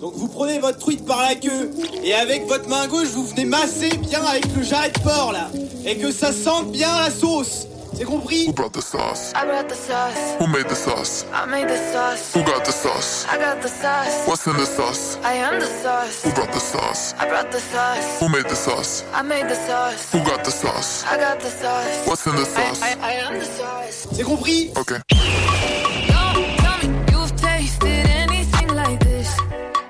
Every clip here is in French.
Donc vous prenez votre truite par la queue et avec votre main gauche vous venez masser bien avec le jarret de porc là et que ça sente bien la sauce. C'est compris Who brought the sauce? I brought the sauce. Who made the sauce? I made the sauce. Who got the sauce? I got the sauce. What's in the sauce? I am the Who sauce. brought the sauce? I brought the sauce. Who made the sauce? I made the sauce. Who got the sauce? I got the sauce. What's in the I, sauce? I, I am the sauce. C'est compris Okay. Don't tell me you've tasted anything like this.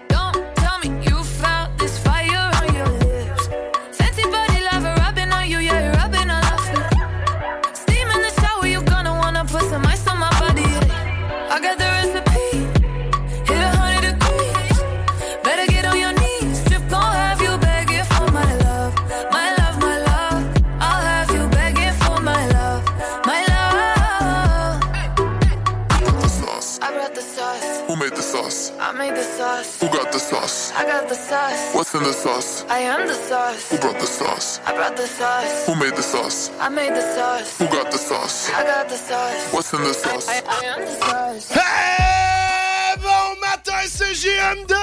Don't tell me you felt this fire on your lips. Fancy body lover rubbing on you, yeah, you're rubbing all off me. Steam in the shower, you're gonna wanna put some ice on my body. yeah. I got the recipe. Hit a hundred degrees. Better get on your knees. Strip gon' have you begging for my love, my love, my love. I'll have you begging for my love, my love. Who brought the sauce? I brought the sauce. Who made the sauce? I made the sauce. Who got the sauce? I got the sauce. What's in the sauce? I am the Who sauce. brought the sauce? I brought the sauce. Who made the sauce? I made the sauce. Who got the sauce? I got the sauce. What's in the I, sauce? I, I am the sauce. Eh, bon matin, c'est GMD!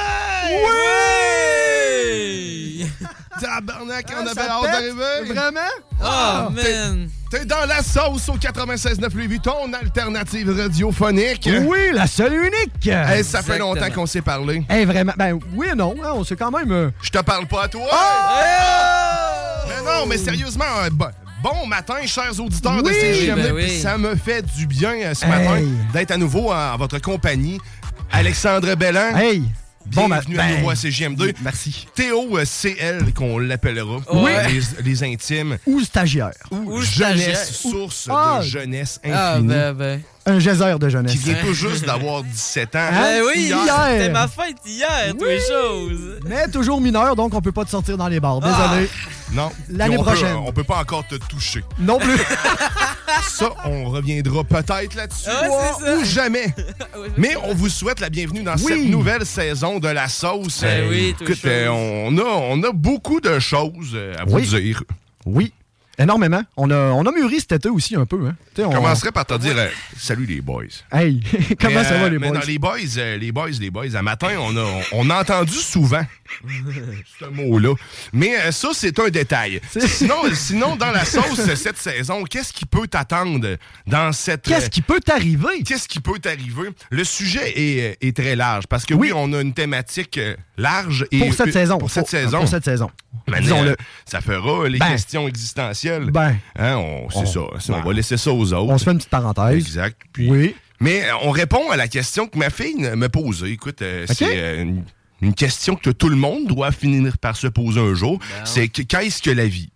Oui! Tabarnak, Ah, on avait hâte d'arriver! Vraiment? Ah, man! T'es dans la sauce au 96.9 Louis Vuitton, alternative radiophonique. Oui, la seule et unique. Eh, ça fait longtemps qu'on s'est parlé. Eh, vraiment. Ben oui et non, hein, on s'est quand même. euh, Je te parle pas à toi! Ah! Mais non, mais sérieusement, euh, bon, bon matin, chers auditeurs de Oui. CGMD. Ben oui. Puis Ça me fait du bien euh, ce matin Hey. d'être à nouveau en, en votre compagnie. Alexandre Bellin, Hey! Bon matin. bienvenue à nouveau à CGMD. Merci. Théo euh, CL, qu'on l'appellera, Oui. les, les intimes, Ou stagiaire. ou, Ou stagiaire. jeunesse, source Ah. de jeunesse infinie, Ah, ben, ben. Un geyser de qui jeunesse. vient tout juste d'avoir 17 ans. Hein? Ben oui, Hier. c'était ma fête hier, toutes les choses. Mais toujours mineur, donc on peut pas te sortir dans les bars. Désolé. Non, L'année Puis on peut- prochaine. on peut pas encore te toucher. Non plus. Ça, on reviendra peut-être là-dessus, Ah, c'est ça. Ah, ou jamais. Mais on vous souhaite la bienvenue dans Oui. cette nouvelle saison de la sauce. Ben oui, toutes Écoute, les euh, choses. on, a, on a beaucoup de choses euh, à vous Oui. dire. Oui. Énormément. On a, on a muri cet été aussi un peu. Hein. Tu sais, on- Je commencerai par te dire euh, salut les boys. Hey, comment Mais, ça euh, va les mais boys? dans les boys, euh, les boys, les boys, à matin, on a, on, on a entendu souvent ce mot-là. Mais euh, ça, c'est un détail. C'est- Sinon, sinon, dans la sauce de cette saison, qu'est-ce qui peut t'attendre dans cette... euh, Qu'est-ce qui peut t'arriver? Qu'est-ce qui peut t'arriver? Le sujet est, est très large parce que oui. Oui. on a une thématique euh, large et Pour cette euh, saison. Pour cette saison. Pour cette saison. Mais, Disons-le. euh, ça fera les Ben. questions existentielles. Ben. Hein, on, c'est On- ça. On ben. va laisser ça aux autres. On se fait une petite parenthèse. Exact. Puis- Oui. mais euh, on répond à la question que ma fille ne- me posait. Écoute, euh, Ok. c'est euh, une, une question que tout le monde doit finir par se poser un jour. C'est que- qu'est-ce que la vie?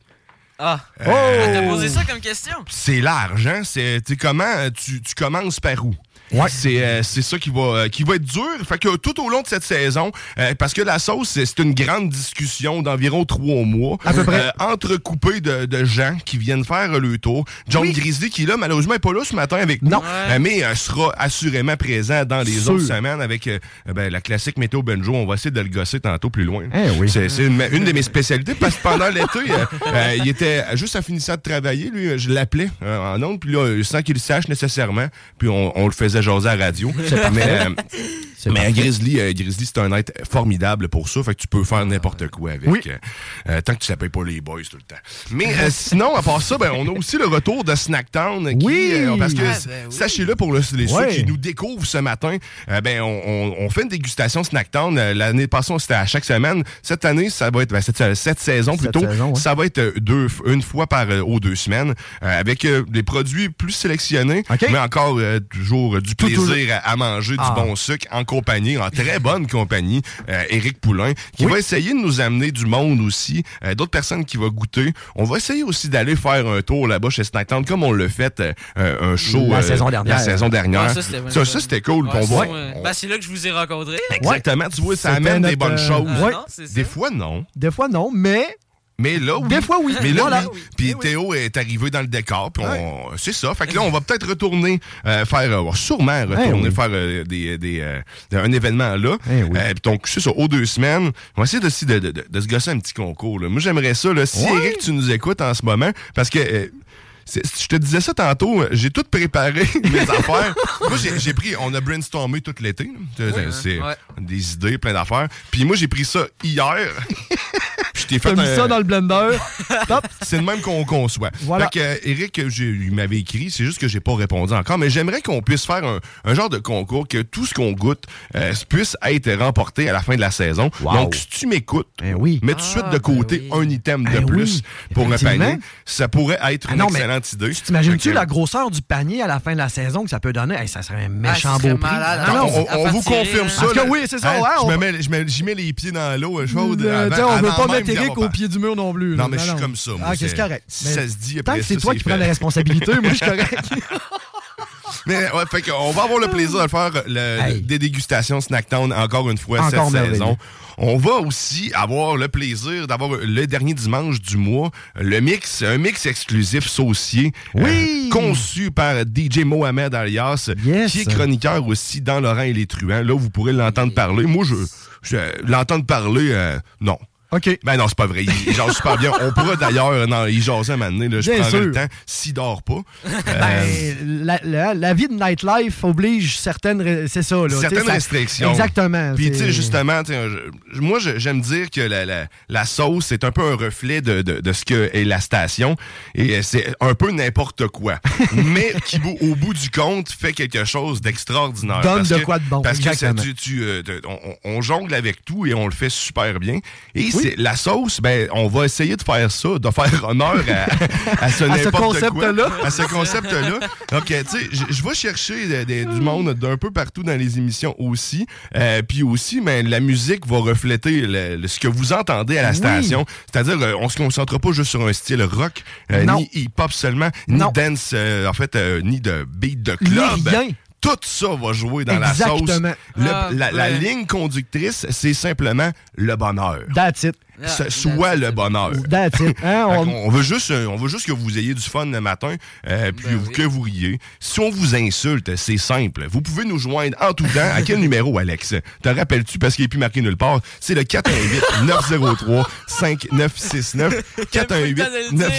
Ah, Euh, t'as posé ça comme question? C'est large, hein? C'est, tu sais, comment euh, tu, tu commences par où? Ouais. C'est, euh, c'est ça qui va, euh, qui va être dur. Fait que euh, tout au long de cette saison, euh, parce que la sauce, c'est, c'est une grande discussion d'environ trois mois. À peu près. Euh, entrecoupée de, de gens qui viennent faire euh, le tour. John Grizzly, qui est là, malheureusement, n'est pas là ce matin avec Non. nous. Euh, mais euh, sera assurément présent dans les Sûr. autres semaines avec euh, euh, ben, la classique météo Benjo. On va essayer de le gosser tantôt plus loin. Eh oui. C'est, c'est une, une de mes spécialités parce que pendant l'été, euh, euh, il était juste en finissant de travailler, lui, euh, je l'appelais euh, en ondes, puis là, euh, sans qu'il le sache nécessairement, puis on, on le faisait à jaser à la radio. mais euh, mais un Grizzly, euh, Grizzly, c'est un être formidable pour ça. Fait que tu peux faire n'importe quoi avec. Oui. euh, euh, tant que tu l'appelles pas les boys tout le temps. Mais euh, sinon, à part ça, ben, on a aussi le retour de Snacktown. Qui, Oui. euh, parce que, Ah, sachez-le, pour le- les ceux Ouais. qui nous découvrent ce matin, euh, ben, on, on- on fait une dégustation Snacktown. Euh, L'année passée, on- c'était à chaque semaine. Cette année, ça va être, ben, cette, cette saison Cette plutôt, saison, ouais. ça va être euh, deux, une fois par euh, aux deux semaines euh, avec euh, des produits plus sélectionnés, OK. mais encore euh, toujours euh, du Tout- tout- plaisir à, à manger Ah. du bon sucre en compagnie, en très bonne compagnie, euh, Éric Poulain, qui Oui. va essayer de nous amener du monde aussi, euh, d'autres personnes qui vont goûter. On va essayer aussi d'aller faire un tour là-bas chez Snacktown, comme on l'a fait euh, euh, un show La saison dernière. La saison dernière. Ouais, Ça, vraiment ça, fun. c'était cool. Ouais, puis on ça, va- ouais. on- Ben, c'est là que je vous ai rencontré. Exactement, tu vois, ça C'était amène des notre, bonnes euh, choses. Ouais. Non, c'est ça. Des fois, non. Des fois, non, mais Mais là, oui. Des fois, oui. Mais là, Voilà. oui. Puis Théo est arrivé dans le décor. Puis on... c'est ça. Fait que là, on va peut-être retourner euh, faire, euh, on va sûrement retourner Eh oui. faire euh, des, des, euh, un événement là. Eh oui. Euh, puis donc, c'est ça, aux deux semaines, on va essayer de, de, de, de- de se gosser un petit concours. Là. Moi, j'aimerais ça. Là, si Ouais. Eric, tu nous écoutes en ce moment, parce que. euh, c'est- Je te disais ça tantôt, euh, j'ai tout préparé, mes affaires. Moi, j'ai- j'ai pris, on a brainstormé tout l'été. là. C'est- hein, C'est Ouais. des idées, plein d'affaires. Puis moi, j'ai pris ça hier. Puis je t'ai fait t'as mis un- ça dans le blender. Top. c'est le même qu'on conçoit. Voilà. Fait que, euh, Eric, euh, j'ai- il m'avait écrit, c'est juste que j'ai pas répondu encore, mais j'aimerais qu'on puisse faire un, un genre de concours que tout ce qu'on goûte euh, puisse être remporté à la fin de la saison. Wow. Donc, si tu m'écoutes, Eh oui. mets tout de suite de ben côté oui. un item de Ben plus oui, pour le effectivement. panier. Ça pourrait être Ah une non, mais excellente idée. Tu T'imagines-tu Fait que, la grosseur du panier à la fin de la saison que ça peut donner? Hey, ça serait un Ah, méchant ce serait beau prix. malade. Ah, on- non. Attends, on, on à vous partir, confirme hein. ça. Parce que là. oui, c'est ça. Hein, ouais, je on- me mets- je mets- J'y mets les pieds dans l'eau euh, chaude. Euh, avant- t'sais, on veut avant pas même mettre d'y Eric avoir au pied du mur non plus. là. Non, mais je suis comme ça. moi, Ah, ok, c'est correct. Si Mais ça se dit Tant après que c'est ça, toi qui prends fait. la responsabilité, moi, je suis correct. Mais ouais, fait qu'on va avoir le plaisir de le faire le- Hey. des dégustations Snacktown encore une fois Encore cette merveilleux. saison. On va aussi avoir le plaisir d'avoir le dernier dimanche du mois le mix, un mix exclusif saucier euh, Oui. conçu par DJ Mohamed Alias, Yes. qui est chroniqueur aussi dans Laurent et les Truands. Là, vous pourrez l'entendre parler. Moi, je, je- l'entendre parler, euh, non. OK. Ben non, c'est pas vrai. Il jase super bien. On pourra d'ailleurs, non, il jasait un moment donné, là, je Bien prendrai sûr. le temps, s'il dort pas. Euh, Ben, la, la- la vie de nightlife oblige certaines. ré- C'est ça, là. certaines tu sais, ça- restrictions. Exactement. Puis, tu c'est- sais, justement, tu sais, je- moi, je- j'aime dire que la, la- la sauce, c'est un peu un reflet de, de- de ce que est la station. Et euh, c'est un peu n'importe quoi. mais qui, bou- au bout du compte, fait quelque chose d'extraordinaire. Donne Parce de que- quoi de bon, Parce que ça- exactement. tu, tu, euh, te- on, on- on jongle avec tout et on le fait super bien. Et c'est- la sauce, ben, on va essayer de faire ça, de faire honneur à, à ce À ce n'importe quoi. concept-là. À ce concept-là. Donc, euh, tu sais, je- je vais chercher de- de- du monde d'un peu partout dans les émissions aussi. Euh, puis aussi, ben, la musique va refléter le- le- ce que vous entendez à la Oui. station. C'est-à-dire, euh, on se concentre pas juste sur un style rock, euh, Non. ni hip-hop seulement, Non. ni dance, euh, en fait, euh, ni de beat de Ni club. rien. Tout ça va jouer dans la Exactement. sauce. Le- Ah, la, la ouais. ligne conductrice, c'est simplement le bonheur. That's it. Ah, Ce- soit le bonheur. That's it. Hein, Fait qu'on- on- on, veut juste, euh, on veut juste que vous ayez du fun le matin, euh, puis Ben vous- oui. que vous riez. Si on vous insulte, c'est simple. Vous pouvez nous joindre en tout temps. À quel numéro, Alex? Te rappelles-tu parce qu'il n'est plus marqué nulle part? C'est le 418-903-5969. T'as le temps de le dire.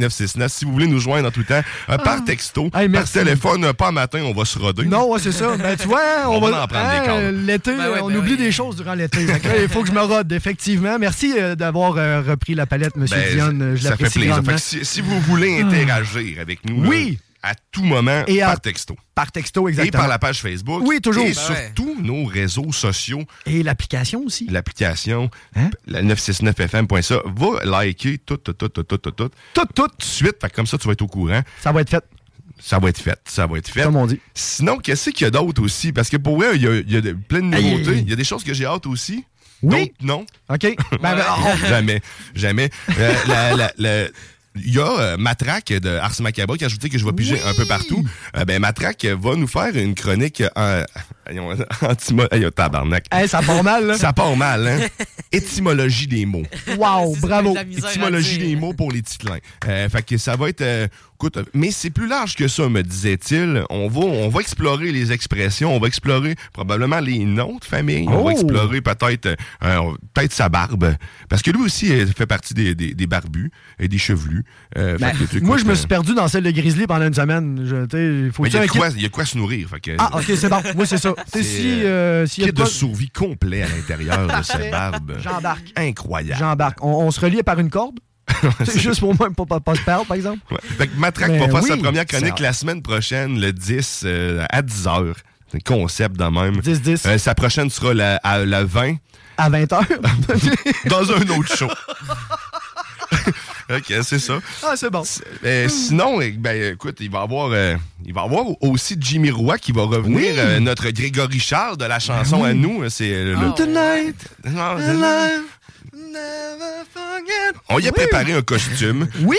418-903-5969. Si vous voulez nous joindre en tout temps, Ah. euh, par texto, Hey, par merci. téléphone, euh, pas matin, on va se roder. Non, ouais, c'est ça. Ben, tu vois, on, Hein, On va en prendre des cadres. L'été, Ben ouais, on ben oublie oui. des choses durant l'été. Fait que là, Il faut que je me rode, effectivement. Merci euh, d'avoir euh, repris la palette, Monsieur Ben, Dion. Je ça fait l'apprécie plaisir. grandement. Hmm. Fait que si, si vous voulez interagir avec nous, là, Oui. à tout moment, Et à- par texto. Par texto, Et exactement. par la page Facebook. Oui, toujours. Et Ben sur ouais. tous nos réseaux sociaux, Et l'application aussi. l'application, Hein? la 969fm.ça, va liker tout, tout, tout, tout, tout, tout, tout, tout Tout, tout, de suite. Fait que comme ça, tu vas être au courant. ça va être fait, Ça va être fait. Ça va être fait. comme on dit. Sinon, qu'est-ce qu'il y a d'autre aussi? Parce que pour vrai, il y a, il y a de- plein de Aïe, aïe, nouveautés. aïe. Il y a des choses que j'ai hâte aussi. Oui. D'autres, non. OK? Ben, ben, oh, jamais, jamais. Euh, la- la- la- il y a euh, Matraque de Ars Macabre qui a ajouté que je vais piger un peu partout. Euh, ben, Matraque va nous faire une chronique euh, en, anti oh, tabarnak. hey, ça part mal, là. Ça part mal, hein? Étymologie des mots. Wow, C'est ça, bravo. de la misère à Étymologie dire. des mots pour les titlins. Euh, fait que ça va être euh, Écoute, mais c'est plus large que ça, me disait-il. On va, on va explorer les expressions, on va explorer probablement les noms de famille, on Oh! va explorer peut-être euh, euh, peut-être sa barbe, parce que lui aussi euh, fait partie des, des, des barbus et des chevelus. Euh, Ben, fait que, tu sais, moi, écoute, je me euh, suis perdu dans celle de Grizzly pendant une semaine. Je, tu sais, il faut mais que il y, a tu aies de un quoi- kit- il y a de quoi se nourrir. Fait que, Ah, ok, c'est bon. Moi, c'est ça. Tu sais, si. euh, s'il y a kit de quoi- de survie complet à l'intérieur de sa Parfait. barbe. J'embarque. Incroyable. J'embarque. On, on se relie par une corde. c'est juste pour moi, pour pas pas se perdre, par exemple. Ouais. Fait que Matraque Mais va faire Ben oui, sa première chronique ça- la semaine prochaine, le 10, euh, à 10 h. C'est un concept de même. 10-10. Euh, sa prochaine sera la, à la 20, À 20h. dans un autre show. OK, c'est ça. ah, c'est bon. Euh, sinon, eh, ben, écoute, il va y avoir, euh, il va y avoir aussi Jimmy Roy qui va revenir, Oui. Ben euh, notre Grégory Charles de la chanson à nous. euh, C'est euh, Ah. le- Tonight. Non, c'est- On y a préparé un costume. Oui!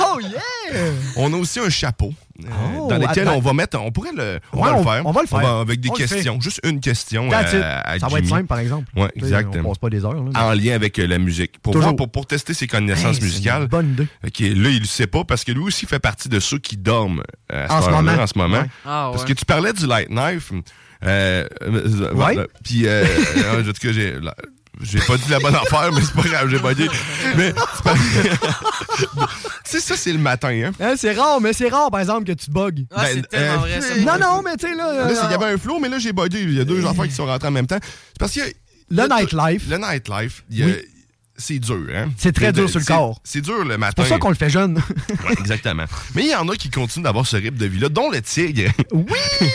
Oh, yeah! On a aussi un chapeau euh, Oh, dans lequel attends. on va mettre. On pourrait le. On Ouais, va le on- faire. on va le faire. avec des On le fait. questions. Juste une question. That's it. à- à ça va être Jimmy. simple, par exemple. Ouais, Tu sais, exactement. On passe pas des heures. Là, mais- En lien avec euh, la musique. Pour, Toujours. voir- pour, pour tester ses connaissances Hey, c'est musicales. une Bonne idée. Ok, là, il le sait pas parce que lui aussi fait partie de ceux qui dorment euh, à En cette ce heure-là, moment. en ce moment. Ouais. Ah, Parce ouais. que tu parlais du Light Knife. Euh, euh, Ouais. euh, Puis, euh, euh, en tout cas, j'ai. là, J'ai pas dit la bonne affaire, mais c'est pas grave, j'ai pas dit. Mais c'est pas- Tu sais, ça, c'est le matin, hein? Hein, c'est rare, mais c'est rare, par exemple, que tu bugs. Ah, c'est Ben, tellement euh, vrai, ça. Non, non, mais tu sais, là. Là, euh, c'est- il y avait un flow, mais là, j'ai bugué. Il y a deux enfants qui sont rentrés en même temps. C'est parce que. Le nightlife. Le nightlife, il y a- Oui. c'est dur, hein? C'est très de- dur sur le c'est- corps. C'est dur le C'est matin. pour ça qu'on le fait jeune. Ouais, exactement. Mais il y en a qui continuent d'avoir ce rythme de vie-là, dont le tigre. oui!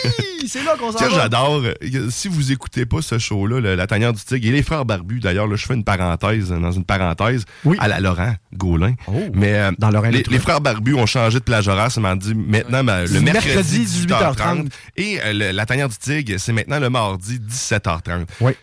C'est là qu'on s'en Tiens, va. j'adore. Euh, Si vous écoutez pas ce show-là, le- La Tanière du Tigre, et les frères barbus, d'ailleurs, là, je fais une parenthèse euh, dans une parenthèse Oui. à la Laurent Gaulin. Oh. Mais euh, Dans Lorraine les, Latourelle. les frères barbus ont changé de plage horaire, ça m'a dit maintenant ma- le Du mercredi, mercredi, 18h30. 18h30. Et euh, le- La Tanière du Tigre, c'est maintenant le mardi 17h30. Oui.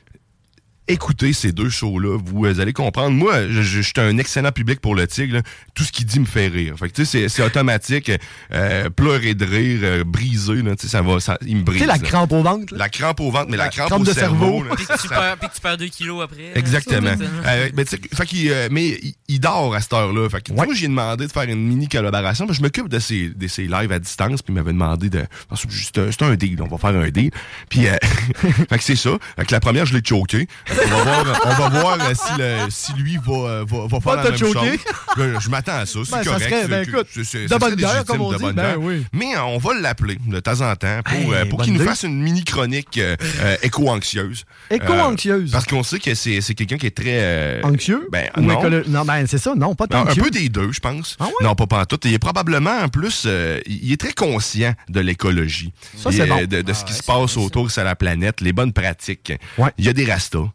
Écoutez ces deux shows-là, vous euh, allez comprendre. Moi, je, je- je suis un excellent public pour le tigre. là. Tout ce qu'il dit me fait rire. Fait que, tu sais, c'est- c'est automatique. Euh, pleurer de rire, euh, briser, là, tu sais, ça va, ça, il me Tu brise. sais, la là. crampe au ventre. là. La crampe au ventre, mais la, La crampe, crampe au de cerveau. cerveau. là, Puis ça- que tu ça- perds- puis que tu perds 2 kilos après. euh, Exactement. c'est tout, Euh, mais tu sais, fait qu'il, euh, mais il, il dort à cette heure-là. Fait que, moi, j'ai demandé de faire une mini collaboration. parce que je m'occupe de ses, de ses lives à distance. Puis il m'avait demandé de. parce que C'est un, c'est un deal. On va faire un deal. Puis, euh, fait que c'est ça. Fait que la première, je l'ai choqué. On va voir, on va voir euh, si, le- si lui va, euh, va, va Va faire la te même choquer. chose. Ben, je m'attends à ça. C'est Ben, ça correct. serait- ben, C'est- écoute, c'est- c'est- de ça bonne serait guerre, légitime, comme on de dit. bonne Ben guerre. oui. Mais euh, on va l'appeler de temps en temps pour, Hey, euh, pour qu'il bonne nous idée. fasse une mini chronique euh, euh, éco-anxieuse. Éco-anxieuse. Euh, parce qu'on sait que c'est c'est quelqu'un qui est très. euh, Anxieux? Ben, Ou non. écolo- Non, ben, c'est ça. Non, pas Non, tant un anxieux. peu des deux, je pense. Ah ouais? Non, pas pantoute. Il est probablement, en plus, euh, il est très conscient de l'écologie. Ça, Et, c'est bon. Ah, euh, De, de ce qui se passe autour sur la planète, les bonnes pratiques. Ouais. Il y a des rastas.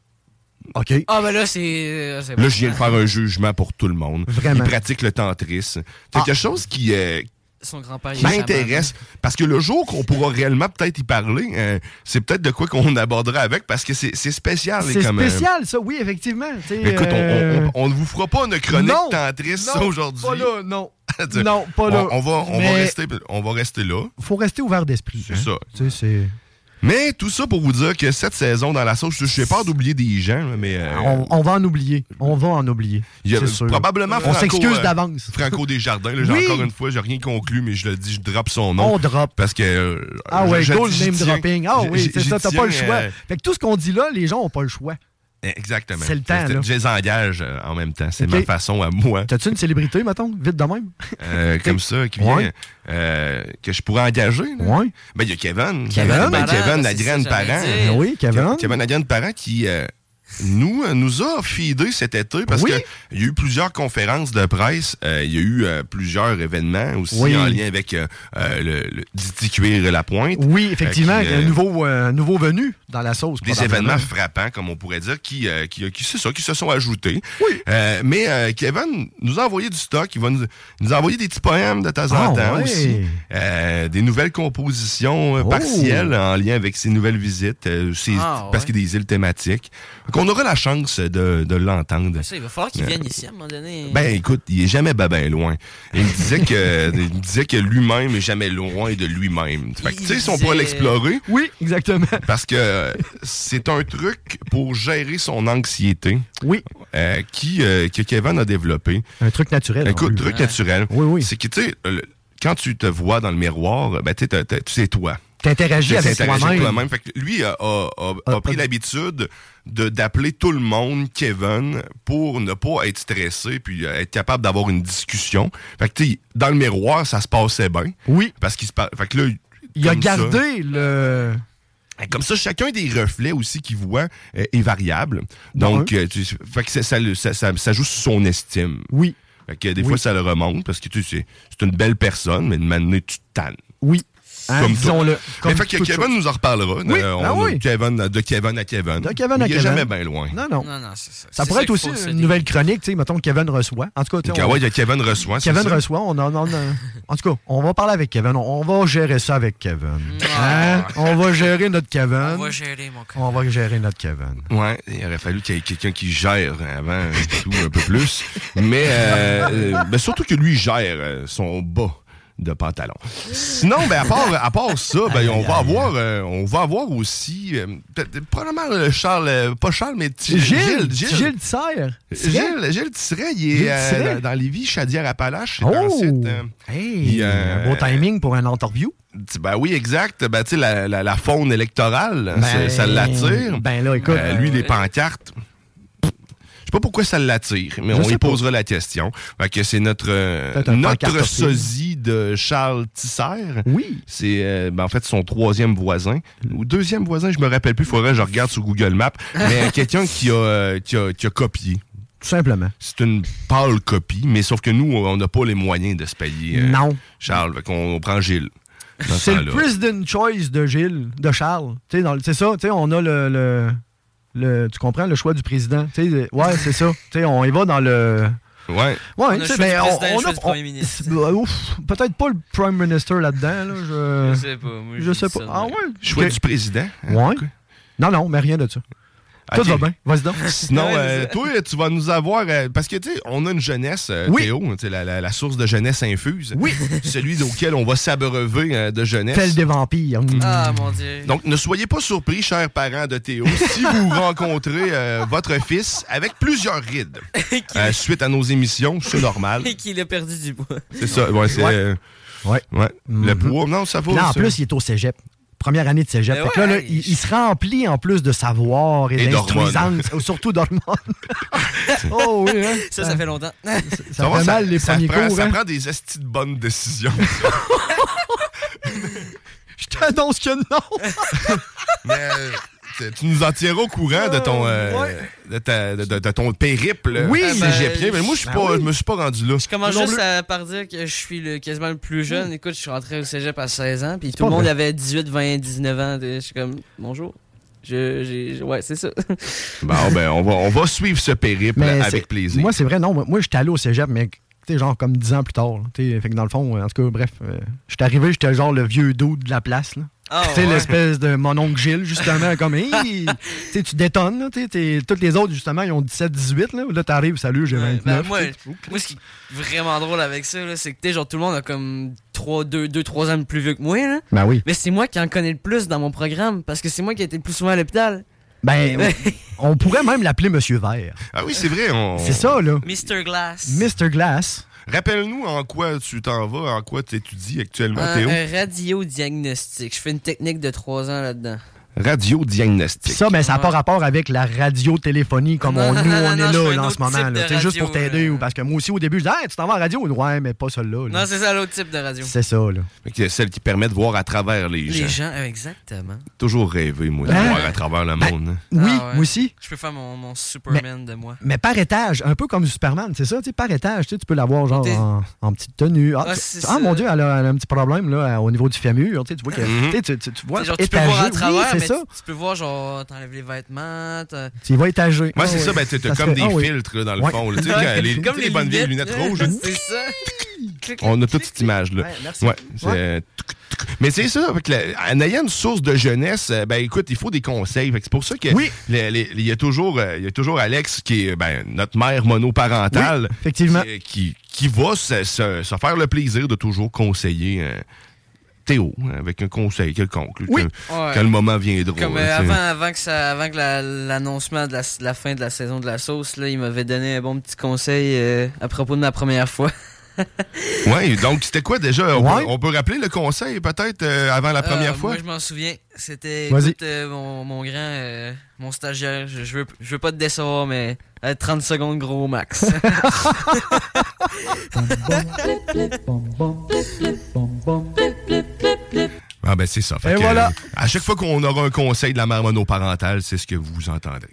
OK. Ah, ben là, c'est. ah, c'est bon. Là, je viens de faire un jugement pour tout le monde. Vraiment. Ils pratiquent le tantrisme. C'est Ah. quelque chose qui, euh, Son grand-père, Ah, il est m'intéresse parce que le jour qu'on pourra réellement peut-être y parler, euh, c'est peut-être de quoi qu'on abordera avec parce que c'est c'est spécial. les C'est comme, euh, spécial, ça. Oui, effectivement. tu sais, Mais Écoute, on- euh, on- on on ne vous fera pas une chronique non, tantriste non, aujourd'hui. Pas là, non. Tu- non, pas là. On, on va, on, va Mais rester, on va rester là. Faut rester ouvert d'esprit. C'est hein. ça. Tu sais, c'est. Mais tout ça pour vous dire que cette saison dans la sauce, je j'ai peur d'oublier des gens, là, mais euh, On, on va en oublier. On va en oublier. il y a c'est sûr. probablement On Franco, s'excuse euh, d'avance. Franco Desjardins, là, j'ai Oui. encore une fois, j'ai rien conclu, mais je le dis, je drop son nom. On drop. Parce que. euh, Ah je- ouais, je- go j'y le name tiens. dropping. Ah J'y- oui, c'est j'y ça, t'as pas le tiens, choix. euh, Fait que tout ce qu'on dit là, les gens ont pas le choix. Exactement. C'est le temps, là. Je les engage euh, en même temps. C'est Ok. ma façon à moi, T'as-tu une célébrité, mettons, vite de même? euh, comme ça, qui vient, Ouais. euh, que je pourrais engager. là. Ouais. Ben, il y a Kevin. Kevin? Ben, Kevin, la C'est ça, graine j'allais parent. dire. Ben oui, Kevin. Kevin Lagan de Parent qui euh, nous, euh, nous a feedé cet été parce Oui. que qu'il y a eu plusieurs conférences de presse, euh, il y a eu euh, plusieurs événements aussi Oui. en lien avec euh, euh, le, le Didi Cuir et la pointe. Oui, effectivement, Euh, qui, euh, un nouveau, euh, nouveau venu dans la sauce. Des probablement. événements frappants, comme on pourrait dire, qui, euh, qui, qui, c'est ça, qui se sont ajoutés. Euh, mais euh, Kevin nous a envoyé du stock. Il va nous, nous envoyer des petits poèmes de temps en Ah, temps ouais. aussi. Euh, des nouvelles compositions euh, Oh. partielles en lien avec ses nouvelles visites, euh, ses- Ah, ouais. parce qu'il y a des îles thématiques. On aura la chance de, de l'entendre. Ben, Euh, Ça, il va falloir qu'il vienne ici à un moment donné. Ben écoute, il est jamais ben, ben loin. Il me disait que il me disait que lui-même est jamais loin de lui-même. Fait que, Il tu sais, si on disait- pourrait l'explorer, Oui, exactement. parce que euh, c'est un truc pour gérer son anxiété. Oui. euh, qui, euh, que Kevin a développé. Un truc naturel. en Écoute, plus. truc naturel. Oui, oui. C'est que, tu sais, le- quand tu te vois dans le miroir, ben, tu sais, t'as- t'as- tu sais toi. T'interagis avec T'interagis toi-même. toi-même. Fait que lui a, a- a- a Ah, pris ah. l'habitude de d'appeler tout le monde Kevin pour ne pas être stressé puis euh, être capable d'avoir une discussion. Fait que, tu sais, dans le miroir, ça se passait bien. Oui. Parce qu'il se par- Fait que là, Il a comme ça- gardé le. et Eh, Comme ça, chacun des reflets aussi qu'il voit euh, est variable. Donc, euh, tu- fait que ça, ça le- ça- ça- ça joue sur son estime. Oui. Fait que des Oui. fois, ça le remonte parce que tu sais, c'est une belle personne, mais de manière, tu te tannes. Oui. Hein, Comme Disons-le. Mais Comme fait que toute Kevin chose. nous en reparlera. Oui, Euh, on- ah oui. Kevin, de Kevin à Kevin. De Kevin à Il est Kevin. jamais bien loin. Non, non. Non, non, c'est ça. Ça C'est pourrait être qu'il aussi faut se une nouvelle chronique, tu sais, mettons que Kevin reçoit. En tout cas, tu sais, Ah on- ouais, il y a Kevin reçoit. c'est Kevin ça? reçoit, on en, on en- en tout cas, on va parler avec Kevin, on, on va gérer ça avec Kevin. Hein? On va gérer notre Kevin. On va gérer, mon cas. On va gérer notre Kevin. Ouais, il aurait fallu qu'il y ait quelqu'un qui gère avant euh, tout un peu plus. Mais euh, euh, ben, surtout que lui gère euh, son bas de pantalon. Sinon, ben, à, part, à part ça, ben, on, va avoir, euh, on va avoir aussi euh, peut-être- probablement euh, Charles, euh, pas Charles, mais Ti- Gilles, Gilles, Gilles Tissère. Gilles, Gilles Tisseret, il est Gilles euh, Tisseret. dans, dans Lévis, Chaudière-Appalaches. C'est un Oh! site, euh, Hey, Il, euh, un beau timing pour un interview. tu- ben oui, exact. Ben, tu sais, la, la, la faune électorale, ça, Ben, ça l'attire. Ben là, écoute. Euh, lui, les pancartes. Je sais pas pourquoi ça l'attire, mais Je on sais lui pas. posera la question. Fait que c'est notre, euh, Peut-être un notre pancartophile. sosie de Charles Tisser. Oui. C'est euh, ben, en fait son troisième voisin ou deuxième voisin, je me rappelle plus. Faudrait que je regarde sur Google Maps. Mais quelqu'un qui a, euh, qui a qui a copié. Tout simplement. C'est une pâle copie, mais sauf que nous, on n'a pas les moyens de se payer. euh, Non. Charles, fait qu'on on prend Gilles. dans ce C'est le temps-là. President Choice de Gilles, de Charles. Tu sais, dans le- C'est ça, tu sais, on a le, le, le- Tu comprends, le choix du président. Tu sais, ouais, c'est ça. Tu sais, on y va dans le. Ouais. Ouais, a tu le sais, choix mais du président et le on, on choix a. du premier ministre. on- bah, ouf, Peut-être pas le Prime Minister là-dedans. Là, je... Je sais pas. moi, Je dis sais ça pas. de Ah même. ouais? Choix Ok. du président. hein? Ouais. Non, non, mais rien de ça. Ok. Tout va bien. Vas-y donc. Sinon, Ouais, euh, c'est ça. toi, tu vas nous avoir. euh, parce que, tu sais, on a une jeunesse, euh, Oui. Théo, tu sais, la, la- la source de jeunesse infuse. Oui. Celui auquel on va s'abreuver euh, de jeunesse. Tel des vampires. Ah, mon Dieu. Donc, ne soyez pas surpris, chers parents de Théo, si vous rencontrez euh, votre fils avec plusieurs rides euh, suite à nos émissions. C'est normal. Et qu'il a perdu du poids. C'est ça. Ouais, c'est. Ouais. euh, Ouais. ouais. Le Mhm. poids. Non, ça va. Puis là, en ça. plus, il est au cégep. Première année de cégep. Ben Fait que là, ouais, là, il, il se remplit en plus de savoir et, Et d'instruisance, surtout d'hormones. oh oui, hein? Ça, ça fait longtemps. Ça va, fait mal les ça premiers prend, cours. Ça hein. prend des estis de bonnes décisions. Je t'annonce que non. Mais, euh, tu- tu nous en tireras au courant de ton, euh, Ouais. de ta- de- de- de ton périple Oui. Ah, euh, cégepien. Mais moi, je suis Ben pas, oui. je me suis pas rendu là. Je commence Non juste plus. Mmh. à par dire que je suis le, quasiment le plus jeune. Écoute, je suis rentré au cégep à 16 ans, puis tout pas le monde vrai. avait 18, 20, 19 ans. Je suis comme, bonjour. Je, j'ai- je- ouais, c'est ça. Bon, ben, on va, on va suivre ce périple c'est- avec plaisir. Moi, c'est vrai, non. moi- Moi, j'étais allé au cégep, mais t'sais, genre comme 10 ans plus tard. là. T'sais, Fait que dans le fond, euh, en tout cas, bref, euh, j'étais arrivé, j'étais genre le vieux dos de la place. Là. Ah, Tu sais, ouais. l'espèce de mon oncle Gilles, justement, comme, hey, tu sais, tu détonnes, là, tu sais, t'es- toutes les autres, justement, ils ont 17, 18, là, là, t'arrives, salut, j'ai Ouais, ben, 29. moi, tu sais. moi, ce qui est vraiment drôle avec ça, là, c'est que t'sais, genre, tout le monde a comme 3, 2, 2 3 ans de plus vieux que moi. Là. Ben oui. Mais c'est moi qui en connais le plus dans mon programme, parce que c'est moi qui ai été le plus souvent à l'hôpital. Ben, on pourrait même l'appeler Monsieur Vert. Ah oui, c'est vrai. on- C'est ça, là. Mr. Glass. Mr. Glass. Rappelle-nous en quoi tu t'en vas, en quoi tu étudies actuellement, Un, Théo. un radiodiagnostic. Je fais une technique de 3 ans là-dedans. Radio Pis diagnostic. ça, mais ça n'a pas rapport avec la radiotéléphonie comme Non, on, non, nous, non, on non, est je fais un là, là, en autre ce moment. type là. de C'est juste pour radio, t'aider, là. ou parce que moi aussi, au début, je disais, hey, tu t'en vas à la radio? Ouais, mais pas celle-là. là. Non, c'est ça l'autre type de radio. C'est ça, là. Fait que Celle qui permet de voir à travers les, Les gens. gens, euh, exactement. Ah, Toujours rêvé, moi, de Hein? voir à travers le monde. hein. Oui, ouais. moi aussi. Je peux faire mon, mon Superman de moi. Mais par étage, un peu comme Superman, c'est ça, tu sais, par étage, tu sais, tu peux l'avoir genre T'es- en, en petite tenue. Ah, Ah, tu- c'est ah, ça. mon Dieu, elle a, elle a un petit problème là, au niveau du fémur. Tu sais, tu vois que. Mhm. tu sais, Tu, tu- tu vois, T'sais, genre, tu peux voir à étagé. Oui, travers, c'est mais ça. tu tu peux voir, genre, t'enlèves les vêtements. t'as- Tu y vas étager. Moi, c'est Ah, ça, ouais. ben, t'as t'as se comme fait- des ah, oui. filtres, là, dans le Ouais. fond. là. Tu sais, quand les, tu sais, les bonnes vieilles lunettes rouges, C'est ça. Clic, On a toute cette image-là. Ouais, merci. Ouais, c'est- tuc, tuc. Mais c'est ça, avec la- en ayant une source de jeunesse, euh, ben écoute, il faut des conseils. Fait que c'est pour ça que Oui. les- les- il y a toujours euh, il y a toujours Alex qui est ben, notre mère monoparentale Oui, effectivement. qui, qui, qui va se, se- se faire le plaisir de toujours conseiller euh, Théo avec un conseil quelconque. là, Oui. que- Ouais. Quand le moment viendra. Comme là, euh, tu sais. avant, avant que, ça, avant que la- l'annoncement de la, la fin de la saison de la sauce, là, il m'avait donné un bon petit conseil euh, à propos de ma première fois. Ouais, donc c'était quoi déjà? On, Ouais. peut, on peut rappeler le conseil peut-être euh, avant la première Euh, fois? Moi, je m'en souviens. C'était Vas-y. écoute, euh, mon, mon grand, euh, mon stagiaire. Je, je veux, je veux pas te décevoir, mais euh, 30 secondes gros max. Ah ben c'est ça. Fait Et que, voilà. euh, À chaque fois qu'on aura un conseil de la mère monoparentale, c'est ce que vous entendrez.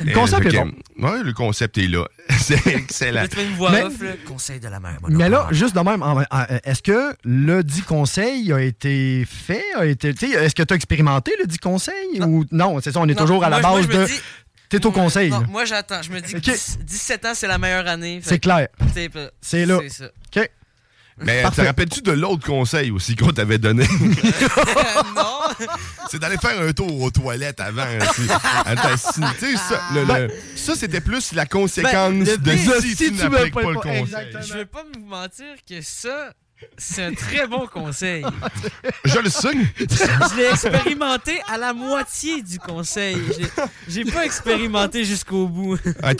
Le concept fait est que- Ouais, le concept est là. c'est excellent. Tu fais une voix Mais- off, là. Conseil de la mère. Mais là, juste de même, en- en- est-ce que le dit conseil a été fait? A été, tu sais, est-ce que tu as expérimenté le dit conseil? Ou, non, c'est ça, on est Non, toujours à la moi, je- base moi, je me de. dis- Mm, T'es au conseil. Non, là. moi j'attends. Je me dis que Ok. 10 17 ans, c'est la meilleure année. Fait C'est que, clair. t'sais, p- C'est là. C'est ça. OK. Mais te rappelles-tu de l'autre conseil aussi qu'on t'avait donné? non. C'est d'aller faire un tour aux toilettes avant. hein, tu- en t'assinant. Tu sais, ça, le- le- Ben, ça, c'était plus la conséquence Ben, le de pire, si, tu n'appliques pas, le conseil. Je vais pas vous mentir que ça, c'est un très bon conseil. Je le signe. Je l'ai expérimenté à la moitié du conseil. J'ai- J'ai pas expérimenté jusqu'au bout. OK, t'as-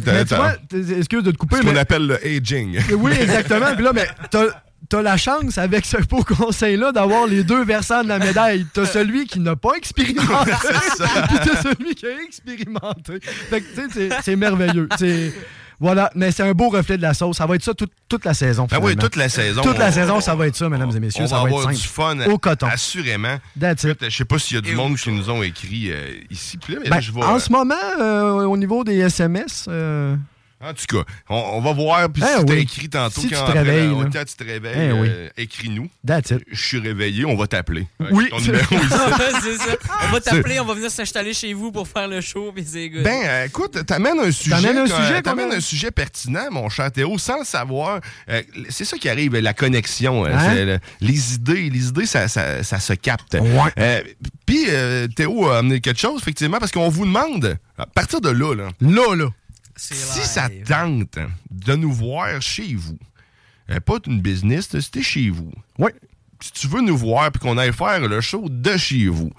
t'as- Mais tu vois, t'as- t'es- excuse de te couper, ce qu'on mais. appelle le aging. Oui, exactement. Puis là, mais t'as- t'as la chance avec ce beau conseil-là d'avoir les deux versants de la médaille. T'as celui qui n'a pas expérimenté. C'est ça. puis t'as celui qui a expérimenté. Fait que, tu sais, c'est- c'est merveilleux. C'est- Voilà, mais c'est un beau reflet de la sauce. Ça va être ça toute, toute la saison. Ah oui, finalement. toute la saison. Toute la On- saison, ça va être ça, mesdames et on messieurs. va Ça va être avoir simple. du fun. Au coton. Assurément. That's it. Je sais pas s'il y a du monde qui nous ont écrit euh, ici. Puis là, mais là, Ben, je vois. en ce moment, euh, au niveau des SMS, euh, En tout cas, on, on va voir. Puis Eh si tu oui. écrit tantôt, Si tu quand, te réveilles, euh, là. quand tu te réveilles, Eh oui. euh, écris-nous. that's it. Je suis réveillé, on va t'appeler. Euh, Oui. ton numéro ici. c'est ça. On va t'appeler, on va venir s'installer chez vous pour faire le show, puis c'est good. Ben, euh, écoute, t'amènes un sujet, T'amènes un euh, sujet, t'amènes combien? un sujet pertinent, mon cher Théo, sans le savoir. Euh, c'est ça qui arrive, la connexion. euh, Hein? c'est le- les idées, les idées, ça, ça- ça se capte. Euh, Puis, euh, Théo a amené quelque chose, effectivement, parce qu'on vous demande, à partir de là, là, là, là, si ça tente de nous voir chez vous, euh, pas une business, c'était chez vous. Ouais. Si tu veux nous voir puis qu'on aille faire le show de chez vous.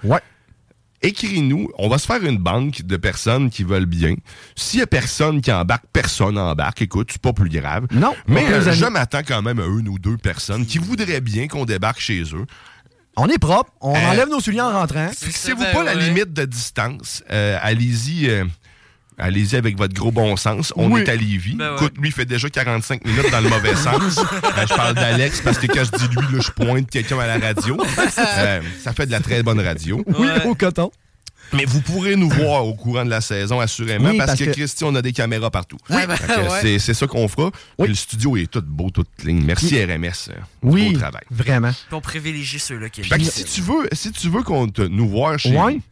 Écris-nous, on va se faire une banque de personnes qui veulent bien. S'il y a personne qui embarque, personne embarque. Écoute, c'est pas plus grave. Non, Mais on peut euh, les je amis. m'attends quand même à une ou deux personnes qui voudraient bien qu'on débarque chez eux. on est propre. On Euh, enlève nos souliers en rentrant. Fixez-vous pas la limite de distance. Euh, allez-y. euh, Allez-y avec votre gros bon sens. On Oui. est à Lévis. Ben ouais. Écoute, lui, il fait déjà 45 minutes dans le mauvais sens. Euh, je parle d'Alex parce que quand je dis lui, là, je pointe quelqu'un à la radio. Euh, ça fait de la très bonne radio. Oui, au coton. Mais vous pourrez nous voir au courant de la saison, assurément, Oui, parce, parce que, que- Christy, on a des caméras partout. Oui. ben, Fait que ouais. c'est, c'est ça qu'on fera. Puis Le studio est tout beau, tout clean. Merci, RMS. euh, Oui, Beau travail. vraiment. Puis on privilégie ceux-là qui Fait que Ben, si tu veux, si tu veux qu'on te, nous voir chez Ouais. nous,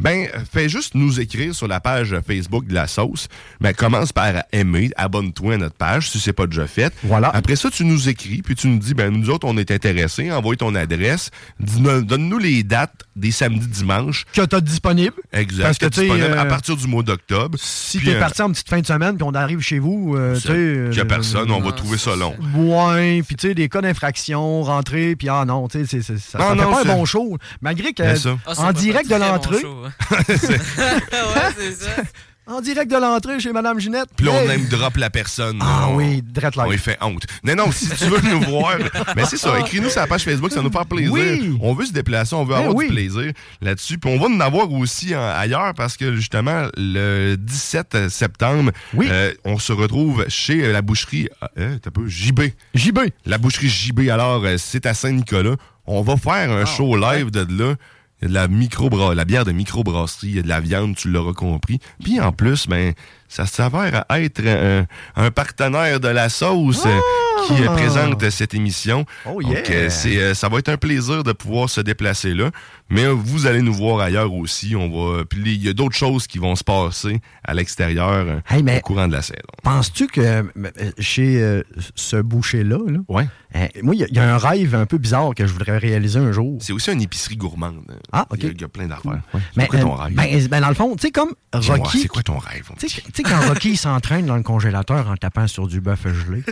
ben fais juste nous écrire sur la page Facebook de la sauce. Mais commence par aimer, abonne-toi à notre page si c'est pas déjà fait. Voilà. Après ça, tu nous écris puis tu nous dis ben nous autres on est intéressés, envoie ton adresse, dis-nous- donne-nous les dates des samedis dimanches. Que t'as disponible. Exact. Parce que, T'es tu sais, disponible à euh, partir du mois d'octobre. Si euh, t'es parti en petite fin de semaine, puis on arrive chez vous, euh, tu sais. il n'y a euh, Ah, personne, on va trouver ça long. Ouais, puis tu sais, des cas d'infraction, rentrer, puis ah non, tu sais, c'est- c'est- ça, Non, ça non, fait c'est- pas un bon show. Malgré que, Ben ça. Ah, ça en fait direct de pas très bon l'entrée, show, hein. ouais, c'est ça. en direct de l'entrée chez Madame Ginette. Puis là, on hey! aime drop la personne. Ah On- oui, drette On live. lui fait honte. Non, non, si tu veux nous voir, mais c'est ça, écris-nous sur la page Facebook, ça nous fait plaisir. Oui. On veut se déplacer, on veut Ben avoir oui. du plaisir là-dessus. Puis on va en avoir aussi hein, ailleurs parce que justement, le 17 septembre, Oui. euh, on se retrouve chez euh, la boucherie, ah, hein, t'as peu, JB. JB. La boucherie JB, alors euh, c'est à Saint-Nicolas. On va faire Ah, un show live de là. Il y a de la micro la bière de microbrasserie, il y a de la viande, tu l'auras compris. Puis en plus, ben, ça s'avère à être un, un partenaire de la sauce euh, qui euh, présente cette émission. Ah! Oh, Donc, yeah. euh, c'est, euh, ça va être un plaisir de pouvoir se déplacer là. Mais euh, vous allez nous voir ailleurs aussi. On va, euh, puis il y a d'autres choses qui vont se passer à l'extérieur euh, Hey, mais- au courant de la saison. Penses-tu que euh, euh, chez euh, ce boucher-là, là, Ouais. euh, moi, il y a- il y, a un rêve un peu bizarre que je voudrais réaliser un jour. C'est aussi une épicerie gourmande. hein. Ah, ok. Il y a- il y, a plein d'affaires. Mais, C'est quoi ton euh, rêve? ben, ben, dans le fond, tu sais, comme Dis-moi, C'est Rocky. quoi ton rêve? mon Tu sais, petit? tu sais, quand Rocky il s'entraîne dans le congélateur en tapant sur du bœuf gelé.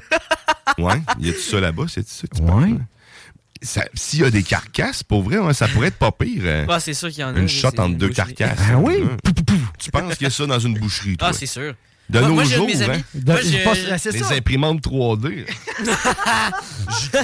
Ouais, y a-tu ça là-bas? C'est ça que tu Ouais. parles? ça- s'il y a des carcasses, pour vrai, hein, ça pourrait être pas pire. euh, Ah, c'est sûr qu'il y en a. une c'est- shot c'est entre deux boucherie. carcasses. Ah oui? Hein. Tu penses qu'il y a ça dans une boucherie, toi? Ah, c'est sûr. De Moi- nos moi, j'ai un de jours, mes amis- hein? De- Moi, je j'ai- pense- c'est Les ça. imprimantes 3D. là.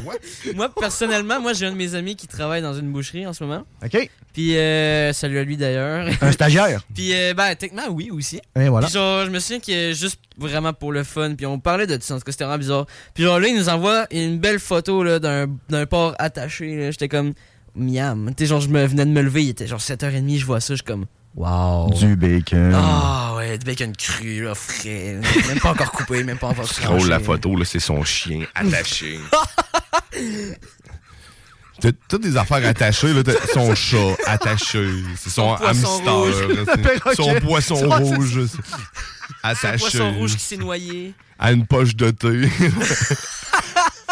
Moi, personnellement, moi, j'ai un de mes amis qui travaille dans une boucherie en ce moment. OK. Puis, euh, salut à lui d'ailleurs. Un stagiaire. Puis, euh, ben, techniquement, oui aussi. Et voilà. Puis genre, je me souviens que juste vraiment pour le fun, puis on parlait de ça, en tout cas, c'était vraiment bizarre. Puis genre, là, il nous envoie une belle photo là, d'un, d'un porc attaché. là. J'étais comme, miam. Tu sais, genre, je me venais de me lever, il était genre 7h30, je vois ça, je suis comme, wow. Du Euh. bacon. Ah ouais, du bacon cru, là, frais. Même pas encore coupé, même pas encore Scroll Oh, la tranché. photo, là, c'est son chien attaché. T'as- Toutes des affaires attachées, là, t'as- son chat attaché, c'est son, poisson hamster, rouge. là, c'est- perroquet. son poisson Ça, c'est rouge Ah, Un attaché poisson rouge qui s'est noyé. à une poche de thé.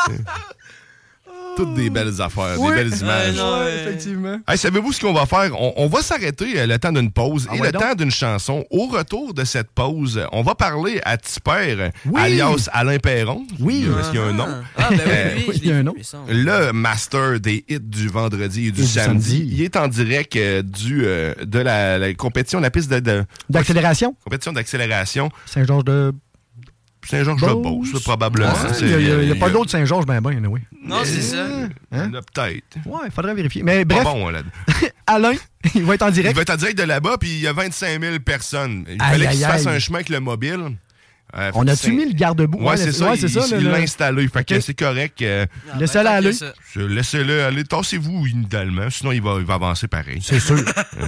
Toutes des belles affaires, Oui. des belles Ouais, images. non, ouais. effectivement. Hey, savez-vous ce qu'on va faire? On, on va s'arrêter euh, le temps d'une pause Ah et ouais le donc? temps d'une chanson. Au retour de cette pause, euh, on va parler à Tipper, euh, Oui. alias Alain Perron. Oui. Euh, Parce qu'il y a un nom. Euh, Ah, ben oui, oui, Euh, Oui, je il y a l'ai un vu, nom. il me semble. Le master des hits du vendredi et du, Et du samedi. samedi. Il est en direct euh, du, euh, de la, la compétition, la piste de, de- D'accélération, compétition d'accélération Saint-Georges de. Saint-Georges-de-Beauce, Beauce. probablement. C'est- euh, Il n'y a, pas d'autre Saint-Georges, ben ben, oui. Non, c'est ça. Il y en a Peut-être. Hein? Ouais, il faudrait vérifier. Mais Pas bref, bon, hein, là. Alain, il va être en Il direct. va être en direct de là-bas, puis il y a 25 000 personnes. Il Aïe, fallait qu'il se aïe, fasse aïe. un chemin avec le mobile. Euh, On fait a-tu que mis le garde-boue? Ouais, c'est le- ça. ouais, il- ça, il le- l'a le- installé. Fait que Ok. c'est correct. euh, Ah, Laissez-la ben, aller. tant que ça. je- Laissez-le aller. Tassez-vous initialement. Sinon, il va, il va avancer pareil. C'est sûr. Euh,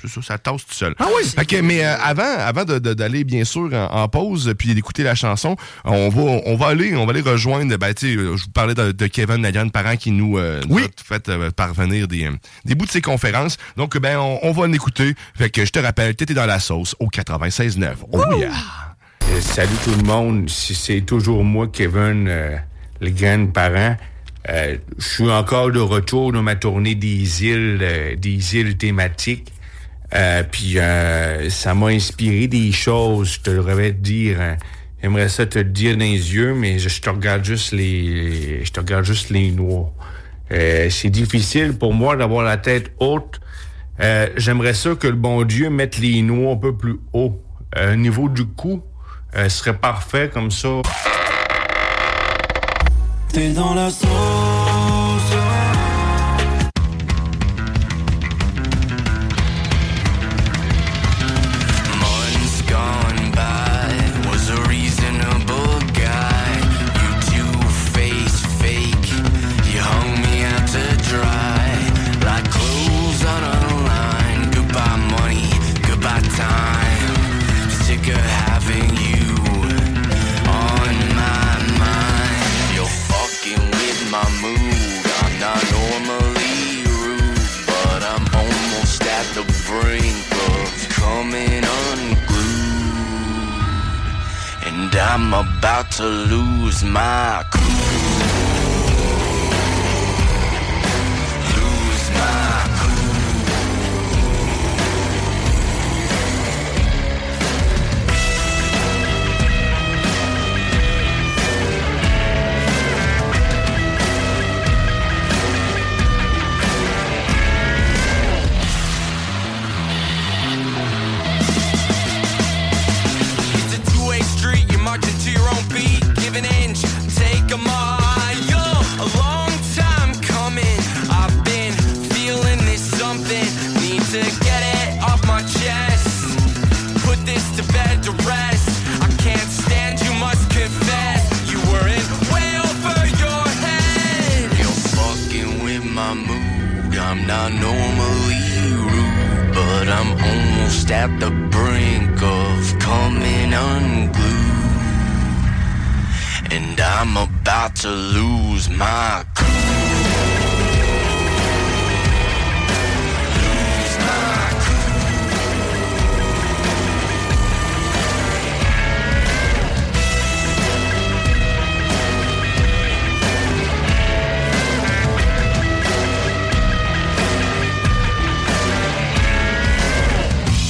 c'est ça, ça tasse tout seul. Ah oui! OK, mais euh, avant, avant de- de- d'aller bien sûr en, en pause euh, puis d'écouter la chanson, on va, on va aller, on va aller rejoindre. Ben, tu sais, euh, je vous parlais de, de Kevin Nadian Parent qui nous, euh, nous Oui. a fait euh, parvenir des, euh, des bouts de ses conférences. Donc ben, on, on va l'écouter. Fait que je te rappelle, t'étais dans la sauce au 96.9. Oh yeah. Euh, Salut tout le monde, Si c'est toujours moi, Kevin, euh, le grand-parent. Euh, je suis encore de retour dans ma tournée des îles, euh, des îles thématiques. Euh, puis euh, ça m'a inspiré des choses, je te devrais te dire. hein. J'aimerais ça te le dire dans les yeux, mais je, je te regarde juste les, je te regarde juste les noix. Euh, c'est difficile pour moi d'avoir la tête haute. Euh, J'aimerais ça que le bon Dieu mette les noix un peu plus haut. Euh, Au niveau du cou, euh, ce serait parfait comme ça. T'es dans la sauce. Months gone by was a reasonable guy. You two-faced fake. You hung me out to dry like clothes on a line. Goodbye money, goodbye time. Sick of having you on my mind. You're fucking with my mood. I'm not normally rude, but I'm almost at the brink of coming unglued. And I'm about to lose my cool. Lose my cool. It's a two-way street, you're marching to your own beat. Give an inch, take a mile. A long time coming, I've been feeling this something. Need to get it off my chest. Put this to bed to rest. I can't stand, you must confess. You were in way over your head. You're fucking with my mood. I'm not normally rude, but I'm almost at the brink of coming unglued. And I'm about to lose my cool. Lose my cool.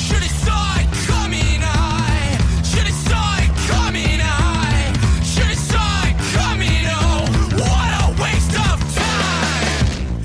Should I coming high? Should I coming high? Should I coming oh? What a waste of time!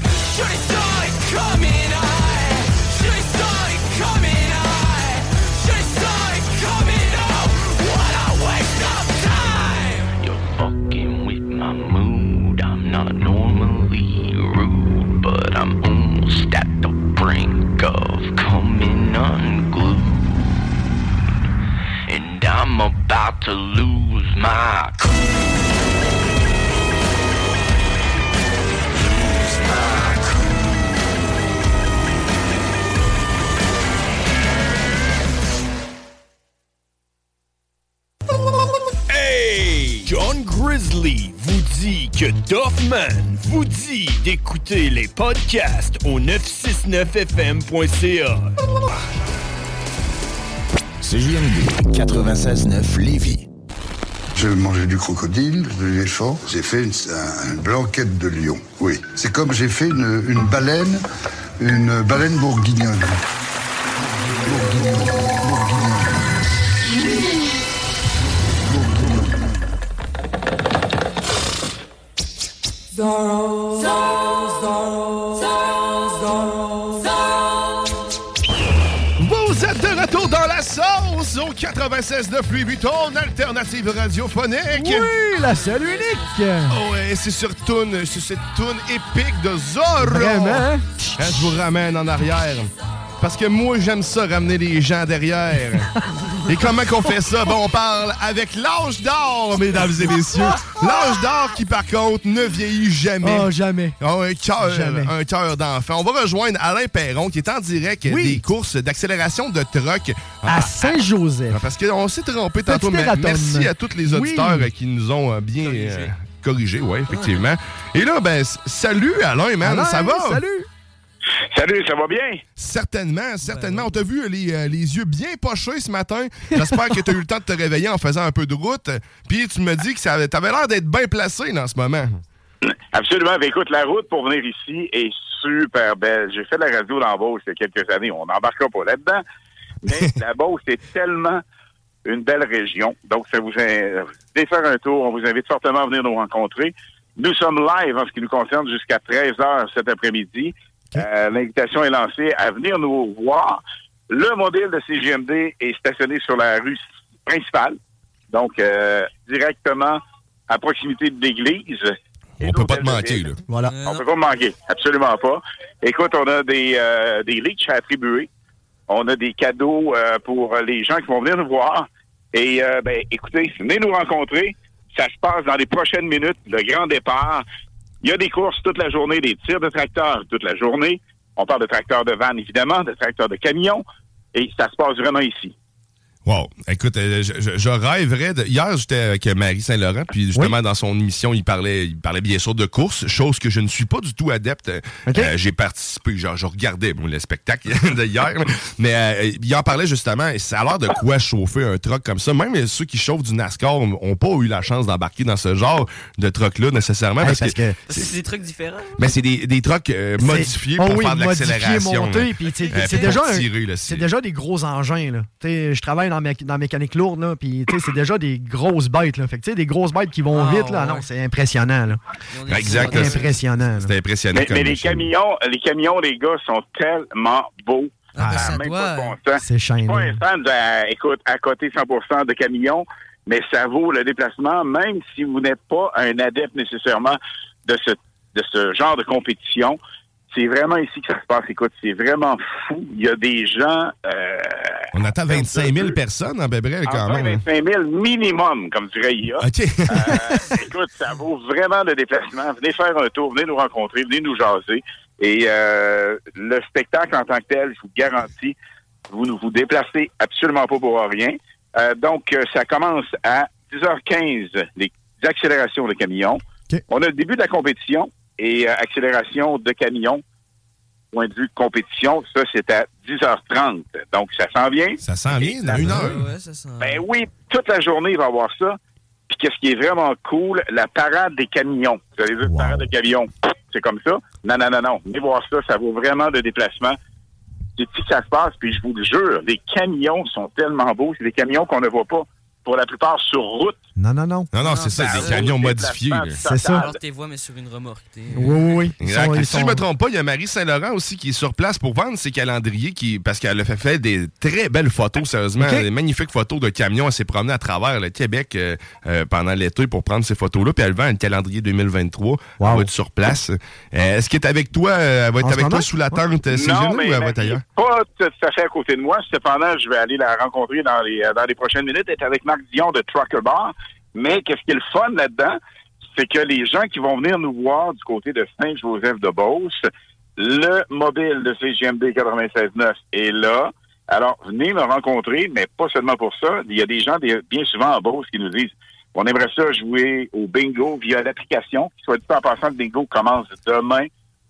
to lose my cool. Lose my Hey! John Grizzly vous dit que Doffman vous dit d'écouter les podcasts au 969fm.ca. C'est JMD 96.9 Lévis. J'ai mangé du crocodile, de l'éléphant. J'ai fait une, un- une blanquette de lion. Oui. C'est comme j'ai fait une, une baleine, une baleine bourguignonne. Vous êtes de retour dans la sauce au 96 de Louis Vuitton, alternative radiophonique. Oui, la seule unique. Oh, ouais, c'est sur Toon, c'est cette toune épique de Zorro. Vraiment? Hein, je vous ramène en arrière. Parce que moi, j'aime ça, ramener les gens derrière. Et comment qu'on fait ça? Bon, on parle avec l'âge d'or, mesdames et messieurs. L'âge d'or qui, par contre, ne vieillit jamais. Oh, jamais. Ah, un cœur, Jamais. un cœur d'enfant. On va rejoindre Alain Perron qui est en direct Oui. des courses d'accélération de truck. Ah, À Saint-Joseph. Parce qu'on s'est trompé Petite tantôt, mais ratonne. merci à tous les auditeurs Oui. euh, qui nous ont euh, bien euh, corrigés, oui, effectivement. Et là, ben, s- salut Alain, man, Alain, ça va? salut. Salut, ça va bien? Certainement, certainement. On t'a vu euh, les, euh, les yeux bien pochés ce matin. J'espère que tu as eu le temps de te réveiller en faisant un peu de route. Puis tu me dis que ça- t'avais l'air d'être bien placé dans ce moment. Absolument. Ben, écoute, la route pour venir ici est super belle. J'ai fait de la radio d'embauche il y a quelques années. On n'embarquera pas là-dedans. Mais la Beauce est tellement une belle région. Donc, ça vous in- euh, venez faire un tour. On vous invite fortement à venir nous rencontrer. Nous sommes live en ce qui nous concerne jusqu'à 13 h cet après-midi. Euh, L'invitation est lancée à venir nous voir. Le modèle de CGMD est stationné sur la rue principale. Donc, euh, directement à proximité de l'église. On peut pas te manquer, là. Voilà. On peut pas manquer, absolument pas. Écoute, on a des, euh, des leaks à attribuer. On a des cadeaux euh, pour les gens qui vont venir nous voir. Et euh, ben, écoutez, venez nous rencontrer. Ça se passe dans les prochaines minutes, le grand départ. Il y a des courses toute la journée, des tirs de tracteurs toute la journée. On parle de tracteurs de vannes, évidemment, de tracteurs de camions. Et ça se passe vraiment ici. Wow. Écoute, euh, je, je- je rêverais de. Hier, j'étais avec Marie Saint-Laurent, puis justement, dans son émission, il parlait, il parlait bien sûr de course, chose que je ne suis pas du tout adepte. Euh, J'ai participé, genre, je regardais moi, le spectacle de hier, mais euh, il en parlait justement, et ça a l'air de quoi chauffer un truck comme ça. Même ceux qui chauffent du NASCAR n'ont pas eu la chance d'embarquer dans ce genre de truck-là, nécessairement, Hey, parce, parce que. Parce que c'est des trucs différents. Mais c'est des, des trucks euh, C'est- modifiés Oh pour oui, faire de modifié, l'accélération. monté, là. puis c'est- Euh, c'est pour déjà, un- tirer, là, c'est déjà des gros engins. Là. Tu sais, Je travaille dans, mé- dans mécanique lourde, là, puis tu sais, c'est déjà des grosses bêtes. Là. Fait que, tu sais, des grosses bêtes qui vont Ah, vite, là. ouais. non, c'est impressionnant. Là. Exact. là, C'est c'est- impressionnant. C'était impressionnant. Mais, comme mais les machine. camions, les camions, les gars, sont tellement beaux. Ah, Ça ben, a ça même doit. pas de bon sens. C'est Je suis chaîné. pas un fan de, euh, écoute, à côté 100 de camions, mais ça vaut le déplacement, même si vous n'êtes pas un adepte nécessairement de ce, de ce genre de compétition. C'est vraiment ici que ça se passe. Écoute, c'est vraiment fou. Il y a des gens... euh, On attend 25 000 personnes en Bébrel quand entre même. hein. 25 000 minimum, comme dirait IA. OK. Euh, écoute, ça vaut vraiment le déplacement. Venez faire un tour, venez nous rencontrer, venez nous jaser. Et euh, le spectacle en tant que tel, je vous garantis, vous ne vous déplacez absolument pas pour rien. Euh, donc, euh, ça commence à 10h15, les accélérations de camions. On a le début de la compétition et euh, accélération de camions, point de vue compétition, ça c'est à 10h30. Donc, ça s'en vient. Ça s'en vient dans une heure. Ben oui, toute la journée, il va y avoir ça. Puis qu'est-ce qui est vraiment cool, la parade des camions. Vous avez vu, la parade des camions, c'est comme ça. Non, non, non, non. Venez voir ça, ça vaut vraiment de déplacement. C'est ici que ça se passe, puis je vous le jure, les camions sont tellement beaux. C'est des camions qu'on ne voit pas, pour la plupart, sur route. Non, non, non. Non, non, c'est ça, des camions modifiés. là. C'est ça. Alors, tes voix, mais sur une remorque. t'es- Oui, oui, oui. Ils Exact. sont- Et ils si je sont- me trompe pas, il y a Marie Saint-Laurent aussi qui est sur place pour vendre ses calendriers qui, parce qu'elle a fait, fait des très belles photos, sérieusement. Ok. Des magnifiques photos de camions. Elle s'est promenée à travers le Québec euh, euh, pendant l'été pour prendre ces photos-là. Puis elle vend un calendrier 2023. Elle va être sur place. Euh, Est-ce qu'elle est avec toi? euh, Elle va être En ce avec toi moment? sous la tente euh, CGNA Non, ou mais elle va Marie être ailleurs? est pas tout à fait à côté de moi. Cependant, je vais aller la rencontrer dans les, euh, dans les prochaines minutes. Elle est avec Marc Dion de Trucker Bar. Mais qu'est-ce qui est le fun là-dedans? C'est que les gens qui vont venir nous voir du côté de Saint-Joseph-de-Beauce, le mobile de CGMD 96.9 est là. Alors, venez me rencontrer, mais pas seulement pour ça. Il y a des gens, des- bien souvent en Beauce, qui nous disent on aimerait ça jouer au bingo via l'application. Soit dit en passant, le bingo commence demain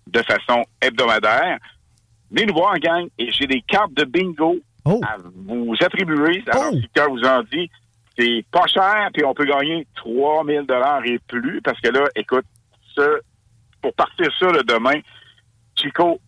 de façon hebdomadaire. Venez nous voir en gang et j'ai des cartes de bingo Oh. à vous attribuer. Alors, si quelqu'un vous en dit, c'est pas cher, puis on peut gagner 3000 dollars et plus, parce que là, écoute, ce, pour partir ça le demain, Chico,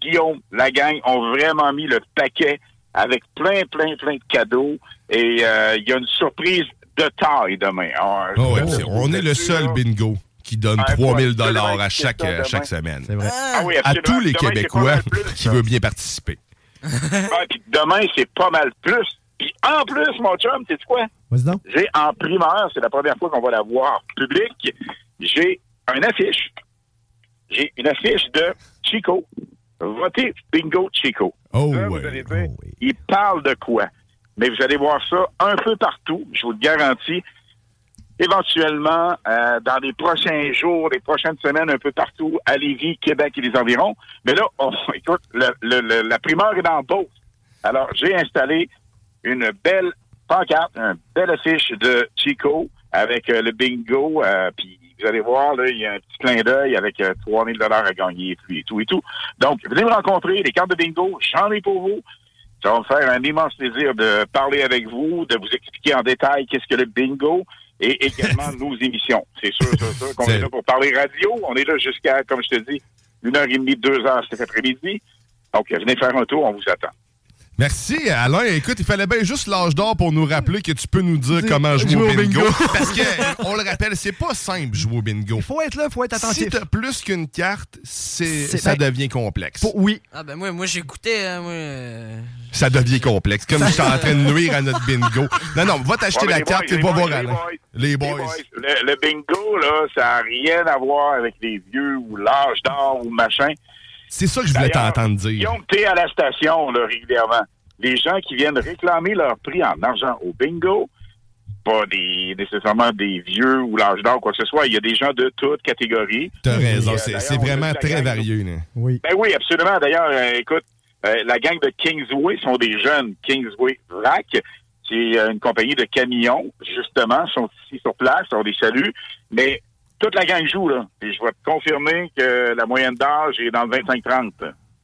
Guillaume, la gang ont vraiment mis le paquet avec plein, plein, plein de cadeaux. Et euh, il y a une surprise de taille demain. Alors, Ah ouais, c'est- on est le seul bingo qui donne Ah, 3000 faut absolument dollars à écouter chaque, ça à chaque demain. semaine. Ah oui, à absolument. tous les Demain, c'est Québécois pas mal plus. qui veulent bien participer. Ah, puis demain, c'est pas mal plus. Puis en plus, mon chum, sais quoi? J'ai en primeur, c'est la première fois qu'on va la voir publique, j'ai une affiche. J'ai une affiche de Chico. Votez Bingo Chico. Là, vous allez dire, Il parle de quoi? Mais vous allez voir ça un peu partout, je vous le garantis. Éventuellement, euh, dans les prochains jours, les prochaines semaines, un peu partout, à Lévis, Québec et les environs. Mais là, on, écoute, le- le- le- la primeur est dans Beauce. Alors, j'ai installé une belle pancarte, une belle affiche de Chico avec euh, le bingo. euh, puis vous allez voir, là, il y a un petit clin d'œil avec 3000 dollars à gagner et puis et tout et tout. Donc, venez me rencontrer, les cartes de bingo, j'en ai pour vous. Ça va me faire un immense plaisir de parler avec vous, de vous expliquer en détail qu'est-ce que le bingo et également nos émissions. C'est sûr, sûr, sûr qu'on est là pour parler radio. On est là jusqu'à, comme je te dis, une heure et demie, deux heures cet après-midi. Donc, venez faire un tour, on vous attend. Merci, Alain. Écoute, il fallait bien juste l'âge d'or pour nous rappeler que tu peux nous dire comment jouer, jouer au au bingo. bingo. Parce que, on le rappelle, c'est pas simple jouer au bingo. Faut être là, faut être attentif. Si t'as plus qu'une carte, c'est, C'est- ça ben, devient complexe. oui. Ah, ben moi, moi j'écoutais. hein, moi, euh, Ça devient complexe. Comme je suis en train de nuire à notre bingo. Non, non, va t'acheter Ouais, mais la les carte et boys, va les voir boys, les Alain. boys. Les boys. Le, le bingo, là, ça n'a rien à voir avec les vieux ou l'âge d'or ou machin. C'est ça que je voulais D'ailleurs, t'entendre dire. Guillaume, t'es à la station, là, régulièrement. Les gens qui viennent réclamer leur prix en argent au bingo, pas des, nécessairement des vieux ou l'âge d'or, quoi que ce soit. Il y a des gens de toutes catégories. T'as raison, Et, euh, c'est, d'ailleurs, c'est on a vraiment toute la très gang varié. là. ben oui, absolument. D'ailleurs, euh, écoute, euh, la gang de Kingsway sont des jeunes. Kingsway Vrac, c'est euh, une compagnie de camions, justement, sont ici sur place, on les salue. Mais toute la gang joue, là. Et je vais te confirmer que la moyenne d'âge est dans le 25-30.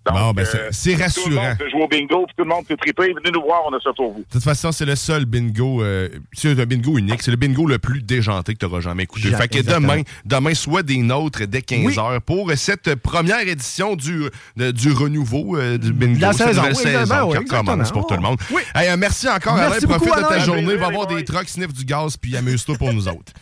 Donc, euh, Bon, ben, c'est- c'est Tout le rassurant. monde peut jouer au bingo, puis tout le monde peut triper. Venez nous voir, on a ça pour vous. De toute façon, c'est le seul bingo, euh, c'est un bingo unique, c'est le bingo le plus déjanté que tu auras jamais écouté. Ja- fait que exactement. demain, demain, soit des nôtres dès 15 Oui. heures pour cette première édition du, de- du renouveau euh, du bingo. De la cette saison. nouvelle Oui, exactement, qui oui, recommence exactement. pour tout le monde. Oui. Hey, euh, merci encore, Merci Alain. beaucoup, Profite de ta Alain. journée, va Plaisir, voir des trucks, sniff du gaz, puis amuse-toi pour nous autres.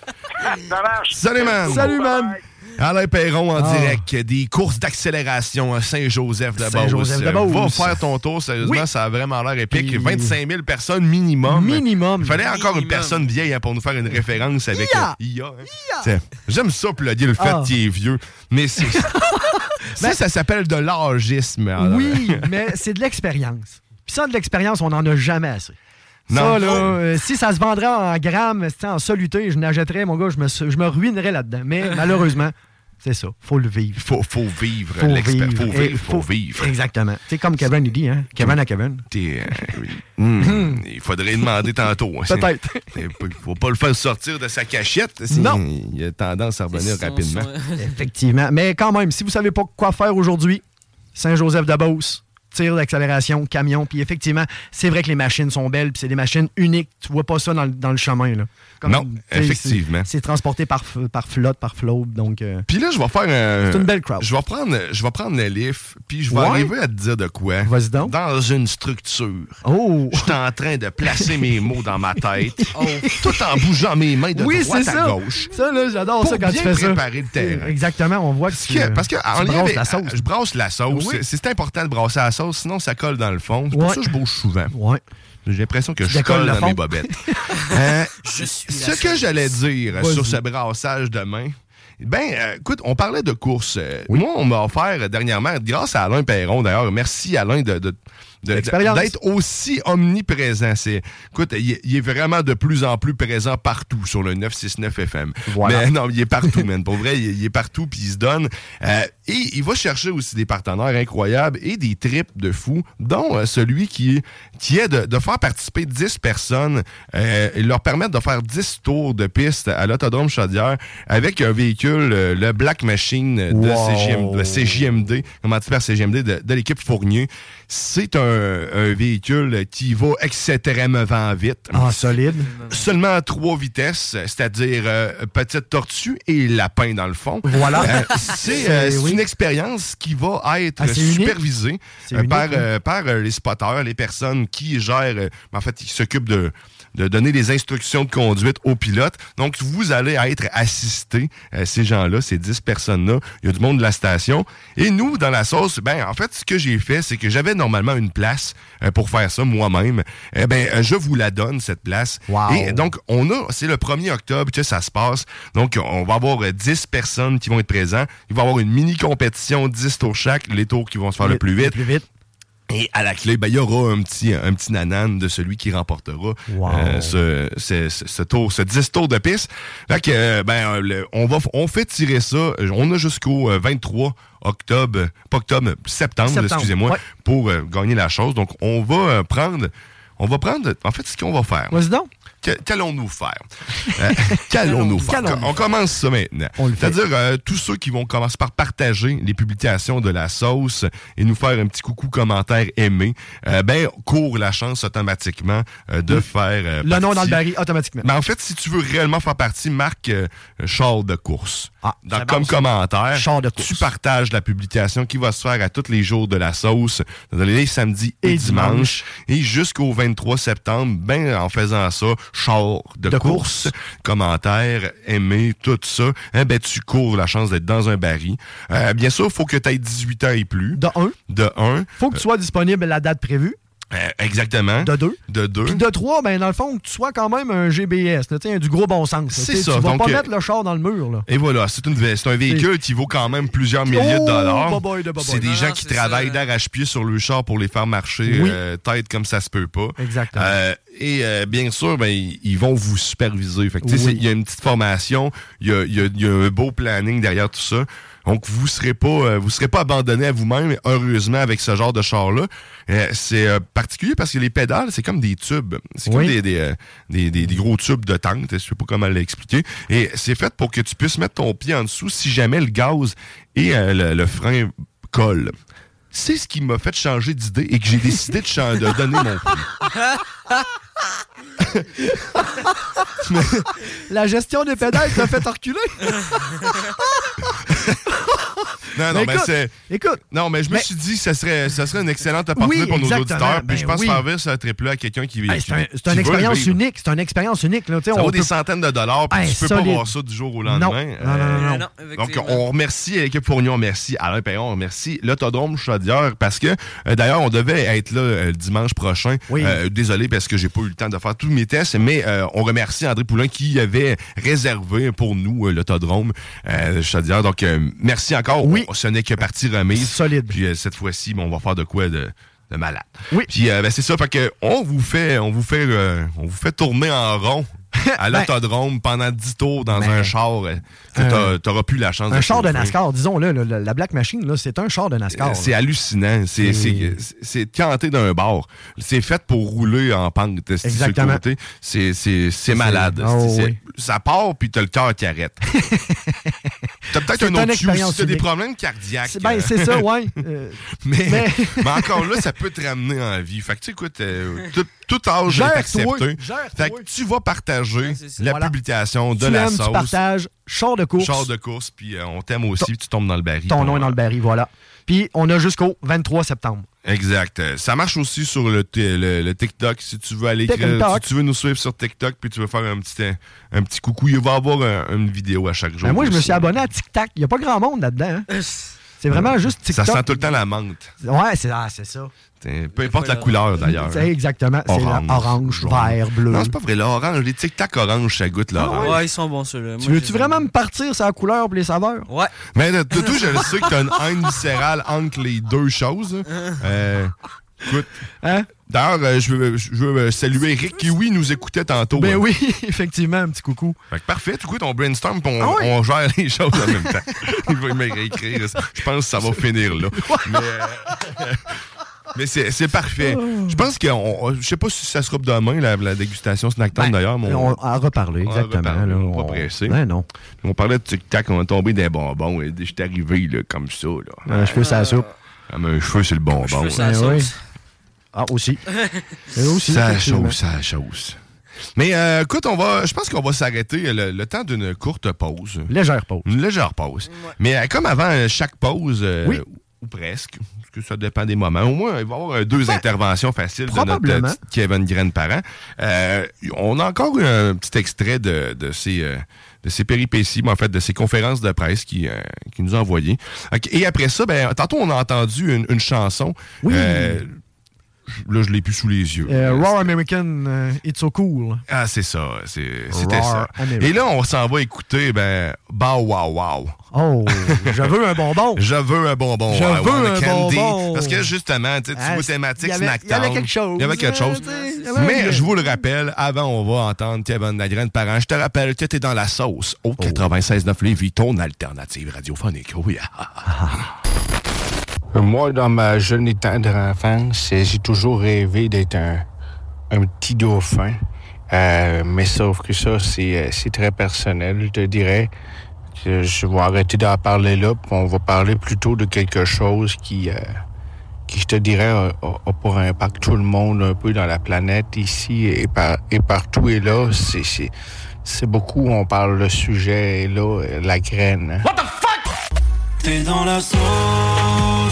Ça marche. Salut, man. Salut, man. Alain Perron en Ah. direct des courses d'accélération à Saint-Joseph-de-Beauce. Saint-Joseph-de-Beauce. Va faire ton tour, sérieusement, Oui. ça a vraiment l'air épique. 25 000 personnes minimum. Minimum. Il fallait encore une personne vieille hein, pour nous faire une référence avec Ia. euh, IA. hein. Tiens, J'aime ça plugger le fait Ah. Ben- qu'il est vieux. Mais c'est. ça, ça s'appelle de l'âgisme. Alain. Oui, mais c'est de l'expérience. Puis ça, de l'expérience, on n'en a jamais assez. Non. Ça, là, euh, si ça se vendrait en grammes, c'était en soluté, je n'achèterais, mon gars, je me, je me ruinerais là-dedans. Mais malheureusement, c'est ça. Faut le vivre. Faut, faut vivre Faut l'expérience. Faut vivre. Et vivre, faut faut- vivre. Mm. Exactement. C'est comme Kevin, il dit, hein? Kevin à Kevin. T'es, euh, oui. Hmm, Il faudrait demander tantôt. hein. Peut-être. C'est- Faut pas le faire sortir de sa cachette. C'est- Non. Il a tendance à revenir euh, rapidement. Effectivement. Mais quand même, si vous savez pas quoi faire aujourd'hui, Saint-Joseph-de-Beauce, tir d'accélération, camion. Puis effectivement, c'est vrai que les machines sont belles, puis c'est des machines uniques. Tu vois pas ça dans, le- dans le chemin. Là. Non, tu sais, effectivement. C'est c'est transporté par, f- par flotte, par flotte. Donc, euh, Puis là, je vais faire un. C'est une belle crowd. Je vais prendre, je vais prendre le lift, puis je vais Ouais. arriver à te dire de quoi. Vas-y donc. Dans une structure. Oh! Je suis en train de placer mes mots dans ma tête, tout en bougeant mes mains de oui, droite c'est à ça. gauche. Ça, là, j'adore Pour ça quand bien tu fais préparer ça. le terrain. Exactement, on voit que Parce tu, que, parce que tu en lien brasses avec- la sauce. Je brasse la sauce. Oui. C'est c'est important de brasser la sauce, sinon ça colle dans le fond. C'est pour Ouais. ça que je bouge souvent. J'ai l'impression que Tu je décolles colle le dans fond. mes bobettes. Hein, la ce que sauce. j'allais dire Vas-y. sur ce brassage de main, ben, euh, écoute, on parlait de course. Euh, Moi, on m'a offert euh, dernièrement, grâce à Alain Perron, d'ailleurs, merci Alain de- de- de- de- L'expérience. d'être aussi omniprésent. C'est, écoute, il, est- il est vraiment de plus en plus présent partout sur le 969 FM. Voilà. Mais non, il est partout, man. Pour vrai, il, il est partout, puis il se donne. Euh, et il va chercher aussi des partenaires incroyables et des trips de fous, dont euh, celui qui, qui est de, de faire participer 10 personnes euh, et leur permettre de faire 10 tours de piste à l'autodrome Chaudière avec un véhicule, euh, le Black Machine de CGM, Wow. de CJMD, comment tu perds CGMD, de, de l'équipe Fournier. C'est un, un véhicule qui va extrêmement vite. Ah, solide. Seulement trois vitesses, c'est-à-dire euh, petite tortue et lapin dans le fond. Voilà. Euh, c'est euh, C'est- c'est oui. une expérience qui va être Ah, c'est unique. supervisée C'est euh, par, unique, euh, par euh, les spotters, les personnes qui gèrent, euh, en fait, qui s'occupent de de donner les instructions de conduite aux pilotes. Donc, vous allez être assistés, euh, ces gens-là, ces 10 personnes-là. Il y a du monde de la station. Et nous, dans la sauce, ben, en fait, ce que j'ai fait, c'est que j'avais normalement une place euh, pour faire ça moi-même. Eh ben, euh, je vous la donne, cette place. Et donc, on a, c'est le 1er octobre que ça se passe. Donc, on va avoir euh, 10 personnes qui vont être présentes. Il va y avoir une mini-compétition, 10 tours chaque, les tours qui vont se faire le, plus vite. Et à la clé, ben, il y aura un petit, un petit nanan de celui qui remportera euh, ce, ce- ce- ce tour, ce 10 tours de piste. Fait que, euh, ben, euh, le- on, va, f- on fait tirer ça. On a jusqu'au euh, 23 octobre, pas octobre, septembre, Septembre, excusez-moi, ouais. pour euh, gagner la chose. Donc, on va euh, prendre, on va prendre, en fait, ce qu'on va faire. Vas-y donc. Que- Qu'allons-nous faire? Euh, Qu'allons-nous faire? Qu'allons-nous On commence ça maintenant. fait. C'est-à-dire, euh, tous ceux qui vont commencer par partager les publications de la sauce et nous faire un petit coucou commentaire aimé, euh, ben, court la chance automatiquement euh, de faire. euh, Le nom dans le partie. baril, automatiquement. Mais en fait, si tu veux réellement faire partie, marque euh, Charles de course. Ah, Dans, comme commentaire, tu partages la publication qui va se faire à tous les jours de la sauce, dans les samedis et, Et dimanches. Et jusqu'au 23 septembre, ben, en faisant ça, Charles de, course, commentaire, aimé, tout ça, hein, ben, tu cours la chance d'être dans un baril. Euh, bien sûr, il faut que tu aies 18 ans et plus. De un. De un. Faut que tu sois disponible à la date prévue. Euh, exactement. De deux. De deux. Puis de trois, ben, dans le fond, que tu sois quand même un GBS, là, tu sais, du gros bon sens. là, tu C'est sais, ça, Tu vas donc, pas euh, mettre le char dans le mur. Là. Et voilà, c'est une vé- c'est un véhicule qui vaut quand même plusieurs milliers Oh, de dollars. boboy de boboy. C'est des Non, gens non, qui c'est travaillent d'arrache-pied sur le char pour les faire marcher Oui. euh, tête comme ça se peut pas. Exactement. Euh, et euh, bien sûr, ben, ils ils vont vous superviser. Fait que, tu sais, Oui. c'est- Il y a une petite formation, il y a, il y a- il y a un beau planning derrière tout ça. Donc, vous serez pas, euh, vous serez pas abandonné à vous-même. Heureusement, avec ce genre de char-là, Euh, c'est euh, particulier parce que les pédales, c'est comme des tubes. C'est comme Oui. des, des, euh, des- des- des gros tubes de tente. Je sais pas comment l'expliquer. Et c'est fait pour que tu puisses mettre ton pied en dessous si jamais le gaz et euh, le, le frein collent. C'est ce qui m'a fait changer d'idée et que j'ai décidé de, chan- de donner mon prix. La gestion des pédales t'a fait reculer. Non, non, Mais mais écoute, c'est. Écoute. Non, mais je me Mais- suis dit que ça serait, ça serait une excellente opportunité Oui, pour nos exactement. auditeurs. Puis Ben je pense oui. faire vivre ce trip-là à quelqu'un qui vit. Hey, c'est un- c'est une expérience unique. C'est une expérience unique. Là, tu sais, Ça on vaut des peut- centaines de dollars, puis Hey, tu peux pas solide. voir ça du jour au lendemain. Non, non, non, non, non. donc, on remercie l'équipe Fournier, on remercie Alain Payon, on remercie l'Autodrome Chaudière, parce que, euh, d'ailleurs, on devait être là euh, dimanche prochain. Euh, désolé, parce que j'ai pas eu le temps de faire tous mes tests, mais euh, on remercie André Poulain qui avait réservé pour nous euh, l'Autodrome euh, Chaudière. Donc, euh, merci encore. Oui. ce n'est que partie remise. Solide. Puis, euh, cette fois-ci, bon, on va faire de quoi de de malade. Oui. Puis euh, ben, c'est ça, fait que on vous fait, on vous fait, euh, on vous fait tourner en rond à Ben. l'autodrome pendant 10 tours dans un char euh, que Euh, t'as- t'auras plus la chance. Ben. Un char de chauffer. NASCAR, disons-le. là, La, la Black Machine, là, c'est un char de NASCAR. Euh, C'est hallucinant. C'est- C'est c'est canté d'un bord. C'est fait pour rouler en pente. c'est-tu, sur le Exactement. côté. C'est- C'est c'est malade. Ah, C'est- c'est- oui. Ça part, puis t'as le cœur qui arrête. T'as peut-être C'est un une autre cue expérience aussi. T'as des unique. problèmes cardiaques. C'est- ben, c'est ça, ouais. Euh, Mais, mais- mais encore là, ça peut te ramener en vie. Fait que, tu sais, écoute, euh, tout, tout âge Gère-toi, est accepté. gère-toi. Fait que tu vas partager la publication de tu la aimes, sauce. tu partages, char de course. Char de course, puis euh, on t'aime aussi, puis tu tombes dans le baril. Ton nom est dans le baril, voilà. Puis on a jusqu'au 23 septembre. Exact. Euh, Ça marche aussi sur le, t- le- le TikTok. Si tu veux aller TikTok. écrire- si tu veux nous suivre sur TikTok, puis tu veux faire un petit, euh, un petit coucou, il va y avoir un- une vidéo à chaque jour. Ben, moi, je me aussi. suis abonné à Tic Tac. Il n'y a pas grand monde là-dedans. hein. C'est vraiment juste TikTok. Euh, Ça sent tout le temps la menthe. Ouais, c'est ah, c'est ça. T'sais, Peu importe la couleur, d'ailleurs. C'est exactement. C'est la orange, vert, bleu. Non, c'est pas vrai. L'orange, les tic-tac orange, ça goûte l'orange. Ah Ouais, ils sont bons Euh, ceux-là. Tu Moi, veux-tu j'ai- vraiment me partir sur la couleur et les saveurs? Ouais. Mais de tout, je le sais que t'as une haine viscérale entre les deux choses. Euh, écoute. Hein? D'ailleurs, euh, je veux, je veux, euh, saluer Rick qui, oui, nous écoutait tantôt. Ben hein. oui, effectivement, un petit coucou. Fait que parfait, du coup, on brainstorm puis on, Ah ouais? on gère les choses en même temps. Il va me réécrire. Je pense que ça va finir là. Mais, euh, mais c'est c'est parfait. Je pense que. on- Je sais pas si ça sera demain, la, la dégustation snack time d'ailleurs. mais Ben, On a reparlé, on va exactement. reparler, là, on va on- pas presser. Ben non. On parlait de tic-tac, on est tombé des bonbons. Et j'étais arrivé là, comme ça. Là. Un cheveu sur la soupe. Comme un cheveu sur le bonbon. hein. cheveu sur la Ben oui. sauce. Ah, aussi. Et aussi, ça effectivement. chose, ça chose. Mais euh, écoute, on va, je pense qu'on va s'arrêter euh, le, le temps d'une courte pause. Légère pause. Une légère pause. Mais euh, comme avant euh, chaque pause, euh, ou presque, parce que ça dépend des moments, au moins, il va y avoir euh, deux interventions faciles de notre Ben, euh, probablement. petite Kevin Graine parent. Euh, on a encore eu un petit extrait de, de ces... euh, de ces péripéties, mais en fait, de ces conférences de presse qui, euh, qui nous ont envoyées. Ok, Et après ça, ben, tantôt, on a entendu une, une chanson. Euh, je- là, je l'ai plus sous les yeux. Euh, Raw American, euh, It's So Cool. Ah, c'est ça. c'est- C'était Roar ça. America. Et là, on s'en va écouter, ben, Bow Wow Wow. Oh, je veux un bonbon. Je veux un bonbon. Je I veux want a un candy. bonbon. Parce que justement, tu sais, Ah, tu vois thématique, il y avait- snack il y avait Town. quelque chose, Il y avait quelque hein, chose. tu sais, il y avait un- Mais je vous le rappelle, avant, on va entendre Kevin Nagren parent. Je te rappelle que t'es dans la sauce. Oh. Au 96.9 Lévis, ton alternative radiophonique. Oui. Ah, Ah, Moi, dans ma jeune et tendre enfance, j'ai toujours rêvé d'être un, un petit dauphin. Euh, mais sauf que ça, c'est euh, c'est très personnel, je te dirais. que je vais arrêter d'en parler là, puis on va parler plutôt de quelque chose qui, euh, qui je te dirais, a, a- a pour impact tout le monde un peu dans la planète, ici et, par- et partout. Et là, c'est- c'est c'est beaucoup, on parle le sujet, et là, euh, la graine. hein. T'es dans la sauce.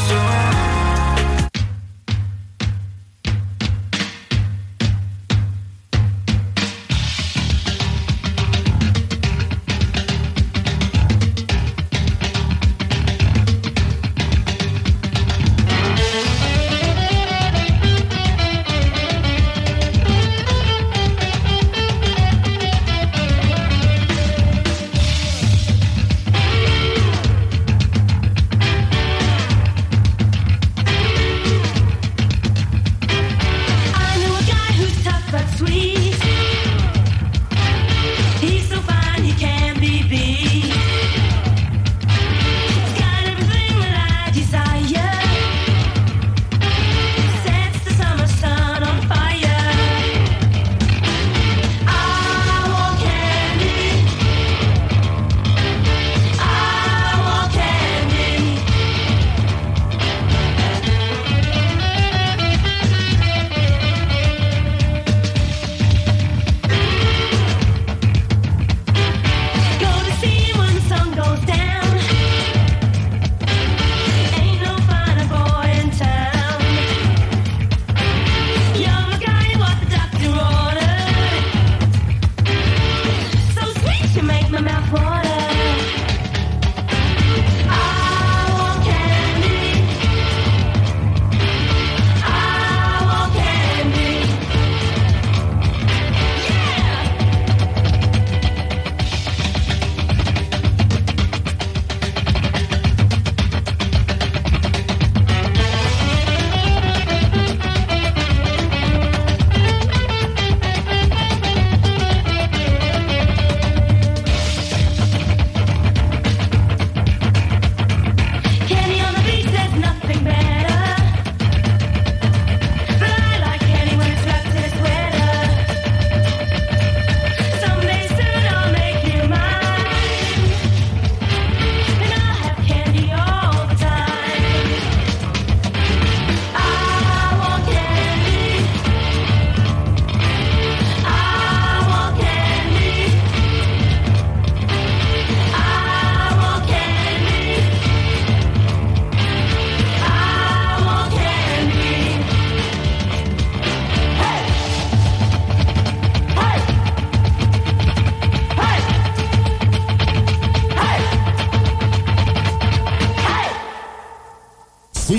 C'est-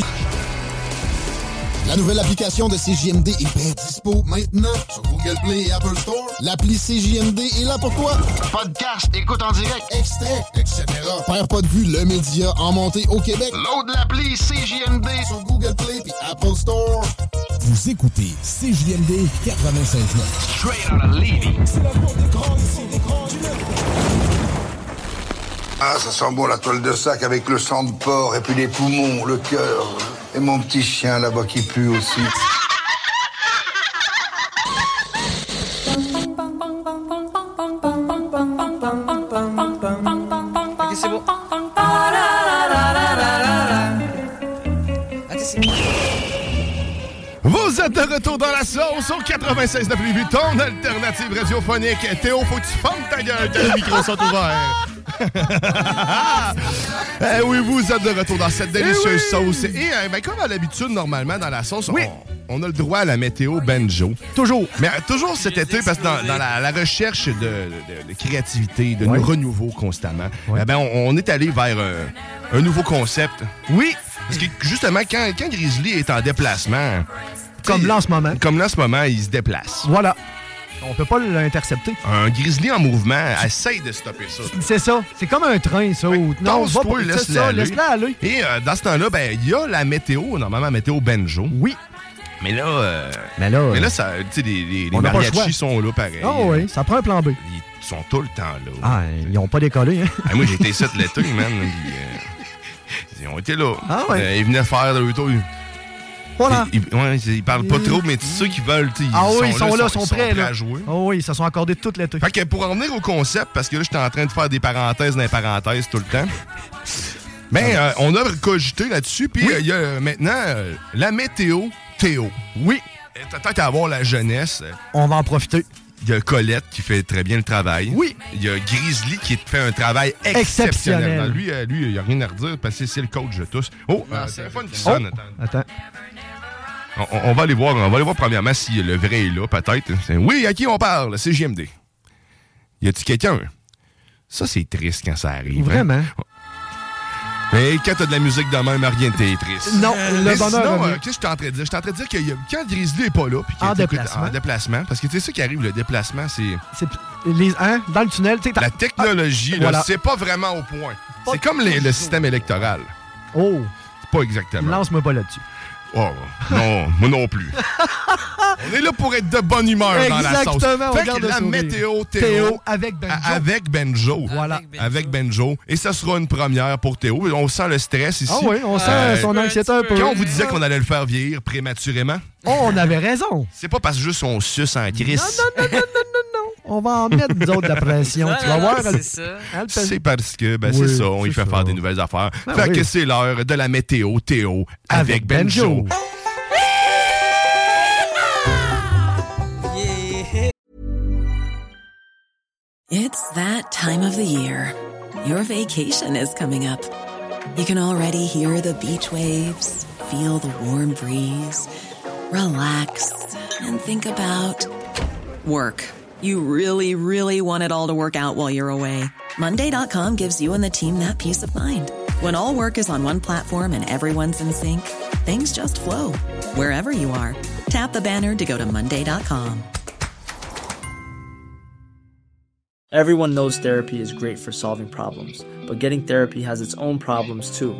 La nouvelle application de CJMD est bien dispo maintenant sur Google Play et Apple Store. L'appli CJMD est là pour toi. Podcast, écoute en direct, extrait, etc. Père pas de vue, le média en montée au Québec. Load l'appli CJMD sur Google Play et Apple Store. Vous écoutez CJMD 85.9. Straight out of Levy. Ah, ça sent bon la toile de sac avec le sang de porc et puis les poumons, le cœur. Et mon petit chien là-bas qui pue aussi. Ok, c'est bon. Vous êtes de retour dans la sauce au 96 de plus ton alternative radiophonique. Théo, faut que tu fermes ta gueule, que les micros sont ouverts. eh oui, vous êtes de retour dans cette délicieuse sauce. Et euh, ben, comme à l'habitude, normalement, dans la sauce, on, on a le droit à la météo banjo. Toujours. Mais euh, toujours cet été, parce que dans, dans la, la recherche de, de- de créativité, de Ouais. renouveau constamment, eh ben, on, on est allé vers euh, un nouveau concept. Oui. Parce que justement, quand, quand Grizzly est en déplacement... Comme là en ce moment. Comme là en ce moment, il se déplace. Voilà. On peut pas l'intercepter. Un grizzly en mouvement Hein, essaye de stopper ça. C'est ça. C'est comme un train, ça. ou- Non, va Tasse-toi, pas- c'est laisse-le ça, aller. laisse-la aller. Et euh, dans ce temps-là, ben il y a la météo, normalement météo banjo. Oui. Mais là, euh, mais là, mais là, ça, tu sais, les, les, les on n'a pas le choix. mariachis sont là pareil. Ah oui, ça prend un plan B. hein. Ils sont tout le temps là. Ah, ils ont pas décollé, hein? Ah, moi, j'étais ici de l'été, man. puis, euh, ils ont été là. Euh, ils venaient faire le tour. ils- Ah Voilà. Mm. Ils, ils- ouais, ils parlent pas trop, mais tous ceux qui veulent, tu sais, Ah oui, ils sont là, ils sont prêts. à là. jouer. Ah oui, ils se sont accordés toute l'été. Fait que pour en venir au concept, parce que là, j'étais en train de faire des parenthèses dans les parenthèses tout le temps. Ben, Ah. euh, on a cogité là-dessus, puis euh, il y a euh, maintenant euh, la météo Théo. Oui. Tant qu'à avoir la jeunesse. On va en profiter. Il y a Colette qui fait très bien le travail. Oui. Il y a Grizzly qui fait un travail exceptionnel. Exceptionnel. Lui, euh, lui, il n'y a rien à redire parce que c'est le coach de tous. Oh, euh, téléphone qui sonne. Attends. Attends. On, on- on va aller voir, on va aller voir premièrement si le vrai est là, peut-être. C'est- Oui, à qui on parle? C'est JMD. Y a-tu quelqu'un? Ça, c'est triste quand ça arrive. hein? Vraiment. Mais quand t'as de la musique de même, rien de t'est triste. Euh, Non, le Mais bonheur Sinon, revient. euh, qu'est-ce que j'étais en train de dire? J'étais en train de dire que y a- quand Grizzly est pas là, puis qu'il En est- écoute, déplacement. en déplacement, parce que tu sais, ça qui arrive, le déplacement, c'est. C'est les hein, dans le tunnel, tu sais, t'as- La technologie, Ah, là, voilà. c'est pas vraiment au point. C'est comme les- le système électoral. Oh, C'est pas exactement. lance-moi pas là-dessus. Oh, non, moi non plus. On est là pour être de bonne humeur dans la sauce. Exactement, on Fait que garde le la sourire. météo Théo, Théo avec Benjo. a- avec Benjo. Voilà. Avec Benjo. Et ça sera une première pour Théo. On sent le stress ici. Euh, Ah oui, on sent son anxiété un peu. Quand on vous disait qu'on allait le faire vieillir prématurément, Oh, on avait raison. c'est pas parce que juste on suce en crise. On va en mettre d'autres de la pression. tu vas voir. elle- elle pèse- C'est parce que, ben, c'est Oui, ça, on lui fait faire des nouvelles affaires. Ben fait oui. que c'est l'heure de la météo Théo avec, Avec Benjo. Benjo. It's that time of the year. Your vacation is coming up. You can already hear the beach waves, feel the warm breeze, relax, and think about work. You really, really want it all to work out while you're away. Monday.com gives you and the team that peace of mind. When all work is on one platform and everyone's in sync, things just flow wherever you are. Tap the banner to go to Monday.com. Everyone knows therapy is great for solving problems, but getting therapy has its own problems too,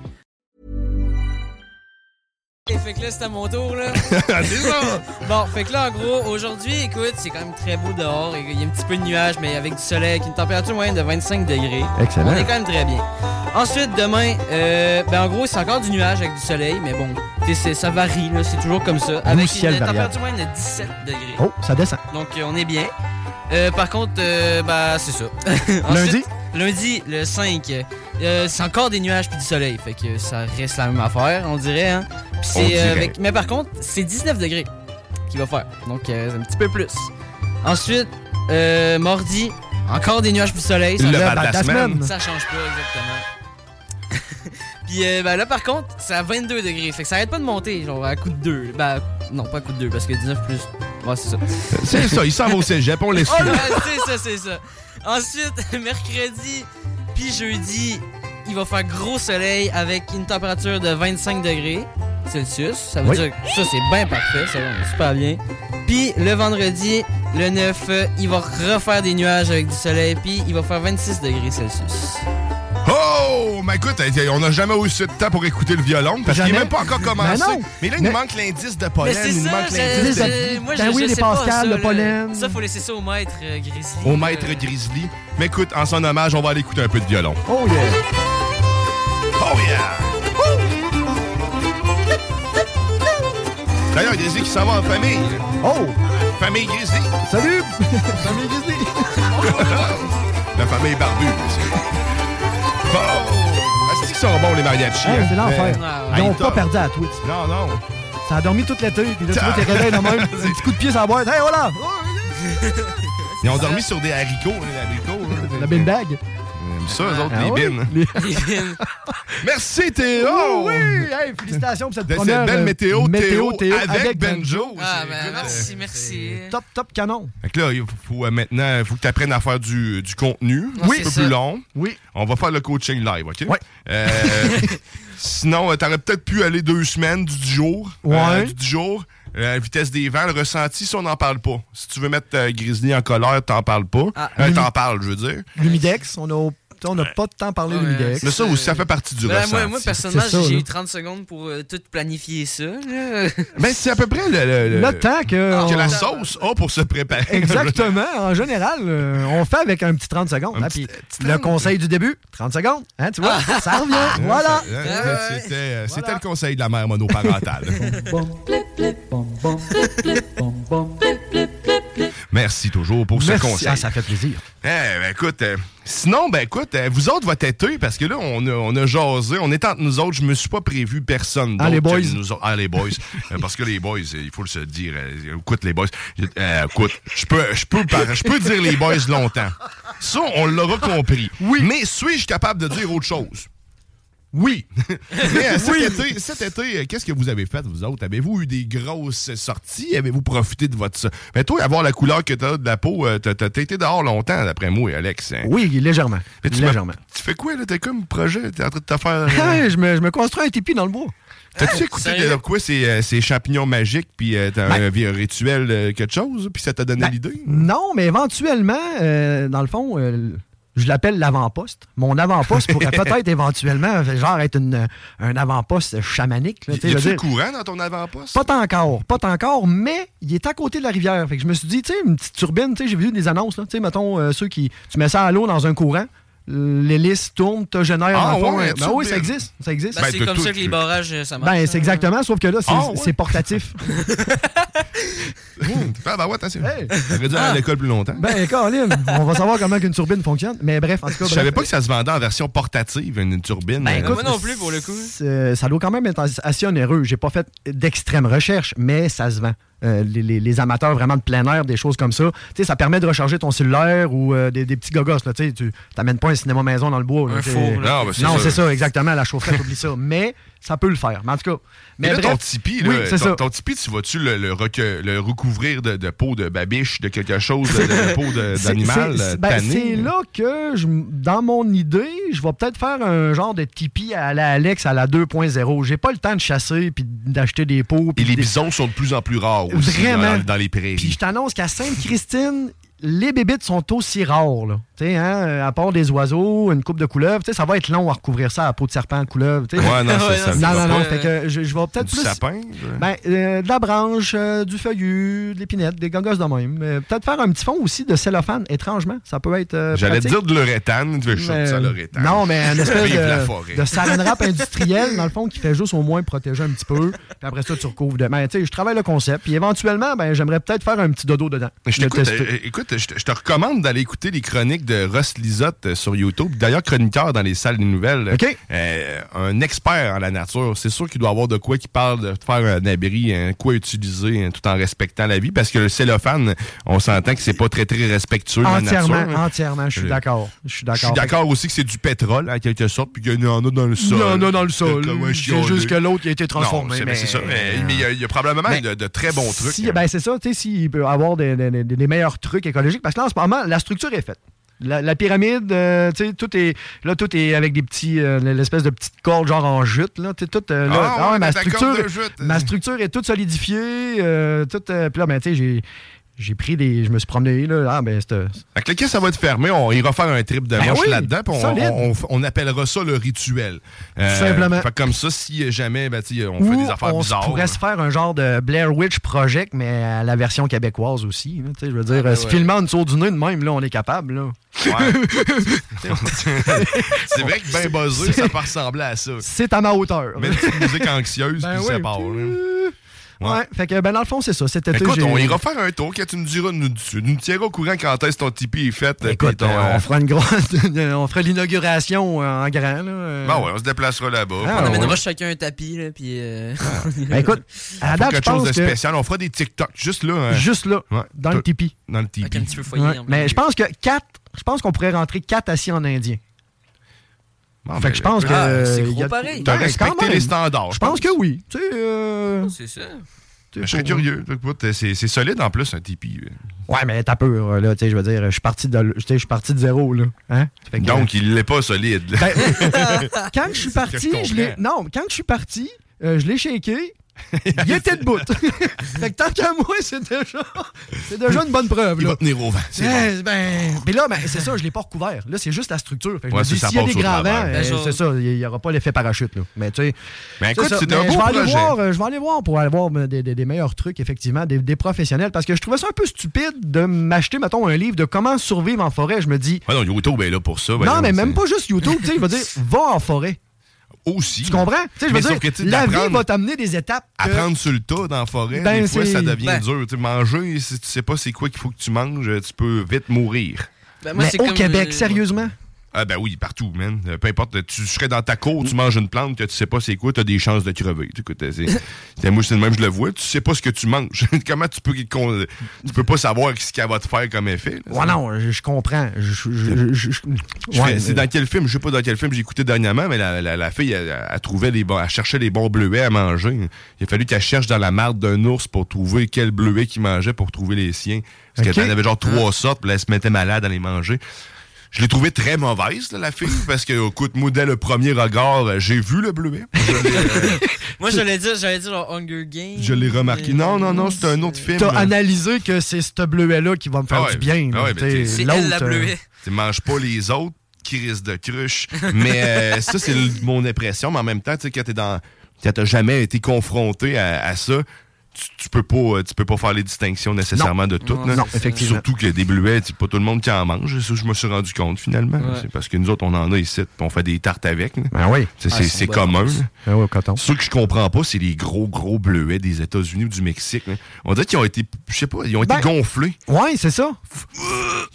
Et fait que là, c'est à mon tour, là. Ah, c'est ça! Bon, fait que là, en gros, aujourd'hui, écoute, c'est quand même très beau dehors. Il y a un petit peu de nuages, mais avec du soleil, avec une température moyenne de 25 degrés. Excellent. On est quand même très bien. Ensuite, demain, euh, ben en gros, c'est encore du nuage avec du soleil, mais bon, tu sais, c'est- ça varie, là, c'est toujours comme ça. Avec ciel une température variable. moyenne de 17 degrés. Oh, ça descend. Donc, euh, on est bien. Euh, par contre, euh, bah, c'est ça. Lundi? Lundi, le 5. euh, c'est encore des nuages puis du soleil. Fait que ça reste la même affaire, on dirait. Hein? Puis On c'est, euh, dirait. avec- Mais par contre, c'est 19 degrés. qu'il va faire. Donc, euh, c'est un petit peu plus. Ensuite, euh, mardi, encore des nuages plus soleil. Ça- Le bad de la semaine. Ça change pas, exactement. Puis euh, ben, là, par contre, c'est à 22 degrés. Fait que ça arrête pas de monter, genre à coup de 2. Ben, non, pas à coup de 2, parce que 19 plus. Ouais, c'est ça. C'est ça, il s'en va au cégep, on laisse Oh, tout. ouais, c'est ça, c'est ça. Ensuite, mercredi puis jeudi, il va faire gros soleil avec une température de 25 degrés Celsius. Ça veut Oui. dire que ça, c'est bien parfait. Ça va super bien. Puis le vendredi, le 9, euh, il va refaire des nuages avec du soleil. Puis il va faire 26 degrés Celsius. Oh! Mais écoute, on n'a jamais eu assez de temps pour écouter le violon parce qu'il n'est Jamais. même pas encore commencé. Ben non. Mais là, il Mais- nous manque l'indice de pollen, Mais c'est il nous ça, manque c'est- l'indice c'est- de... moi, Ben je- oui, je les sais pas, Pascal, ça, le là. pollen. Ça, faut laisser ça au maître euh, Grizzly. Au maître Grizzly. Mais écoute, en son hommage, on va aller écouter un peu de violon. Oh yeah! Oh yeah! D'ailleurs, Grizzly qui s'en va en famille. Oh! Famille Grizzly. Salut! Famille Grizzly! Oh, La famille barbu. Bon! Ah, C'est-tu qu'ils sont bons, les mariachis? Hey, hein? Ah, c'est l'enfer. Mais- Ah, Ils n'ont Hey, pas top. perdu à Twitch. Non, non. Ça a dormi toute l'été, puis là, tu vois, t'es réveillé de même. Un petit coup de pied sur la boîte. Hey, voilà! Oh, Ils ont dormi sur des haricots, les haricots. hein. La belle bague. Ils aiment ça, eux autres, Ah les oui. bines. Merci, Théo! Oui! Hey, félicitations pour cette De cette première... belle euh, météo, Théo, Théo, avec Benjo. Ah, ben, merci, merci. Top, top canon. Fait que là, il faut, euh, maintenant, il faut que tu apprennes à faire du, du contenu. Ah, Oui. Un peu c'est plus ça. long. Oui. On va faire le coaching live, OK? Oui. sinon, tu aurais peut-être pu aller deux semaines du 10 jours. Ouais. du 10 jours. La vitesse des vents, le ressenti, si on n'en parle pas. Si tu veux mettre euh, Grizzly en colère, t'en parles pas. Ah. Euh, t'en parles, je veux dire. L'humidex, on a... On n'a pas de temps parlé de l'humidex. Mais ça aussi, ça fait partie du Ben, ressenti. moi, moi, personnellement, C'est ça, j'ai là. eu 30 secondes pour euh, tout planifier ça. là. Ben, c'est à peu près le, le- le- Le temps que- euh, la sauce a pour se préparer. Exactement. En général, euh, on fait avec un petit 30 secondes. hein, puis le conseil du début, 30 secondes. Hein, tu vois, Ah. ça revient. Voilà. Hein, C'était euh, c'était le conseil de la mère monoparentale. Merci toujours pour ce Merci. conseil. Ah, ça fait plaisir. Eh, ben, écoute, euh, sinon, ben écoute, euh, vous autres, votre été, parce que là, on a, on a jasé, on est entre nous autres, je me suis pas prévu personne d'autre. Ah, les que boys. nous autres. ah, les boys. Euh, parce que les boys, euh, il faut le se dire. euh, écoute, les boys. euh, écoute, je peux, je peux, par- je peux dire les boys longtemps. Ça, on l'aura compris. Oui. Mais suis-je capable de dire autre chose? Oui. Mais euh, cet Oui. été, cet été, euh, qu'est-ce que vous avez fait, vous autres? Avez-vous eu des grosses sorties? Avez-vous profité de votre... Mais toi, avoir la couleur que t'as de la peau, euh, t'as t'as- t'as été dehors longtemps, d'après moi, Alex. hein. Oui, légèrement. Mais tu, me- légèrement. tu fais quoi, là? T'as comme projet? T'es en train de te faire... euh, Hey, Ah, je, me, je me construis un tipi dans le bois. T'as-tu écouté de quoi ces, euh, ces champignons magiques, puis euh, t'as Ben- un, vi- un rituel, euh, quelque chose, puis ça t'a donné l'idée? Non, mais éventuellement, euh, dans le fond, euh, je l'appelle l'avant-poste. Mon avant-poste pourrait peut-être éventuellement, genre, être une- un avant-poste chamanique. là, tu sais, Y je veux a-tu le dire. courant dans ton avant-poste? Pas tant encore, pas tant encore, mais il est à côté de la rivière. Fait que je me suis dit, tu sais, une petite turbine, tu sais, j'ai vu des annonces, là, tu sais, mettons, euh, ceux qui. Tu mets ça à l'eau dans un courant, l'hélice tourne, te génère. Ah dans le fond, ouais, un- ben oui, turbine. ça existe, ça existe. Ben, c'est comme ça que les barrages, euh, ça marche. Ben, c'est exactement, sauf que là, c'est Ah ouais. c'est portatif. Ah, bah ouais, attention. T'aurais dû aller à l'école plus longtemps. ben, Colin, on va savoir comment une turbine fonctionne. Mais bref, en tout cas. ben, euh, Je bref. savais pas que ça se vendait en version portative, une, une turbine. Euh, Ben, écoute, pour le coup. c'est- Euh, ça doit quand même être assez onéreux. J'ai pas fait d'extrême recherche, mais ça se vend. Euh, les, les- les amateurs vraiment de plein air, des choses comme ça. Tu sais, ça permet de recharger ton cellulaire ou euh, des, des petits gogos. Là, tu sais, tu t'amènes pas un cinéma maison dans le bois. là, Un t'sais. four, là. Non, ben, c'est Non, ça. c'est ça. exactement. La chaufferette, oublie ça. Mais ça peut le faire. Mais en tout cas. Mais Mais là, bref, ton Tipeee, là, oui, c'est ton, ça. ton Tipeee, tu vas-tu le, le recue- le recouvrir de, de peau de babiche, de quelque chose, de, de peau de- C'est- d'animal c'est- euh, c'est- ben, tanné? C'est là que, je, m- dans mon idée, je vais peut-être faire un genre de Tipeee à la Alex à la 2.0. J'ai pas le temps de chasser puis d'acheter des pots. Et puis les des- bisons sont de plus en plus rares aussi Vraiment. Dans, dans les prairies. Puis je t'annonce qu'à Sainte-Christine, les bébites sont aussi rares. Là. Tu sais, Hein, à part des oiseaux, une coupe de couleuvre, tu sais, ça va être long à recouvrir ça à peau de serpent, de couleuvre. tu sais. Ouais, non, ça, ça non, me va non, non, pas. fait que je, je vais peut-être Du plus... sapin? Ben, euh, de la branche, euh, du feuillu, de l'épinette, des gangosses de même. Euh, peut-être faire un petit fond aussi de cellophane, étrangement. Ça peut être euh, J'allais te pratique. dire de l'uréthane, tu veux je Mais- ça, l'uréthane. Non, mais une espèce Vive la forêt. de, de saran wrap industriel, dans le fond, qui fait juste au moins protéger un petit peu. Puis après ça, tu recouvres de. Ben, tu sais, je travaille le concept. Puis éventuellement, ben, j'aimerais peut-être faire un petit dodo dedans. Je Le t'écoute, tester. euh, écoute, écoute, je te- je te recommande d'aller écouter les chroniques de Ross Lisotte euh, sur YouTube. D'ailleurs, chroniqueur dans les salles des nouvelles. Euh, un expert en la nature. C'est sûr qu'il doit avoir de quoi qui parle de faire un abri, hein, quoi utiliser hein, tout en respectant la vie. Parce que le cellophane, on s'entend que c'est pas très, très respectueux de la nature. Entièrement, hein. entièrement, je suis Euh, d'accord. Je suis Je suis d'accord. d'accord aussi que c'est du pétrole, en quelque sorte, puis qu'il y en a dans le sol. Il y en a dans le sol. Comme un C'est chiolé. juste que l'autre, il a été transformé, Non, c'est- mais- C'est ça. Mais mais il y, a- il y a probablement Mais de, de très bons trucs. Ben, hein. Si- ben, c'est ça, tu sais, s'il peut avoir des, des- des- des meilleurs trucs écologiques, parce que là, en ce moment, la structure est faite. La, la pyramide, euh, tu sais, tout est là, tout est avec des petits, euh, l'espèce de petite corde genre en jute là, tu sais, tout euh, là, Ah, ouais, ma la corde structure, de jute. ma structure est toute solidifiée, euh, toute, euh, puis là, ben, tu sais, j'ai, j'ai pris des, je me suis promené là, ah, ben, c'était- Fait que le caisse, ça va être fermé. On ira faire un trip de Ben manche oui, là-dedans. puis on, solide. on- on- on appellera ça le rituel. Euh, Tout simplement. Fait que comme ça, si jamais ben, tu sais, on fait Ou des affaires on se bizarres. pourrait se faire un genre de Blair Witch Project, mais à la version québécoise aussi. hein, tu sais, je veux dire, ouais, Ah, ben se ouais. filmant une tour du nez de même, là, on est capable. Là. c'est vrai que ben buzzé, ça peut ressembler à ça. C'est à ma hauteur. Mettre une petite musique anxieuse, Ben puis oui. ça part. là. Ouais. fait que, ben, dans le fond, c'est ça. Cet été, Écoute, j'ai- on ira faire un tour. Quand tu nous diras, nous, tu nous tiendras au courant quand est-ce ton Tipeee est fait. puis Écoute, ton, euh, euh, on fera une grosse. on fera l'inauguration euh, en grand. Là, euh. Ben ouais, on se déplacera là-bas. Ah, Puis ouais. on On ira va chacun un tapis, là, puis. euh, Ah. Ben, écoute, à faire la date, je quelque chose pense de que. spécial. On fera des TikTok juste là. hein. Juste là, Ouais. dans le Tipeee. Dans le Tipeee. Avec un petit peu foyer. hein. Ouais, Mais je pense que quatre. Je pense qu'on pourrait rentrer quatre assis en indien. Bon, fait ben, que je pense écoute, que. ah, euh, c'est il y gros a- pareil. Ben, T'as respecté quand même. les standards, Je je pense pense. que oui. Tu sais, euh, C'est ça. Je serais curieux. Écoute, euh, C'est c'est solide en plus, un Tipeee. Ouais, mais t'as peur, là. Tu sais, je veux dire, je suis parti de, tu sais, je suis parti de zéro, là. Hein? Fait que, Donc, il l'est pas solide. là. Ben, euh, quand je suis C'est ce parti, que je l'ai. comprends. Non, quand je suis parti, euh, je l'ai shaké. il était de bout. fait que tant qu'à moi, c'est déjà, c'est déjà une bonne preuve. Il là. va tenir au vent. c'est bon. Eh, ben, mais là, ben, c'est ça, je l'ai pas recouvert. Là, c'est juste la structure. Fait que je Ouais, me c'est dis, ça s'il y a passe des au grands travers. vents, Ben, euh, genre- c'est ça, il n'y aura pas l'effet parachute. Là. Mais tu sais. Ben, écoute, c'est ça. c'était un Mais beau je vais aller projet. voir, euh, Je vais aller voir pour aller voir ben, des, des- des meilleurs trucs, effectivement, des, des professionnels. Parce que je trouvais ça un peu stupide de m'acheter, mettons, un livre de comment survivre en forêt. Je me dis, Ouais, non, YouTube est là pour ça. non, voyons, mais même Ah ben c'est- pas juste YouTube. tu sais, Je veux dire, va en forêt. Aussi. Tu comprends? Tu sais, Je veux Mais sauf dire, que, tu sais, la vie d'apprendre- va t'amener des étapes. que- Apprendre sur le tas dans la forêt, Ben, des fois, c'est- ça devient ben. dur. Tu sais, manger, si tu sais pas c'est quoi qu'il faut que tu manges, tu peux vite mourir. moi, mais c'est au comme, Québec, euh, sérieusement? Ah ben oui, partout, man. Euh, Peu importe, tu serais dans ta cour, tu manges une plante que tu sais pas c'est quoi, t'as des chances de crever. Tu sais, Écoute, c'est- c'est- moi c'est le même, je le vois, tu sais pas ce que tu manges. Comment tu peux qu'on- tu peux pas savoir ce qu'elle va te faire comme effet. là, Ouais, ça. non, je, je comprends. Je- je- je- je- je- Je ouais, fais- c'est dans quel film, je sais pas dans quel film j'ai écouté dernièrement, mais la, la- la fille, elle, elle trouvait les bons, elle cherchait les bons bleuets à manger. Il a fallu qu'elle cherche dans la marde d'un ours pour trouver quel bleuet qu'il mangeait pour trouver les siens. Parce Ok. Hein? qu'elle en avait genre trois sortes, puis là, elle se mettait malade à les manger. Je l'ai trouvée très mauvaise, là, la fille, parce que, écoute, moi, dès le premier regard, euh, j'ai vu le bleuet. Moi, j'allais dire, j'allais dire genre Hunger Games. Je l'ai remarqué. Non, non, non, c'est un autre film. T'as là. analysé que c'est ce bleuet-là qui va me faire Ah ouais, du bien. ah là, ouais, mais t'sais, t'es- l'autre, euh, Tu manges pas les autres qui risquent de cruche. Mais euh, ça, c'est le- mon impression. Mais en même temps, tu sais, quand t'es dans. Quand t'as jamais été confronté à, à ça, tu, tu peux pas, euh, tu peux pas faire les distinctions nécessairement Non. de tout. Non, là. non, effectivement. Surtout que des bleuets, c'est pas tout le monde qui en mange. C'est ça que je me suis rendu compte finalement. Ouais. C'est parce que nous autres, on en a ici, puis on fait des tartes avec. là. Ben oui. C'est- Ah, C'est ils sont c'est bonnes, commun. en plus. là. Ben oui, au coton. Ceux que je comprends pas, c'est les gros, gros bleuets des États-Unis ou du Mexique. là. On dirait qu'ils ont été, je sais pas, ils ont Ben, été gonflés. Ouais, c'est ça.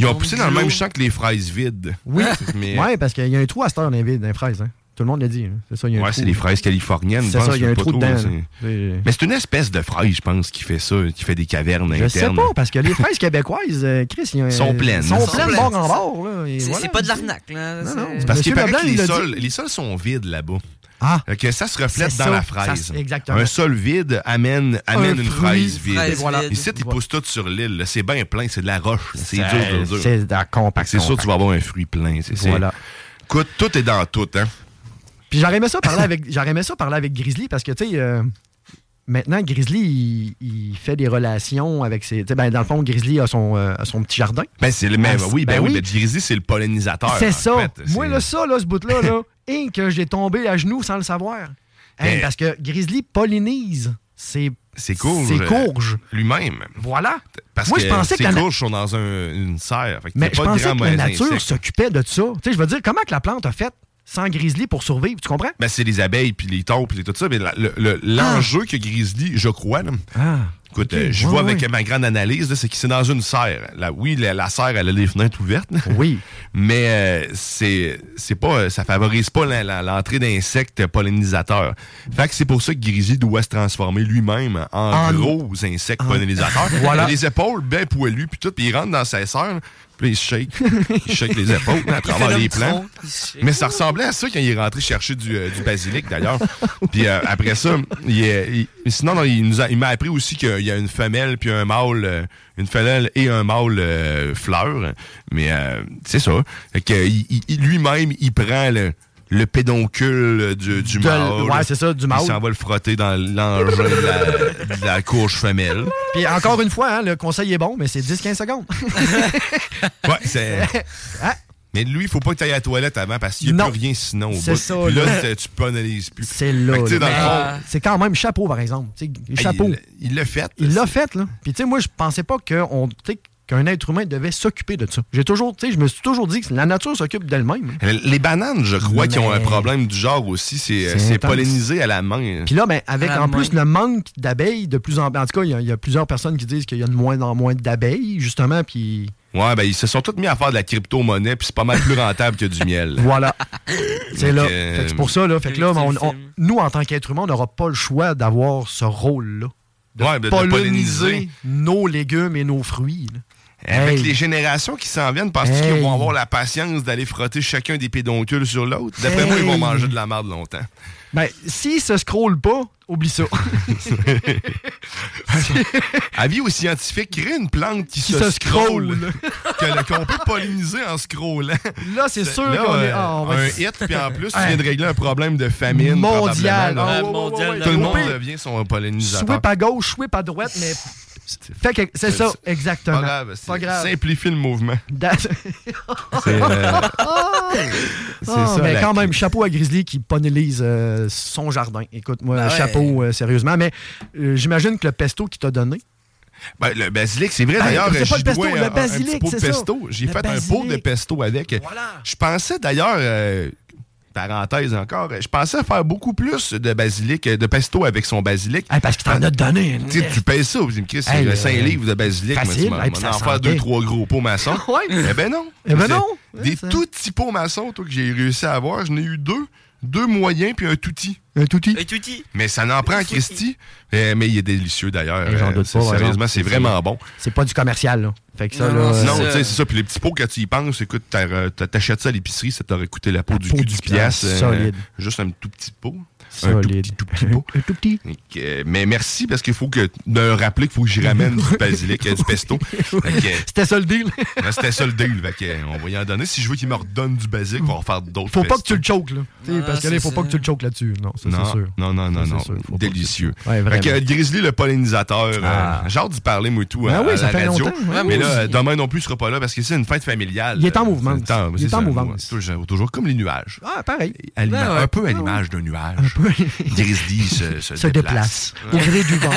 Ils ont poussé dans le même champ que les fraises vides. Ah Oui. Mais, euh, Ouais, parce qu'il y a un trou à cette heure dans les, vides, dans les fraises. hein. Tout le monde l'a dit. hein. C'est ça, il y a un Ouais, trou. c'est les fraises californiennes. C'est je pense, ça, il y a je un sais pas trou trop, dedans, c'est- là. C'est- Mais c'est une espèce de fraise, je pense, qui fait ça, qui fait des cavernes Je sais internes. pas, parce que les fraises québécoises, euh, Chris, ils ont- Sont pleines. hein. Sont Sont pleines, pleines. bord en bord. Oh, là, et C'est voilà. c'est pas de l'arnaque, là. Non, c'est- non. C'est parce qu'il Monsieur paraît Leblanc, que il les l'a dit. sols, les sols sont vides là-bas. Ah. Que ça se reflète C'est dans ça, la ça fraise. se- exactement. Un sol vide amène, amène Un une fruit, fraise vide. fraise voilà. vide. Ici, ils poussent tout sur l'île. là. C'est bien plein, c'est de la roche. là. C'est C'est- dur, dur, dur. c'est d'accord, par C'est sûr contre. que tu vas avoir un fruit plein. c'est- c'est- Voilà. Écoute, tout est dans tout, hein. Puis j'aurais aimé ça parler avec, j'aurais aimé ça parler avec Grizzly parce que, tu sais, euh, maintenant, Grizzly, il, il fait des relations avec ses. tu sais, ben, dans le fond, Grizzly a son, euh, a son petit jardin. Ben, c'est le même. Ben, oui, ben, ben oui, oui. ben, Grizzly, c'est le pollinisateur. C'est en ça. fait. Moi, C'est- là, ça, là, ce bout-là, là, et que j'ai tombé à genoux sans le savoir. Hey, Ben- parce que Grizzly pollinise. C'est. C'est courge. euh, C'est courge. Lui-même. Voilà. Parce Moi, que je pensais que ces la na- courges sont dans un- une serre. Fait que Mais t'as je pas de pensais grand que la mauvais nature insectes. s'occupait de ça. Tu sais, je veux dire, comment que la plante a fait sans Grizzly pour survivre, tu comprends? Ah. Ben, c'est les abeilles, puis les taupes, puis tout ça. Mais la- le- le- l'enjeu que Grizzly, je crois, là, Écoute, euh, je ouais, vois ouais, avec ouais. ma grande analyse, là, c'est que c'est dans une serre. La- oui, la, la serre, elle a les fenêtres ouvertes. Oui. Mais euh, c'est c'est pas, euh, ça favorise pas la- la- l'entrée d'insectes pollinisateurs. Fait que c'est pour ça que Grisi doit se transformer lui-même en, En- gros insectes pollinisateurs. Voilà. Il a les épaules bien poilues, puis tout, puis il rentre dans sa serre, puis il se shake. Il shake les épaules à Il fait travers le les petit plans. rond, il se shake. Mais ça ressemblait à ça quand il est rentré chercher du, euh, du basilic, d'ailleurs. Puis euh, après ça, il, est- il- sinon, non, il, nous a- il m'a appris aussi qu'il y a une femelle puis un mâle, euh, une femelle et un mâle euh, fleur. Mais euh, c'est ça. Fait que il- il- il- lui-même, il prend le, le pédoncule du, du De- mâle. ouais, c'est ça, du mâle. Il s'en va le frotter dans l'engin de la, de la courge femelle. Puis encore une fois, hein, le conseil est bon, mais c'est 10-15 secondes. Ouais, c'est. Hein? Mais lui, il faut pas que tu ailles à la toilette avant parce qu'il n'y a plus rien sinon. au C'est bout. ça, Puis là, là. t- tu banalises plus. C'est là. Fait que, tu sais, là, dans le mais euh, fond, Ben, Ah, C'est quand même chapeau, par exemple. Tu sais, chapeau. il- Il l'a fait. Il l'a fait, là. Puis, tu sais, moi, je pensais pas que on- tu sais, qu'un être humain devait s'occuper de ça. J'ai toujours, tu sais, je me suis toujours dit que la nature s'occupe d'elle-même. hein. Les bananes, je crois, qui ont un Mais- problème du genre aussi, c'est C'est euh, c'est intense. pollinisé à la main. Puis là, ben, avec Ah, en moins. plus le manque d'abeilles, de plus en En tout cas, il y a- il y, a plusieurs personnes qui disent qu'il y a de moins en moins d'abeilles, justement, puis Ouais, ben ils se sont tous mis à faire de la crypto-monnaie, puis c'est pas mal plus rentable que du miel. Voilà. C'est Donc, là. euh, Fait que c'est pour ça, là. Fait que là, ben, on- on- nous, en tant qu'être humain, on n'aura pas le choix d'avoir ce rôle-là. Ouais, ben, de polliniser. nos légumes et nos fruits. là. Avec Hey. les générations qui s'en viennent, penses-tu qu'ils Hey. vont avoir la patience d'aller frotter chacun des pédoncules sur l'autre? D'après moi, ils vont Hey. manger de la merde longtemps. Ben, s'ils se scrollent pas, oublie ça. Avis aux scientifiques, créer une plante qui, Qui se scrolle. scrolle. que le- Qu'on peut polliniser en scrollant. Là, c'est sûr là, qu'on est- euh, ah, on va un être- hit, puis en plus, tu Ouais. viens de régler un problème de famine. Mondial. probablement, là. Ah, ouais, ouais, ouais, ouais, Tout le ouais. monde Au pire, devient son pollinisateur. Swipe à gauche, swipe à droite, mais. Fait que c'est ça, exactement. Pas grave, c'est- Pas grave. Simplifie le mouvement. Da- C'est, euh, c'est Ah, ça, mais la quand même, chapeau à Grizzly qui ponélise euh, son jardin. Écoute-moi, Ben ouais. chapeau, euh, sérieusement. Mais euh, j'imagine que le pesto qu'il t'a donné, Ben, le basilic, c'est vrai Ah, d'ailleurs. c'est pas j'y le pesto, dois le un- un petit basilic, pot de c'est ça. pesto. J'ai Le fait un pot basilic. de pesto avec. Je pensais d'ailleurs, euh, parenthèse encore, je pensais faire beaucoup plus de basilic, euh, de pesto avec son basilic. parce qu'il t'en a donné. Tu sais, tu pèses ça, puis tu me crie, c'est Hey, euh, 5 euh, livres de basilic. facile, mais tu m'en- hey, puis m'en ça en faire sentait. deux, trois gros pots maçons. Ah ouais? Eh ben non. Eh ben C'est- non. Des tout petits pots maçons, toi, que j'ai réussi à avoir, j'en ai eu deux. Deux moyens, puis un tout petit. un touti. Mais ça n'en prend, Christy. Euh, mais il est délicieux d'ailleurs. J'en Euh, doute c'est- pas. par Sérieusement, exemple. c'est vraiment bon. C'est pas du commercial, là. Fait que ça, là, non, euh, tu sais, c'est ça. Puis les petits pots, quand tu y penses, écoute, t'as- euh, t'as- t'achètes ça à l'épicerie, ça t'aurait coûté la peau du peau cul du du cul, piastre. euh, solide. juste un tout petit pot. Un tout solide. Un tout petit. petit, euh, mais merci parce qu'il faut que de rappeler qu'il faut que j'y ramène du basilic, euh, du pesto. Fait que, euh, C'était ça le deal. ben, C'était ça le deal. Fait que, euh, on va y en donner. Si je veux qu'il me redonne du basilic, on va en faire d'autres. Faut pas pestos. que tu le choques, là. Tu sais, Non, parce que là, c'est faut pas ça. que tu le choques là-dessus. Non, ça, non, c'est sûr. non, non, non, Ça, c'est non. sûr. Délicieux. Ouais, vraiment. Fait que euh, Grizzly, le pollinisateur, euh, Ah. j'ai hâte d'y parler, moi, et tout, Ah à- oui, à ça la fait radio. longtemps, ouais, Mais moi là, aussi. euh, demain non plus, il sera pas là parce que c'est une fête familiale. Il est en Euh, mouvement. c'est le temps- Il est c'est en ça, mouvement. ouais, c'est Toujours, toujours comme les nuages. Ah, pareil. À l'ima- Ouais, ouais. Un peu à l'image d'un nuage. Grizzly se, se, Se déplace. Au gré du vent.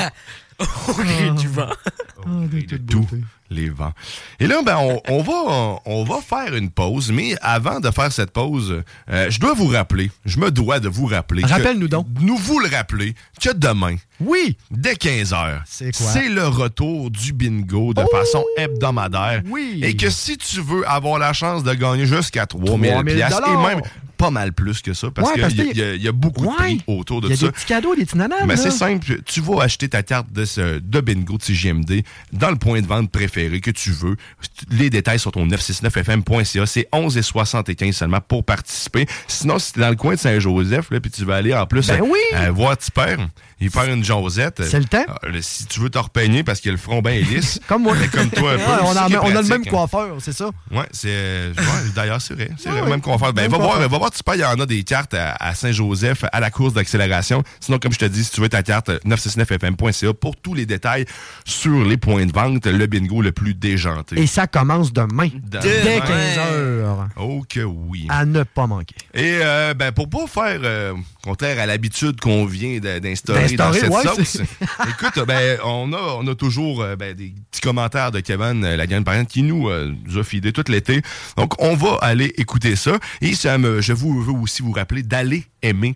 Au gré du vent. de tout, les vents. Et là, ben, on, on va, on, va faire une pause, mais avant de faire cette pause, euh, je dois vous rappeler, je me dois de vous rappeler. que- Rappelle-nous donc. Nous vous le rappeler que demain, oui, dès 15h, c'est quoi? Oh! le retour du bingo de façon hebdomadaire. Oui. Et que si tu veux avoir la chance de gagner jusqu'à 3000 3000 piastres, et même pas mal plus que ça, parce Ouais, parce qu'il que- y, a- y a beaucoup de prix autour de Il y a ça. des petits cadeaux, des petits nanas. Mais c'est simple, tu vas acheter ta carte de, ce- de bingo de CGMD dans le point de vente préféré que tu veux. Les détails sont au 969fm.ca. C'est 11 et 75 seulement pour participer. Sinon, si t'es dans le coin de Saint-Joseph, là, puis tu vas aller en plus Ben euh, oui! euh, voir petit père, il faire une josette. C'est le temps. Euh, le- si tu veux te repeigner parce qu'il a le front bien lisse. Comme moi. Mais Comme toi un peu. Ouais, on, c'est a, qui est on a le même pratique, hein. coiffeur, c'est ça? Ouais, c'est. euh, ouais, D'ailleurs, c'est vrai. C'est Ah vrai. ouais. Même qu'on fait. Ben, Même va qu'on voir, fait. va voir, tu sais, il y en a des cartes à, à Saint-Joseph, à la course d'accélération. Sinon, comme je te dis, si tu veux ta carte, 969fm.ca pour tous les détails sur les points de vente, le bingo le plus déjanté. Et ça commence demain. Demain. Dès 15h. Oh que oui. À ne pas manquer. Et euh, ben pour pas faire euh, contraire à l'habitude qu'on vient de- d'instaurer dans D'instaurer, cette ouais, sauce, Ben, c'est- écoute, ben on a on a toujours euh, ben, des petits commentaires de Kevin euh, la grande parente qui nous, euh, nous a fidé tout l'été. Donc on va aller écouter ça et ça me je vous veux aussi vous rappeler d'aller aimer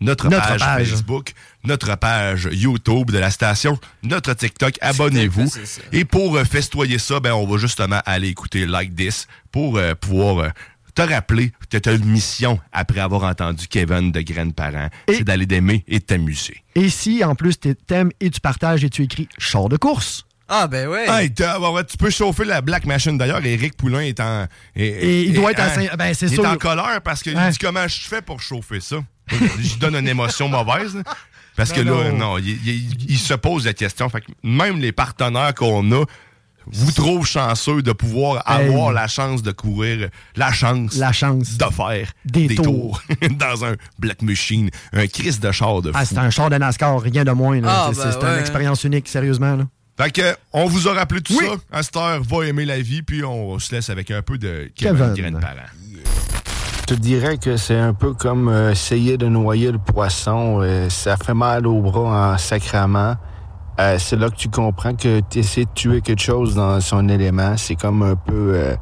notre, Notre page, page. Facebook, notre page YouTube de la station, notre TikTok. Abonnez-vous. c'est ça. Et pour euh, festoyer ça, ben, on va justement aller écouter Like This pour euh, pouvoir euh, te rappeler que tu as une mission après avoir entendu Kevin de Grandparents. C'est d'aller d'aimer et de t'amuser. Et si, en plus, tu t'aimes et tu partages et tu écris char de course. Ah, ben ouais. Hey, t'as- ouais, ouais, tu peux chauffer la Black Machine d'ailleurs. Éric Poulain est en. est- Et il doit être à Saint- ben, c'est il est sûr. Hein? en colère parce qu'il dit comment je fais pour chauffer ça. je donne une émotion mauvaise. là. Parce que Non, là, non. non, il, il- il se pose la question. Fait que même les partenaires qu'on a vous trouvent chanceux de pouvoir Hey. avoir la chance de courir, la chance, Ben La chance de faire Des des, tours, tours. dans un Black Machine, un Chris de char de fou. Ah, c'est un char de NASCAR, rien de moins. là. Ah, c'est ben c'est- c'est une ouais. expérience unique, sérieusement. là. Fait que, on vous a rappelé tout ça. À cette heure, va aimer la vie, puis on se laisse avec un peu de Kevin, Kevin. Grandparent. Je te dirais que c'est un peu comme euh, essayer de noyer le poisson. euh, ça fait mal au bras en sacrament. Euh, c'est là que tu comprends que tu essaies de tuer quelque chose dans son élément. C'est comme un peu... euh,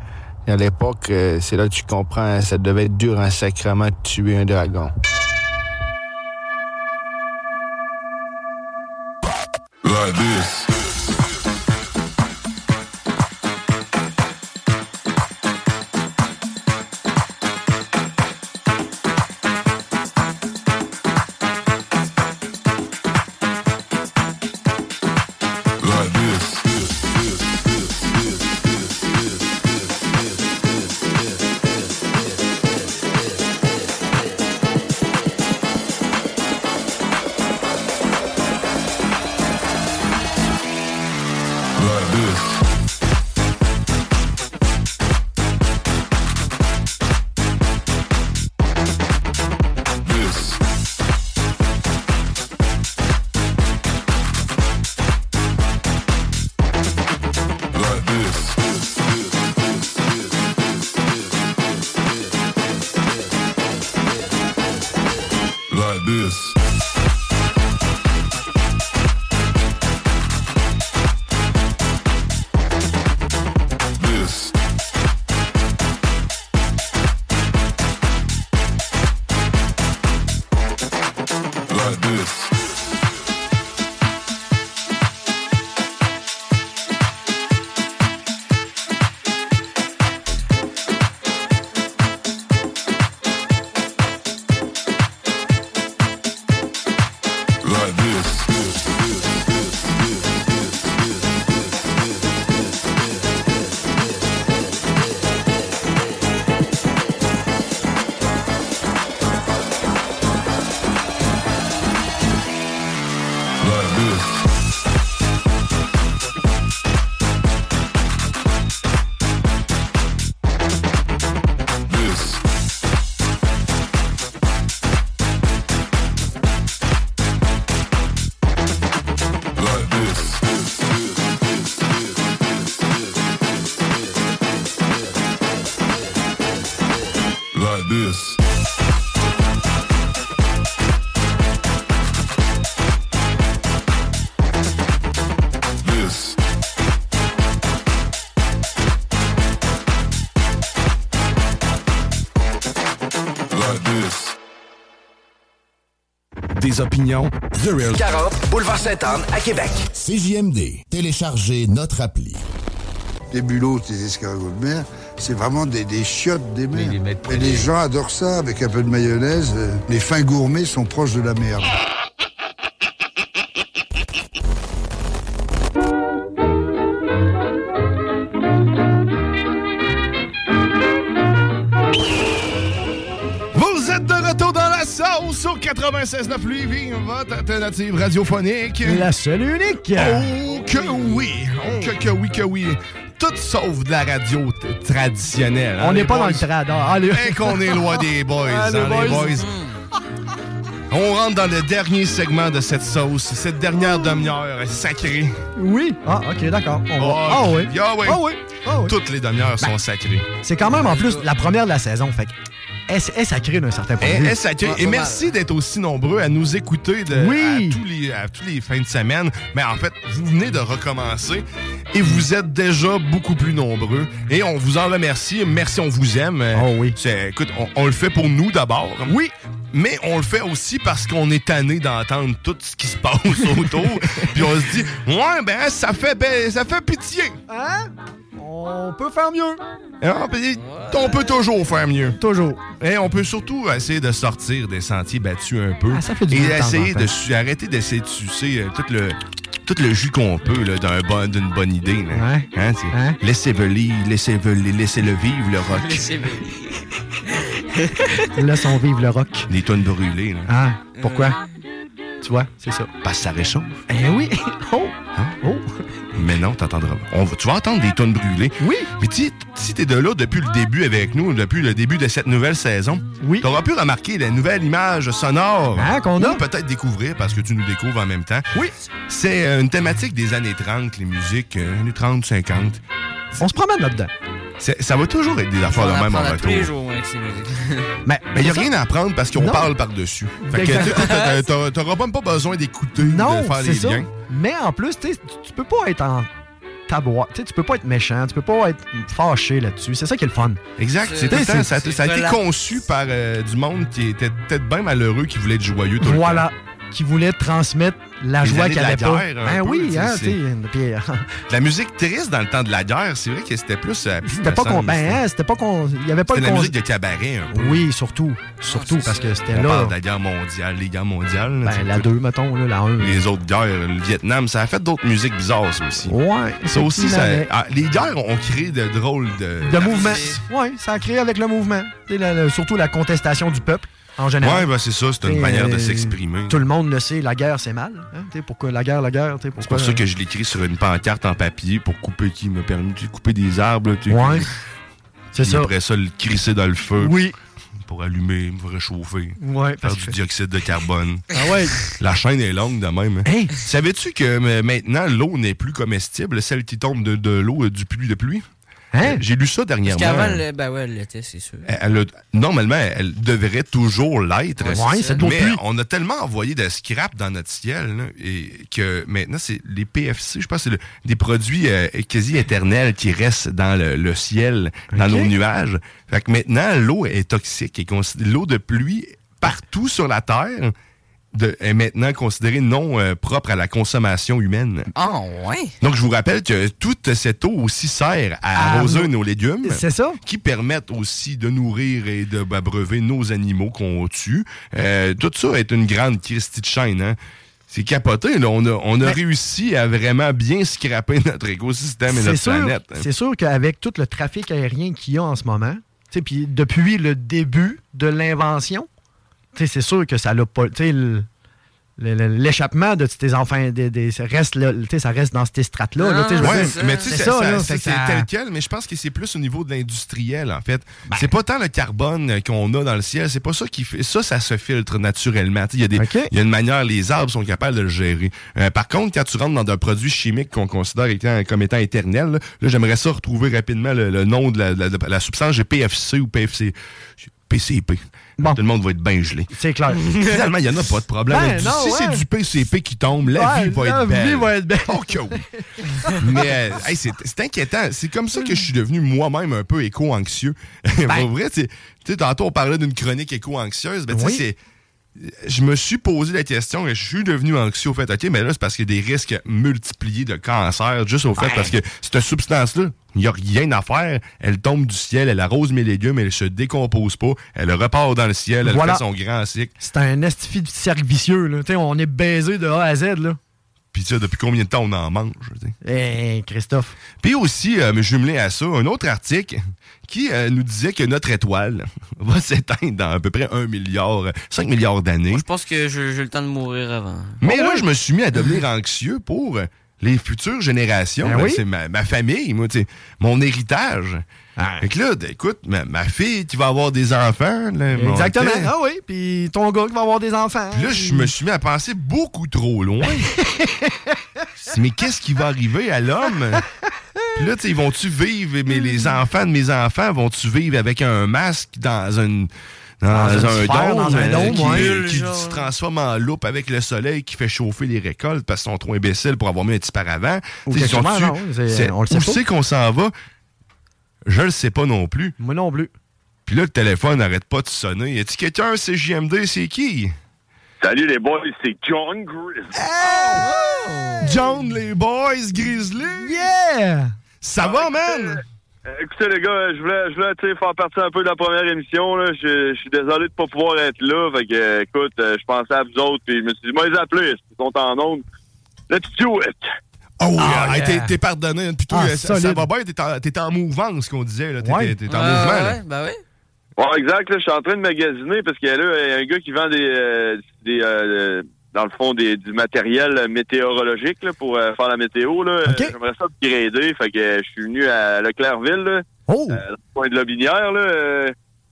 à l'époque, euh, c'est là que tu comprends, hein, ça devait être dur en sacrament de tuer un dragon. Like this. Like this. Like this. This. Like this. Like this. This. Like this. Like this. Like this. This. Like this. Like this. This. Like this. Des opinions, The Real. 40 Boulevard Sainte-Anne à Québec. CJMD. Téléchargez notre appli. Les bulots, les escargots de mer, c'est vraiment des, des chiottes des mers. Et les gens adorent ça avec un peu de mayonnaise. euh, Les fins gourmets sont proches de la merde. Vous êtes de retour dans la sauce au 96.9 Lévis, votre alternative radiophonique. La seule et unique. Oh que oui! Oh que, que oui, que oui! Tout sauf de la radio t- traditionnelle. On n'est pas dans le trad, hein. Ah, le- Et qu'on est loin des boys, Ah, les hein, les boys. boys. On rentre dans le dernier segment de cette sauce, cette dernière demi-heure sacrée. Oui. Ah, ok, d'accord. On va- Oh, Ah oui. yeah, ouais. Ah oui. Ah oui. Toutes les demi-heures sont sacrées. C'est quand même en plus la première de la saison. Fait que, est, est sacré d'un certain point Et, de vue. et Eh, ça accueille- et merci d'être aussi nombreux à nous écouter de, Ah, Oui. à, tous les, à tous les fins de semaine. Mais en fait, vous venez de recommencer et vous êtes déjà beaucoup plus nombreux. Et Euh, on vous en remercie. Merci, on vous aime. Oh oui. Écoute, on, on le fait pour nous d'abord. Oui. mais on le fait aussi parce qu'on est tanné d'entendre tout ce qui se passe autour. Puis on se dit, ouais, ben ça fait, ben, ça fait pitié. Hein? On peut faire mieux. Ah, puis, On peut toujours faire mieux. Toujours. Et on peut surtout essayer de sortir des sentiers battus un peu. Ah, ça fait du bien et de temps essayer en temps. de su- arrêter d'essayer de sucer euh, tout le tout le jus qu'on peut là, d'un bon- d'une bonne idée. là. Hein, c'est- Laissez velir, laissez velir, laissez-le vivre le rock. Laissons vivre le rock. Des tonnes brûlées. là. Ah, pourquoi? Tu vois, c'est ça. Parce que ça réchauffe. Eh oui! Oh! Oh! Hein? Mais non, t'entendras. On va, tu vas entendre des tonnes brûlées. Oui. Mais tu sais, si t'es de là depuis le début avec nous, depuis le début de cette nouvelle saison, oui. t'auras pu remarquer la nouvelle image sonore. Ah, qu'on a. peut-être découvrir parce que tu nous découvres en même temps. Oui. C'est euh, une thématique des années 30, les musiques, euh, années 30, 50. On se promène là-dedans. Ça va toujours être des affaires de même en apprendre à tous les retour. jours avec ces musiques. Mais il n'y a rien à apprendre parce qu'on parle par-dessus. Fait que tu sais, t'as- t'as- t'auras même pas besoin d'écouter, Non, de faire c'est les ça. liens. Mais en plus, tu sais, tu- tu peux pas être en tabois. Tu sais, tu peux pas être méchant, tu peux pas être fâché là-dessus. C'est ça qui est le fun. Exact. C'est tout le temps, ça, ça a été conçu par euh, du monde qui était peut-être bien malheureux, qui voulait être joyeux tout le temps. Voilà. Qui voulait transmettre la Les joie années qu'il de la avait pas. guerre, un ben peu, tu oui, sais, hein, c'est- tu sais. puis, euh, La musique triste dans le temps de la guerre, c'est vrai que c'était plus. euh, C'était C'était pas con. Ben, hein, c'était pas con. Il y avait pas C'était le la con- musique de cabaret un peu. Oui, surtout. Ah, Surtout parce que c'était On là. parle de la guerre mondiale, les guerres mondiales. là, tu Ben, sais. la 2, mettons, là, la 1. Les autres guerres, le Vietnam, ça a fait d'autres musiques bizarres, ça aussi. Ouais. Ça aussi, ça- effectivement, mais- ah, les guerres ont créé de drôles de. Le mouvement. Oui, ça a créé avec le mouvement. Tu sais, la- la- surtout la contestation du peuple, en général. Ouais, ben, c'est ça, c'est Tu une sais, manière de euh, s'exprimer. Tout le monde le sait, la guerre, c'est mal. hein, tu sais, pourquoi la guerre, la guerre, tu sais, C'est pourquoi. pour ça que je l'écris sur une pancarte en papier pour couper qui m'a permis de couper des arbres. tu sais. Ouais. C'est Puis ça. Après ça, le crisser dans le feu. Oui. Pour allumer, me réchauffer. Ouais, faire parce du que- dioxyde de carbone. Ah ouais. La chaîne est longue de même. hein. Savais-tu que euh, maintenant, l'eau n'est plus comestible, celle qui tombe de, de l'eau euh, du pluie de pluie? Hein? J'ai lu ça Parce dernièrement. qu'avant, le- ben ouais, elle l'était, c'est sûr. Elle- elle a- normalement, elle devrait toujours l'être. Ouais, Ouais, c'est c'est de l'eau de Mais pluie. on a tellement envoyé de scrap dans notre ciel là, et que maintenant, c'est les PFC, je pense, que c'est le- des produits euh, quasi éternels qui restent dans le, le ciel, dans Ok. nos nuages. Fait que maintenant, l'eau est toxique. et consi- L'eau de pluie partout sur la Terre de- est maintenant considérée non euh, propre à la consommation humaine. Ah, ouais. Donc, je vous rappelle que toute cette eau aussi sert à Ah, À arroser nous- nos légumes. C'est ça. Qui permettent aussi de nourrir et de abreuver nos animaux qu'on tue. Euh, tout ça est une grande Christie de chaîne, hein. C'est capoté, là. On a, on Ben, a réussi à vraiment bien scraper notre écosystème et C'est notre sûr, planète. hein. c'est sûr qu'avec tout le trafic aérien qu'il y a en ce moment, tu sais, puis depuis le début de l'invention, tu sais, c'est sûr que ça l'a pas. tu sais, le- le- le- L'échappement de tes enfants, des, des- ça, reste là, tu sais, ça reste dans ces strates-là. là, tu sais, je veux Ouais, dire, mais tu sais, c'est ça, ça, là, ça, fait que c'est ça- tel quel, mais je pense que c'est plus au niveau de l'industriel, en fait. Ben. c'est pas tant le carbone qu'on a dans le ciel, c'est pas ça qui fait. Ça, ça se filtre naturellement. Tu sais, Il y, a des- il y a une manière, les arbres sont capables de le gérer. Euh, par contre, quand tu rentres dans un produit chimique qu'on considère étant- comme étant éternel, là, là, j'aimerais ça retrouver rapidement le, le nom de la, la- de la substance. J'ai PFC ou PFC. PCP. Tout le monde va être bien gelé. C'est clair. Finalement, il n'y en a pas de problème. Ben, Du- non, si c'est ouais. du PCP qui tombe, la Ouais, vie va la être belle. Oh. vie va être belle. Ok, oui. Mais euh, hey, c'est c'est inquiétant. C'est comme ça que je suis devenu moi-même un peu éco-anxieux. Ben. Pour vrai, tu sais, tu sais, tantôt on parlait d'une chronique éco-anxieuse, mais tu sais, Oui. c'est. Je me suis posé la question et je suis devenu anxieux au fait, OK, mais là, c'est parce qu'il y a des risques multipliés de cancer, juste au fait, parce que cette substance-là, il n'y a rien à faire. Elle tombe du ciel, elle arrose mes légumes, elle se décompose pas, elle repart dans le ciel, elle Voilà. fait son grand cycle. C'est un estifi de cercle vicieux. Là. Tu sais, On est baisé de A à Z. Là. Puis ça, depuis combien de temps on en mange? tu sais? Eh, Hey, Christophe. Puis aussi, euh, me jumelé à ça, un autre article qui euh, nous disait que notre étoile va s'éteindre dans à peu près 1 milliard, 5 milliards d'années. Je pense Ah que j'ai j'ai le temps de mourir avant. Mais là, je me suis mis à devenir anxieux pour euh, les futures générations. Ben Ben, oui. C'est ma, ma famille, moi, tu sais, mon héritage. Ah. Fait que là, d- écoute, ma, ma fille qui va avoir des enfants. là, mon- Exactement. t'sais. Ah oui, puis ton gars qui va avoir des enfants. Puis là, je me suis mis à penser beaucoup trop loin. Mais qu'est-ce qui va arriver à l'homme? Puis là, tu sais, ils vont-tu vivre, mais les Mm. enfants de mes enfants vont-tu vivre avec un masque dans une. Dans, une un sphère, dôme, dans un euh, dôme, qui, ouais. qui se transforme en loupe avec le soleil qui fait chauffer les récoltes parce qu'ils sont trop imbéciles pour avoir mis un petit paravent. Ou Tu sais, quelque chose, sont-tu- non, c'est- c'est- on le sait où pas. c'est qu'on s'en va? Je le sais pas non plus. Moi non plus. Puis là, le téléphone n'arrête pas de sonner. Y a-t-il quelqu'un, c'est JMD, c'est qui? Salut les boys, c'est John Grizzly. John, les boys, Grizzly. Yeah! Ça Ah, va, man? Euh, Écoutez, les gars, je voulais, je voulais tu sais, faire partie un peu de la première émission. Là. Je, je suis désolé de pas pouvoir être là. Fait que, euh, écoute, euh, je pensais à vous autres, puis je me suis dit, moi, les appeler, ils sont en ondes. Let's do it! Oh, Ah, hey, yeah. t'es- t'es pardonné. Puis toi, Ah, ça, ça solide. va bien, t'es en, t'es en mouvance, ce qu'on disait. là. T'es Ouais. Euh, t'es en Ouais, mouvement. Ah, là. ouais, Bon, exact, là, je suis en train de magasiner parce que là, il y a un gars qui vend des, euh, des euh, dans le fond, des, du matériel météorologique là, pour euh, faire la météo. Là. Euh, J'aimerais ça upgrader. Fait que euh, je suis venu à Leclercville, là, oh. dans le coin de Lobinière, là, euh,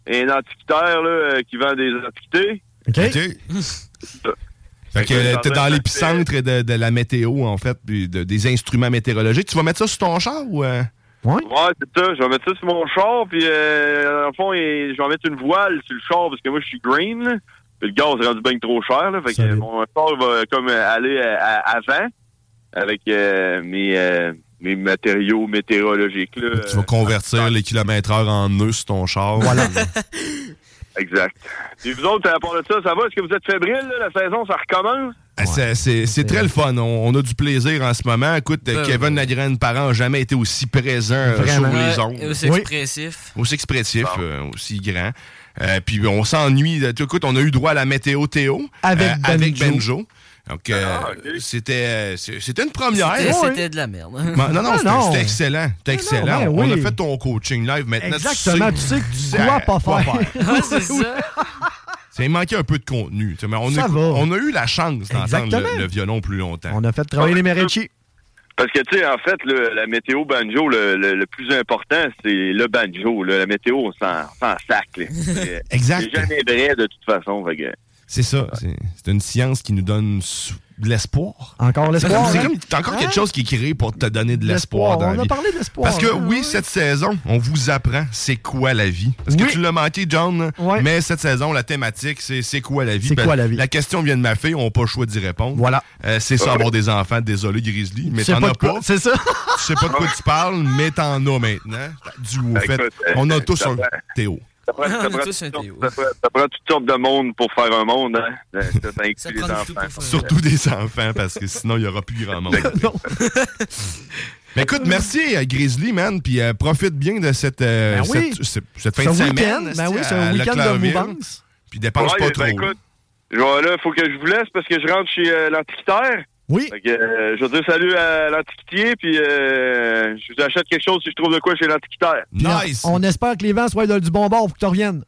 et un antiquitaire là, euh, qui vend des antiquités. OK. Fait que euh, t'es dans l'épicentre de, de la météo, en fait, puis de- des instruments météorologiques. Tu vas mettre ça sur ton char ou... euh? Ouais, c'est ça. Je vais mettre ça sur mon char, puis euh, en fond, et- je vais mettre une voile sur le char parce que moi, je suis green. là. Puis le gaz est rendu bien trop cher, là. Fait que Salut. euh, mon char va comme euh, aller à, à- avant avec euh, mes, euh, mes matériaux météorologiques, là. Tu vas convertir les kilomètres heure en nœuds sur ton char. Voilà. Exact. Puis vous autres, à part de ça, ça va? Est-ce que vous êtes fébrile, là? La saison, ça recommence? Ah, C'est- C'est c'est très le fun. On, on a du plaisir en ce moment. Écoute, Ben Kevin Lagraine parent n'a jamais été aussi présent euh, Vraiment. sur Ouais, les ondes. aussi expressif. Aussi expressif, euh, aussi grand. Euh, puis on s'ennuie. de- Écoute, on a eu droit à la météo Théo euh, Avec Benjo. avec Benjo. Donc, euh, c'était euh, c'est- c'était une première. C'était- C'était de la merde. Ma- Non, Ah, non, c'était- c'était excellent. C'était Non, non, excellent. ben On oui. a fait ton coaching live maintenant. Exactement, tu sais que tu dois à- pas faire. Ouais, c'est ça. Ça, il manquait un peu de contenu. tu sais, mais on, Ça a, va. on a eu la chance d'entendre Exactement. le, le violon plus longtemps. On a fait travailler les Merenchi. Parce que, tu sais, en fait, le- la météo banjo, le, le- le plus important, c'est le banjo. là. La météo, on s'en s'en sac. là. C'est- euh, Exact. C'est jamais vrai, de toute façon. Fait que- C'est ça. C'est- C'est une science qui nous donne sou- de l'espoir. Encore l'espoir, C'est hein? comme- t'as encore Hein? quelque chose qui est créé pour te donner de l'espoir L'espoir, dans on la a vie. parlé d'espoir, Parce que hein, oui, cette saison, on vous apprend c'est quoi la vie. Parce que tu l'as manqué, John, mais cette saison, la thématique, c'est c'est quoi la vie. C'est Ben, quoi la vie? question vient de ma fille, on n'a pas le choix d'y répondre. Voilà. Euh, c'est sans Ouais. avoir des enfants, désolé, Grizzly, mais sais t'en pas as de quoi- pas. c'est ça. tu sais pas de quoi tu parles, mais t'en as maintenant. Du au Ben, fait, écoute, euh, on a tous ça un va. Théo. Ça prend, ça prend toutes sortes- ça prend- ça prend toutes sortes de monde pour faire un monde. Hein? Ça, ça inclut les enfants. Surtout des enfants, parce que sinon, il n'y aura plus grand monde. Mais écoute, merci à Grizzly, man, puis euh, profite bien de cette, euh, Ben oui. cette, cette- cette fin Ce de week-end, semaine. ben c'est-à, oui, c'est un à week-end de Leclercville. mouvance. Puis dépense Ouais, pas ben, trop. écoute, je vais- là, faut que je vous laisse parce que je rentre chez euh, l'antiquitaire. euh, Oui. je veux dire salut à l'antiquitier, puis euh, je vous achète quelque chose si je trouve de quoi chez l'antiquitaire. Puis on- On espère que les vents soient de- du bon bord pour que tu reviennes.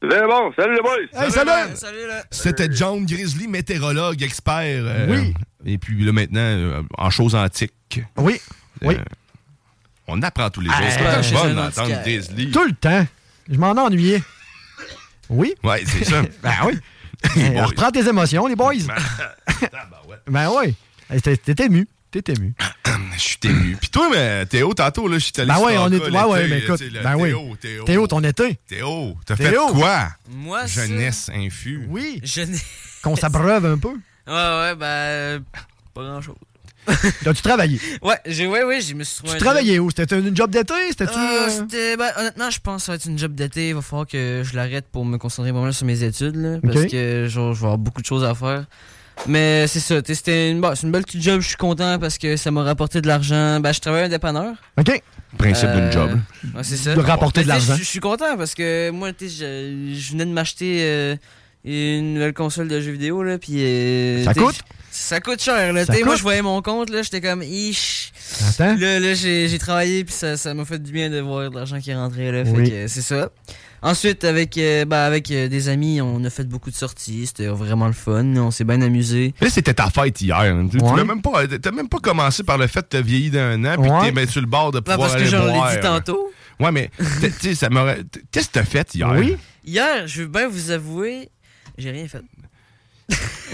Très bon, salut les boys! man. C'était John Grizzly, météorologue, expert. euh, Oui. Et puis là, maintenant, euh, en choses antiques. Euh, Oui. Oui. On apprend tous les jours. Ah, C'est pas chez bon un d'entendre antiquaire. Grizzly. Tout le temps. Je m'en ennuyais. Oui? Ouais, c'est ça. ben oui. Hey, boys. reprends tes émotions, les boys. ben oui. Hey, T'es t'es ému. T'es ému. Je suis ému. Puis toi, mais Théo, tantôt, là, je suis allé Ben sur ouais, ton on cas est. l'été, Ouais, ouais, mais là, écoute. tu sais, le Ben oui. Théo, Théo. Théo, ton été. Théo, t'as fait Théo. quoi? Moi, ça- Jeunesse infuse. Oui. Jeunesse. Qu'on s'abreuve un peu. Ouais, ouais, ben. Pas grand chose. T'as-tu travaillé? Ouais, j'ai, ouais, ouais, je me suis trouvé. Tu un travaillais où? C'était une job d'été? C'était-tu. Euh, euh, c'était- ben, honnêtement, je pense que ça va être une job d'été. Il va falloir que je l'arrête pour me concentrer vraiment sur mes études. là, parce Ok. que genre, je vais avoir beaucoup de choses à faire. Mais c'est ça. t'sais, C'était une, bon, c'est une belle petite job. Je suis content parce que ça m'a rapporté de l'argent. Ben, je travaille à un dépanneur. OK. Principe Euh, d'une job. ouais, c'est ça. De rapporter de Mais t'sais, l'argent. Je je suis content parce que moi, t'sais, je, je venais de m'acheter euh, une nouvelle console de jeux vidéo. Là, puis, euh, Ça t'sais, coûte? Ça coûte cher. Là, Ça t'sais, Moi, coûte. je voyais mon compte. là, J'étais comme, ish. Attends. Là, là, j'ai j'ai travaillé, puis ça ça m'a fait du bien de voir de l'argent qui rentrait. Là, fait Oui. que, euh, c'est ça. Ensuite, avec, euh, bah, avec euh, des amis, on a fait beaucoup de sorties. C'était vraiment le fun. On s'est bien amusé. Là, c'était ta fête hier. hein. Tu tu Ouais. l'as même pas- t'as même, pas commencé par le fait que t'as vieilli d'un an puis que Ouais. t'es ben sur le bord de Ben, pouvoir parce que aller j'en l'ai boire. dit tantôt. Ouais, mais t'as- tu sais, ça m'aurait- t- qu'est-ce que t'as fait hier? Hier, je veux bien vous avouer, j'ai rien fait.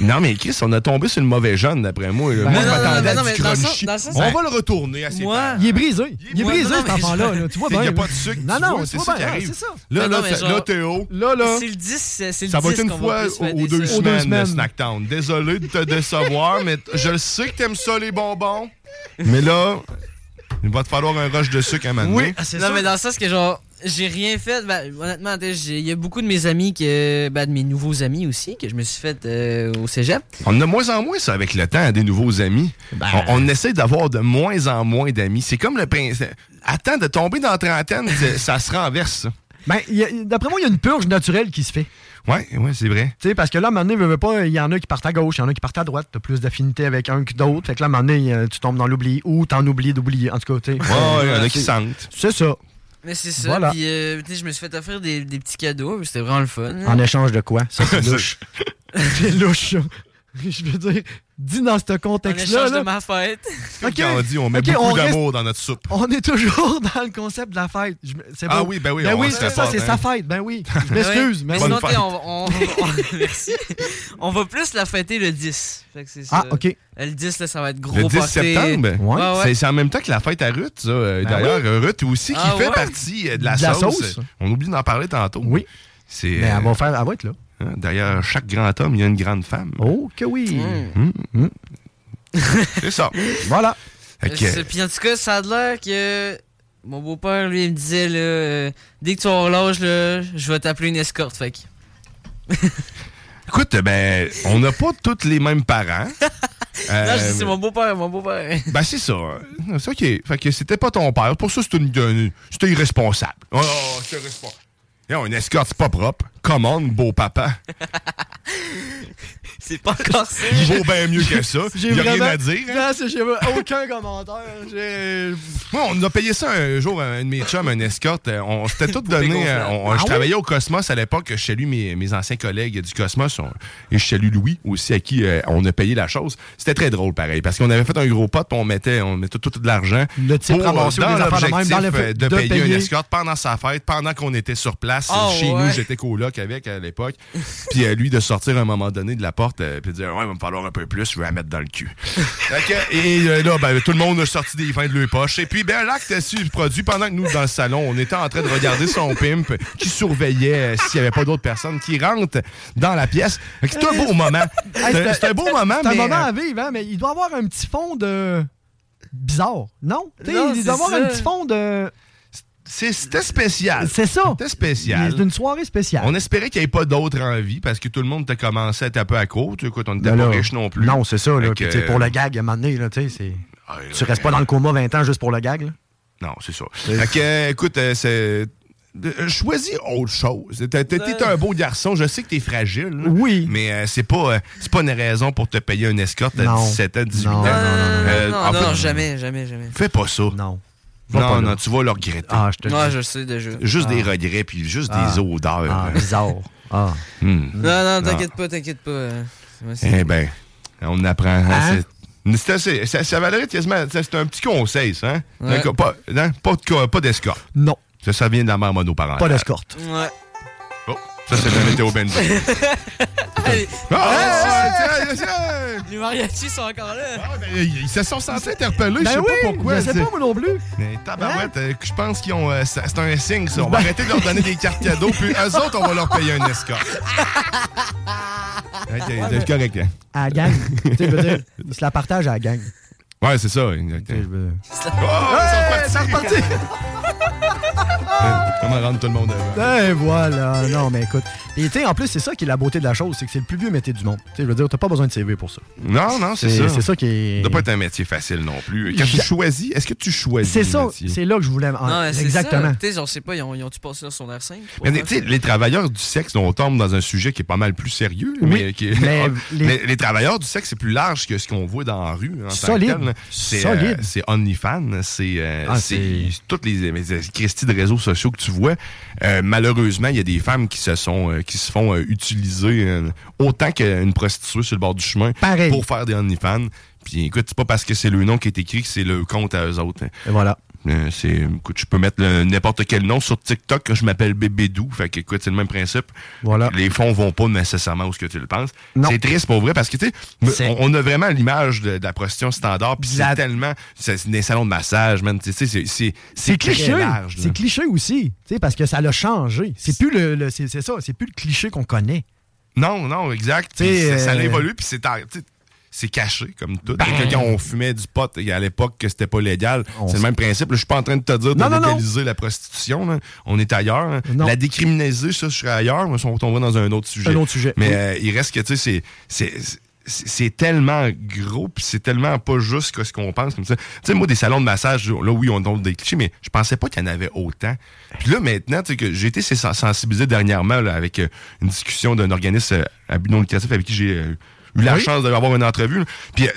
Non, mais Chris, on a tombé sur le mauvais jeune, d'après moi. là. Ben, moi, non, je non, m'attendais non, à non, du mais dans le sens- crunchy. dans le sens- On Ben, va le retourner à ses moi- parents. Il est brisé. Il est Moi, brisé, non, hein, cet mais je- enfant-là. là. Tu vois bien. Il n'y a pas de sucre. Non, tu non, vois, tu c'est vois ça qui bien. arrive. C'est ça. Là, Non, là, non, mais ça- genre- là, Théo. Là, là. C'est le 10, c'est c'est le 10. Ça va être une qu'on fois plus se aux, faire aux des deux sorties. semaines, de Snacktown. Désolé de te décevoir, mais t- je le sais que t'aimes ça, les bonbons. Mais là, il va te falloir un rush de sucre à maintenant. Ah, non, mais dans le sens que genre, J'ai rien fait. Ben, honnêtement, tu sais, j'ai- il y a beaucoup de mes amis, que, ben, de mes nouveaux amis aussi, que je me suis fait euh, au cégep. On en a moins en moins ça avec le temps, hein, des nouveaux amis. Ben. On, on essaie d'avoir de moins en moins d'amis. C'est comme le principe. Attends de tomber dans la trentaine, c'est- ça se renverse. ça. Ben, il y a- d'après moi, il y a une purge naturelle qui se fait. Ouais, ouais, c'est vrai. Tu sais, parce que là, à un moment donné, veux, veux pas, il y en a qui partent à gauche, il y en a qui partent à droite. T'as plus d'affinité avec un que d'autres. Fait que là, à un moment donné, euh, tu tombes dans l'oubli ou t'en oublies d'oublier. En tout cas, tu sais. Ouais, il y en a qui C'est- sentent. C'est ça. Mais c'est ça. Voilà. Puis, euh, tu sais, je me suis fait offrir des, des petits cadeaux. puis C'était vraiment le fun. En échange de quoi? Ça, c'est louche. Mm. c'est louche, ça. Je veux dire, dit dans ce En contexte-là. échange là, de ma fête. Comme quand on dit, on met Ok, beaucoup on reste- d'amour dans notre soupe. On est toujours dans le concept de la fête. Je me- c'est Ah beau. oui, ben oui, ben on oui, se c'est ça, rapporte, c'est hein. sa fête. Ben oui, je m'excuse. mais mais- sinon, t'sais, on, on- on- merci. On va plus la fêter le 10. Fait que c'est ça. Ah, ok. Le 10, là, ça va être gros Le 10 party. septembre, Ouais, ouais. c'est- c'est en même temps que la fête à Ruth. ça. Euh, Ben D'ailleurs, oui. euh, Ruth aussi, qui Ah fait ouais. partie euh, de la, De la sauce. sauce. On oublie d'en parler tantôt. Oui. C'est, Mais elle euh, va faire, elle va être là. hein, Derrière chaque grand homme, il y a une grande femme. Oh, que oui. Mm. C'est ça. voilà. Fait que, Euh, C'est- Puis en tout cas, ça a l'air que mon beau-père, lui, il me disait, là, euh, dès que tu auras l'âge, là, je vais t'appeler une escorte. Fait que. écoute, ben, on n'a pas tous les mêmes parents. Non, je Euh, dis, c'est mon beau-père, mon beau-père. Ben, c'est ça. C'est OK. Fait que c'était pas ton père. Pour ça, c'était une- une- c'était irresponsable. Oh, c'est irresponsable. Et on escorte, c'est pas propre. Commande, beau papa. c'est pas encore ça. Il vaut bien mieux que ça. J'ai Il n'y a rien vraiment- à dire. hein? Non, c'est- j'ai aucun commentaire. J'ai- Moi, on a payé ça un jour à un de mes chums, un escorte. Euh, On s'était tout donné. euh, on- on- Ah je oui? travaillais au Cosmos à l'époque. Je salue mes, mes anciens collègues du Cosmos. on- et je salue Louis aussi, à qui euh, on a payé la chose. C'était très drôle, pareil, parce qu'on avait fait un gros pot, puis on mettait, on mettait tout, tout de l'argent Le type ramassé ou dans des affaires de même, l'objectif dans le euh, fait de, de payer, payer. un escorte pendant sa fête, pendant qu'on était sur place. Oh, chez ouais. nous, j'étais coloc avec à l'époque. Puis euh, lui, de sortir à un moment donné de la porte, euh, puis de dire Ouais, il va me falloir un peu plus, je vais la mettre dans le cul. Fait que, et euh, là, ben, tout le monde a sorti des vins de leur poche. Et puis, ben, l'acte a su produit pendant que nous, dans le salon, on était en train de regarder son pimp qui surveillait euh, s'il n'y avait pas d'autres personnes qui rentrent dans la pièce. Fait que C'est un beau moment. Hey, C'est un- C'est un beau moment, C'est un mais, moment euh, à vivre, hein, mais il doit avoir un petit fond de. bizarre. Non? Tu sais, Non, il c'est doit avoir ça. un petit fond de. C'est- C'était spécial. C'est ça. C'était spécial. C'est une soirée spéciale. On espérait qu'il n'y ait pas d'autres en vie parce que tout le monde t'a commencé à être un peu à court. Tu sais, Écoute, on n'était Ben pas là, riche non plus. Non, c'est ça. Là, Fait Puis, que, Ah, tu sais, pour le gag, à un moment donné, là, tu sais, c'est- tu restes pas dans le coma 20 ans juste pour le gag. là. Non, c'est ça. Fait que, euh, écoute, euh, c'est. euh, Choisis autre chose. T'es- T'es t'es un beau garçon, je sais que t'es fragile. Oui. Mais euh, c'est pas, euh, c'est pas une raison pour te payer une escorte à Non. 17 ans, 18 ans. Non, non, non, non, Euh, non, en non, fait, non, jamais, jamais, jamais. Fais pas ça. Non. Va Non, pas non, là. tu vas le regretter. Ah, je te Moi, je le sais déjà. Juste Ah. des regrets, puis juste des Ah. odeurs. Hmm. Ah, bizarre. Ah. Non, non, t'inquiète pas, t'inquiète pas. euh, moi, c'est- Eh bien, on apprend. hein, c'est- c'est assez- ça, ça valerait quasiment. ça, C'est un petit conseil, ça. hein? Ouais. Donc, Pas, hein, pas de co- pas d'escorte. Non. Ça, ça vient de la mère monoparentale. Pas d'escorte. Ouais. Oh, ça, c'est de la météo benzo. Allez. Ah, ouais, Les mariachis sont encore là. Ah, ben, Ils ils se sont sentis interpellés, je Ben sais oui, pas pourquoi. je sais c'est- pas, moi non plus. Mais tabarouette, euh, je pense qu'ils ont. euh, ça- c'est un signe, ça. On va arrêter de leur donner des cartes cadeaux, puis eux autres, on va leur payer un escorte. Ouais, t'es- t'es correct, hein? À la gang. tu sais, je veux dire, ils se la partagent à la gang. Ouais, c'est ça. exactement. oh, Hey, c'est reparti. Comment rendre tout le monde heureux? Ben voilà, non mais écoute. Et tu sais, en plus, c'est ça qui est la beauté de la chose, c'est que c'est le plus vieux métier du monde. Tu sais, je veux dire, t'as pas besoin de CV pour ça. Non, non, c'est ça. C'est ça qui est. Ça doit pas être un métier facile non plus. Quand tu Ja- choisis, est-ce que tu choisis? C'est le ça, métier? c'est là que je voulais. en- Non, mais c'est exactement. ça. Tu sais, genre, je sais pas, ils ont- ils ont-tu passé leur secondaire 5? Mais tu sais, les travailleurs du sexe, on tombe dans un sujet qui est pas mal plus sérieux. là, Oui, mais, qui est- mais les- les... les travailleurs du sexe, c'est plus large que ce qu'on voit dans la rue. En tant que Solide, tel, là. C'est euh, solide. c'est OnlyFans, c'est euh, Ah, c'est toutes les, les Christie de réseaux sociaux que tu vois. Euh, malheureusement, il y a des femmes qui se sont euh, qui se font euh, utiliser euh, autant qu'une prostituée sur le bord du chemin Pareil. pour faire des OnlyFans. Puis écoute, c'est pas parce que c'est le nom qui est écrit que c'est le compte à eux autres. Et voilà. Euh, c'est, écoute, je peux mettre le- n'importe quel nom sur TikTok. Je m'appelle Bébédou. Fait que, écoute, c'est le même principe. Voilà. Les fonds vont pas nécessairement où ce que tu le penses. Non. C'est triste pour vrai parce que, tu sais, m- on, on a vraiment l'image de, de la prostitution standard. Puis c'est tellement. C'est c'est des salons de massage, man. Tu sais, c'est- c'est C'est très cliché. large, là. C'est cliché aussi, tu sais, parce que ça l'a changé. C'est plus le, le- c'est c'est ça, c'est plus le cliché qu'on connaît. Non, non, exact. Puis T'sais, ça- ça euh, évolue, puis c'est... tar- tu sais, c'est caché comme Ben, tout. Que Quand on fumait du pot et à l'époque que c'était pas légal, c'est le même principe. là. Je suis pas en train de te dire de Non, non, non. légaliser la prostitution. là. On est ailleurs. là. La décriminaliser, ça, je serais ailleurs. Mais on retomberait dans un autre sujet. Un autre sujet, Mais oui. euh, il reste que, tu sais, c'est- c'est. C'est c'est tellement gros, puis c'est tellement pas juste que ce qu'on pense comme ça. Tu sais, moi, des salons de massage, là, oui, on donne des clichés, mais je pensais pas qu'il y en avait autant. Puis là, maintenant, tu sais, que j'ai été sen- sensibilisé dernièrement là, avec euh, une discussion d'un organisme euh, à but non lucratif avec qui j'ai euh, eu la Ah Oui. chance d'avoir une entrevue. là. Puis, euh,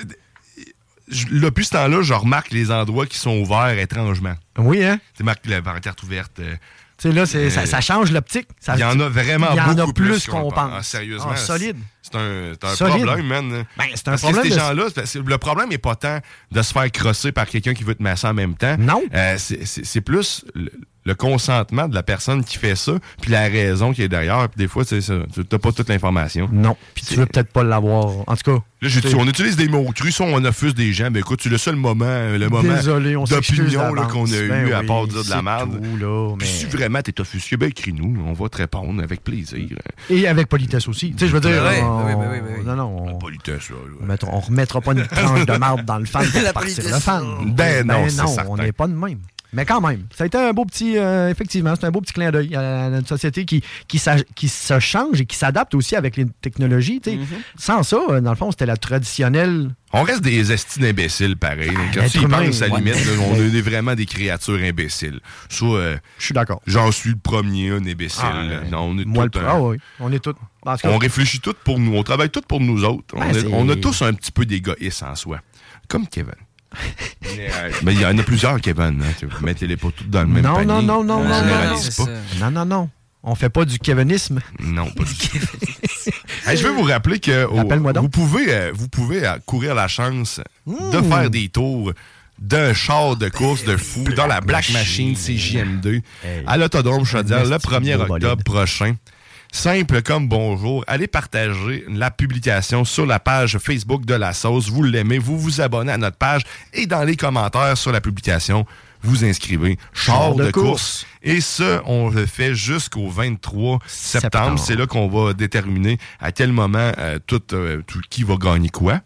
je- là, depuis ce temps-là, je remarque les endroits qui sont ouverts étrangement. Oui, hein? Tu sais, marque la barrière ouverte. euh, Tu sais, là, c'est- ça, Euh, ça change l'optique. Ça- il y en a vraiment Il y en beaucoup a plus le qu'on pense. Ah, sérieusement. Ah, solide. C'est un, c'est un Solide. problème, man. Ben, c'est un Parce que problème Ces de- gens-là, c'est- c'est- le problème n'est pas tant de se faire crosser par quelqu'un qui veut te masser en même temps. Euh, Non. c'est c'est plus le, le consentement de la personne qui fait ça, puis la raison qui est derrière. Puis des fois, tu n'as pas toute l'information. Non. Puis tu veux peut-être pas l'avoir. En tout cas. Là, j'ai dit, c'est- on utilise des mots crus, soit on offuse des gens, mais écoute, c'est le seul moment, le moment Désolé, on s'excuse d'opinion là, d'avance. qu'on a Ben eu à oui, part dire de la c'est merde. tout, là, Puis mais- Si vraiment t'es offusqué, ben écris-nous, on va te répondre avec plaisir. Et avec politesse aussi. Tu sais, je veux dire. Ouais, on- ouais, ouais, ouais, ouais, ouais. Non, non. on- Politesse, là, là. mettons, on remettra pas une tranche de marde dans le fan pour La partir politesse. le fan. Ben non, c'est on certain. n'est pas de même. Mais quand même, ça a été un beau petit, euh, effectivement, c'est un beau petit clin d'œil à notre société qui, qui, s'a- qui se change et qui s'adapte aussi avec les technologies. tu sais. Mm-hmm. Sans ça, euh, dans le fond, c'était la traditionnelle. On reste des estis d'imbéciles, pareil. Quand Ah, l'être tu y penses, humain, à la ouais. Ben. limite, là, on est vraiment des créatures imbéciles. Soit... Je suis d'accord. J'en suis le premier, un imbécile. Ah, là. Non, on est Moi, le tout un- Ah oui, on est tous. en tout cas, Ben. On réfléchit tout pour nous, on travaille tout pour nous autres. Ben, on, est- c'est- on a tous un petit peu d'égoïsme en soi. Comme Kevin. Mais euh, mais il y en a plusieurs, Kevin. hein. Tu- vous Mettez-les pas toutes dans le même Non, panier. non, non, non, On non, non, généralise non. pas. Non, non, non. On fait pas du kevinisme. Non, pas du tout. Hey, je veux vous rappeler que oh, vous pouvez, euh, vous pouvez euh, courir la chance de faire des tours d'un char de course de fou dans la Black Machine CJM2 à l'Autodrome Chaudière le 1er octobre prochain. Simple comme bonjour, allez partager la publication sur la page Facebook de la sauce. Vous l'aimez, vous vous abonnez à notre page et dans les commentaires sur la publication, vous inscrivez char de, de course. course. Et ça, on le fait jusqu'au 23 septembre. Septembre. C'est là qu'on va déterminer à quel moment euh, tout, euh, tout- qui va gagner quoi.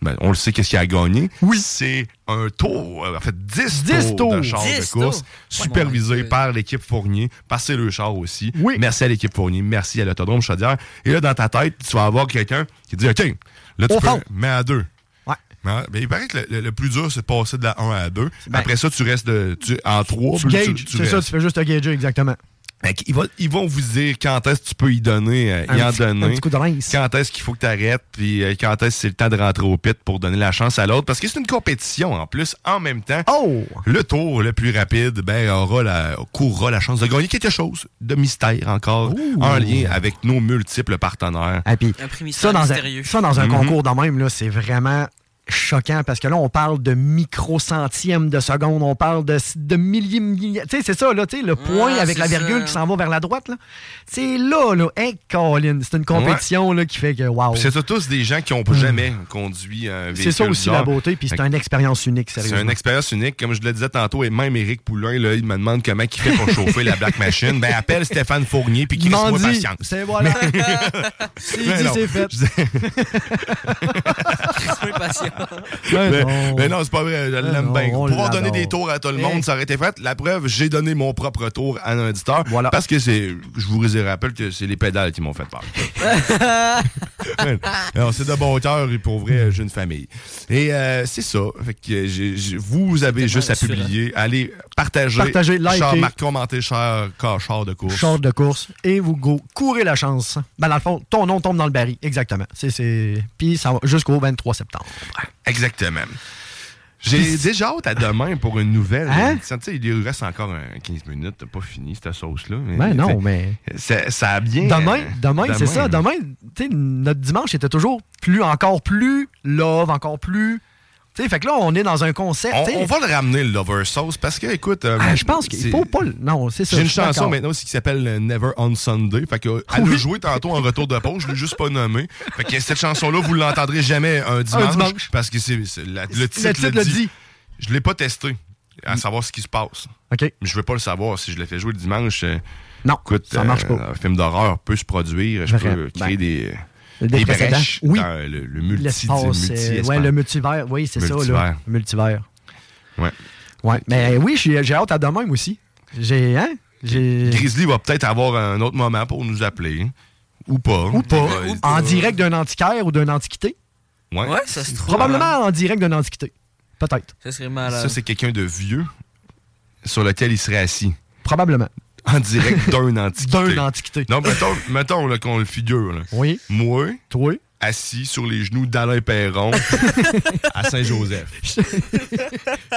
Ben, on le sait qu'est-ce qu'il y a à gagner. Oui. C'est un tour, euh, en fait 10, 10 tours de tours. char 10 de course, tours. supervisé par l'équipe Fournier, par c'est le char aussi. Merci à l'équipe Fournier, merci à l'autodrome Chaudière. Et là, dans ta tête, tu vas avoir quelqu'un qui dit OK, là, tu Au peux, fond. mets à deux. Ouais. Ben, il paraît que le, le- le plus dur, c'est de passer de la 1 à la 2. Après ça, tu restes de- tu- en 3. Ben, Tu gages, c'est ça, tu fais juste te gager, exactement. Fait qu'ils vont- Ben, ils vont vous dire quand est-ce que tu peux y donner, euh, Un y en petit- donner. un petit coup de rince. Quand est-ce qu'il faut que tu arrêtes, puis euh, quand est-ce que c'est le temps de rentrer au pit pour donner la chance à l'autre. Parce que c'est une compétition en plus. En même temps, Oh! le tour le plus rapide ben, aura la, courra la chance de gagner quelque chose de mystère encore, en lien avec nos multiples partenaires. Et Ah, puis, ça, dans un, mystérieux. ça, dans un Mhm. concours de même, là, c'est vraiment choquant parce que là, on parle de micro-centièmes de seconde, on parle de, de milliers, milliers. Tu sais, c'est ça, là, tu sais, le point Ouais, avec la c'est virgule ça. qui s'en va vers la droite, là. C'est là, là. Hein, Colin, c'est une compétition, là, qui fait que, waouh. Puis C'est tous des gens qui n'ont jamais conduit un véhicule. Mhm. C'est ça aussi la bizarre. beauté, puis c'est Fait que- une expérience unique, C'est une sérieusement. expérience unique. Comme je le disais tantôt, et même Éric Poulain, là, il me demande comment il fait pour chauffer la Black Machine. Ben, appelle Stéphane Fournier, puis qu'il moi Mandy, patience. c'est voilà. C'est S'il Ben dit, c'est fait. Mais, Ben mais non, non. c'est pas vrai. Je Ben l'aime non, bien. on Pouvoir l'adore. donner des tours à tout le monde, Eh. ça aurait été fait. La preuve, j'ai donné mon propre tour à un auditeur. Parce que c'est, je vous rappelle que c'est les pédales qui m'ont fait peur. Alors, c'est de bon cœur et pour vrai, j'ai une famille. Et euh, c'est ça. Fait que j'ai- j'ai- vous avez juste à rassurant. publier. Allez, partager. Partagez, likez. Char, marque, commenter, cher, car, char de course. Short de course et vous go, courez la chance. Ben, dans le fond, ton nom tombe dans le baril. Exactement. C'est, c'est... Puis ça va jusqu'au 23 septembre. Exactement. J'ai déjà hâte à demain pour une nouvelle. Hein? Tu sais, il lui reste encore un 15 minutes. T'as pas fini cette sauce-là. Ben non, tu sais, mais- Ça, ça a bien. Demain, demain, c'est ça. Demain, tu sais, notre dimanche était toujours plus, encore plus love, encore plus. Tu sais, fait que là, on est dans un concept. On, tu sais. on va le ramener, le Lover Sauce, parce que, écoute. euh, Ah, je pense qu'il c'est- faut pas. le- Non, c'est ça. J'ai une je suis chanson d'accord. maintenant aussi qui s'appelle euh, Never on Sunday. Fait que, euh, elle a joué tantôt en retour de pause, je l'ai juste pas nommé. Fait que cette chanson-là, vous l'entendrez jamais un dimanche. dimanche. Parce que c'est, c'est la- le titre, titre le dit. Mm. Je l'ai pas testé à savoir ce qui se passe. OK. Mais je veux pas le savoir. Si je l'ai fait jouer le dimanche, euh, Non, écoute, euh, ça marche pas. un film d'horreur peut se produire. Je Vrai. peux créer des. Le des précédent. brèches Oui. dans le, le multi, L'espace, euh, ouais, le multivers. Oui, c'est ça, là. Multivers. Multivers. Ouais. Ouais. Mais oui, j'ai j'ai hâte à demain, moi aussi. J'ai. Hein? J'ai. Grizzly va peut-être avoir un autre moment pour nous appeler. Ou pas. Ou pas. Il va- euh, En direct d'un antiquaire ou d'une antiquité. Ouais. ça se trouve. Probablement en direct d'une antiquité. Peut-être. Ça serait malade. Ça, c'est quelqu'un de vieux sur lequel il serait assis. Probablement. En direct d'un antiquité. D'un antiquité. Non, mettons, mettons là, qu'on le figure. Là. Oui. Moi. Toi. Assis sur les genoux d'Alain Perron à Saint-Joseph.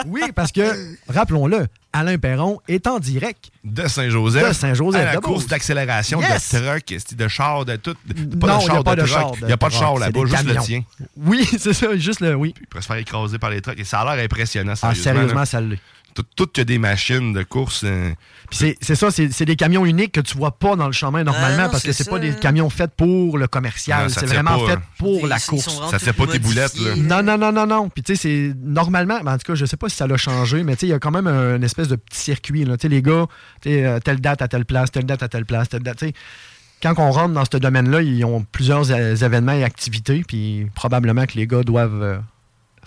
Oui, parce que, rappelons-le, Alain Perron est en direct. De Saint-Joseph. De Saint-Joseph, À la de course Beauce. d'accélération Yes! de truck, esti, de char, de tout. Non, de y a pas de char truck. de Y a pas de truck, char c'est là-bas, des juste le camions. tien. Oui, c'est ça, juste le oui. Il pourrait se faire écraser par les trucks. Et ça a l'air impressionnant, Ah, sérieusement. sérieusement, là. ça l'est. Tout, tout que des machines de course. euh, Puis c'est- c'est ça, c'est c'est des camions uniques que tu vois pas dans le chemin normalement Ah, non, parce que c'est c'est pas ça. hein. des camions faits pour le Non, commercial, ça c'est tient vraiment pas, fait hein. pour la sont course. rendus Ça te fait pas tes boulettes, là. Non, non, non, non, non. Puis tu sais, c'est normalement, ben, en tout cas, je sais pas si ça l'a changé, mais tu sais, il y a quand même un- une espèce de petit circuit. là. Tu sais, les gars, tu sais, euh, telle date à telle place, telle date à telle place, telle date. tu sais. quand on rentre dans ce domaine-là, ils ont plusieurs euh, événements et activités, puis probablement que les gars doivent. euh,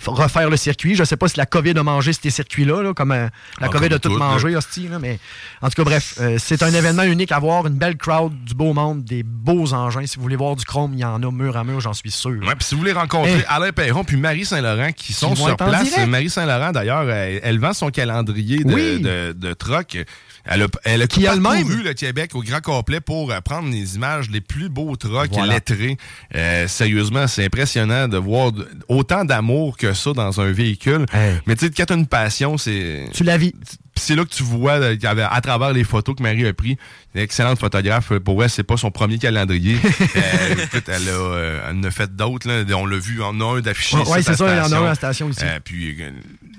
f- refaire le circuit. Je sais pas si la COVID a mangé ces circuits-là, là, comme euh, la Ah, COVID comme a tout, tout, là. mangé, hostie, là, mais en tout cas, bref, euh, c'est un événement unique à voir, une belle crowd, du beau monde, des beaux engins. Si vous voulez voir du chrome, il y en a mur à mur, j'en suis sûr. Ouais, puis si vous voulez rencontrer Eh. Alain Perron puis Marie Saint-Laurent qui sont Ils vont sur être en place, direct. Marie Saint-Laurent d'ailleurs, elle, elle vend son calendrier de, Oui. de, de troc. Elle a, elle a Qui a le parcouru même. le Québec au grand complet pour euh, prendre les images des plus beaux trocs Voilà. lettrés. Euh, sérieusement, c'est impressionnant de voir d- autant d'amour que ça dans un véhicule. Mais tu sais, quand t'as une passion, c'est... Tu la vis. Puis c'est là que tu vois, euh, qu'il y avait- à travers les photos que Marie a prises, une excellente photographe. euh, Pour elle, c'est pas son premier calendrier. Euh, écoute, elle, a, euh, elle en a fait d'autres. là. On l'a vu, en a un d'affiché. Ouais, ouais, ici, à c'est ça, il y en a station. un à station ici. Euh, puis euh,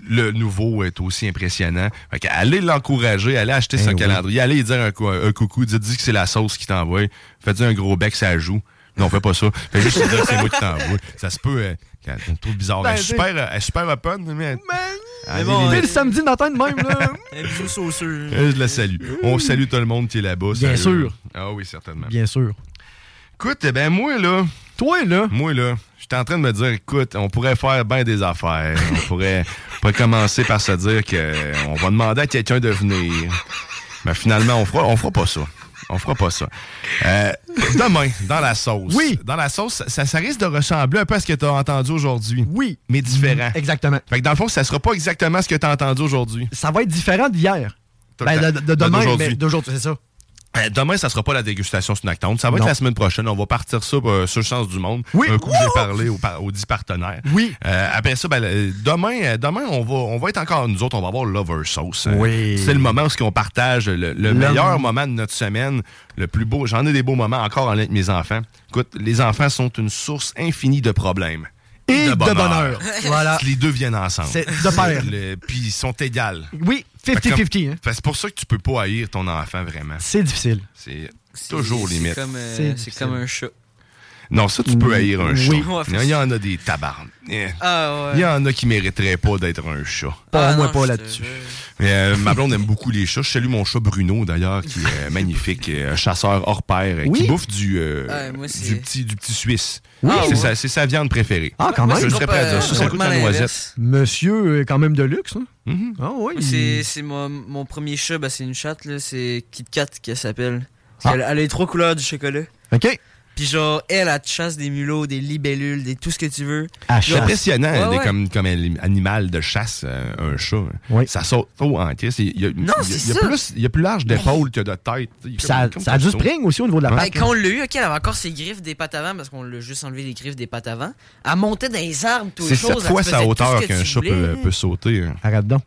le nouveau est aussi impressionnant. Fait que allez l'encourager, allez acheter Eh son calendrier, allez lui dire un, cou- un coucou, dites dis que c'est la sauce qui t'envoie. Faites-lui un gros bec, ça joue. Non, fais pas ça. Fais juste lui dire que c'est moi qui t'envoie. Ça se peut. euh, c'est un truc bizarre. Ben, elle, est c'est- super, euh, elle est super open, mais. Allez, Tu euh, sais, les- le samedi matin de même, là. euh, Je la salue. On salue tout le monde qui est là-bas. Bien sérieux. sûr. Ah oui, certainement. Bien sûr. Écoute, eh ben moi là. Toi là. Moi là. J'étais en train de me dire, écoute, on pourrait faire bien des affaires. On pourrait, on pourrait commencer par se dire que euh, on va demander à quelqu'un de venir. Mais finalement, on fera, on fera pas ça. On fera pas ça. Euh, demain, dans la sauce. Oui. Dans la sauce, ça, ça risque de ressembler un peu à ce que tu as entendu aujourd'hui. Oui. Mais différent. Exactement. Fait que dans le fond, ça sera pas exactement ce que tu as entendu aujourd'hui. Ça va être différent d'hier. Tout Ben, à- de, de- de demain, d'aujourd'hui. mais d'aujourd'hui, c'est ça. Euh, Demain, ça sera pas la dégustation sur Noctambe. Ça va Non. être la semaine prochaine. On va partir ça euh, sur le sens du monde. Oui. Un coup, j'ai parlé aux, par- aux 10 partenaires. Oui. Euh, après ça, ben, le- demain, euh, demain on, va, on va être encore, nous autres, on va avoir Lover Sauce. Euh, Oui. C'est le moment où on partage le, le L'homme. meilleur moment de notre semaine, le plus beau. J'en ai des beaux moments encore en lien avec mes enfants. Écoute, les enfants sont une source infinie de problèmes. Et de bonheur. Voilà. Les deux viennent ensemble. C'est de pair. Le- Puis ils sont égales. Oui, 50-50. hein. Fait que C'est pour ça que tu peux pas haïr ton enfant vraiment. C'est difficile. C'est toujours c'est limite. comme, euh, C'est C'est comme un chat. Non, ça, tu peux haïr un Oui. chat. Il y en a des tabarnes. Eh. Ah Il y ouais. en a qui mériteraient pas d'être un chat. Pas Ah moi, non, pas je là-dessus. Mais, euh, ma blonde aime beaucoup les chats. Je salue mon chat Bruno, d'ailleurs, qui est magnifique, euh, un chasseur hors pair, euh, Oui. qui bouffe du, euh, Ah, Ouais, moi, c'est- du, petit, du petit Suisse. Oui. C'est Ah, sa, c'est sa viande préférée. Ah, quand Moi, même. Je serais prêt euh, à dire ça. Ça coûte la noisette. Mm-hmm. Monsieur est quand même de luxe. hein. Ah Moi, oui. C'est c'est mon, mon premier chat, bah, c'est une chatte, là, c'est Kit Kat qu'elle s'appelle. Ah. Parce qu'elle elle a les trois couleurs du chocolat. OK. Puis genre, elle, elle te chasse des mulots, des libellules, des tout ce que tu veux. Ah, C'est impressionnant, Ouais, des- ouais. Comme, comme un animal de chasse, euh, un chat. Ça saute haut en caisse. Il y a, il y a- c'est il y a ça. plus- il y a plus large d'épaule que de tête. Il est Puis ça, comme- comme ça a du costaud. spring aussi au niveau de la Ouais. patte. hein. Ben, quand on l'a eu, ok, elle avait encore ses griffes des pattes avant parce qu'on l'a juste enlevé les griffes des pattes avant. Elle montait dans les arbres, tout C'est les choses. sept fois elle faisait sa tout hauteur ce que qu'un tu chat voulais, peut, là. peut sauter. hein. Arrête donc.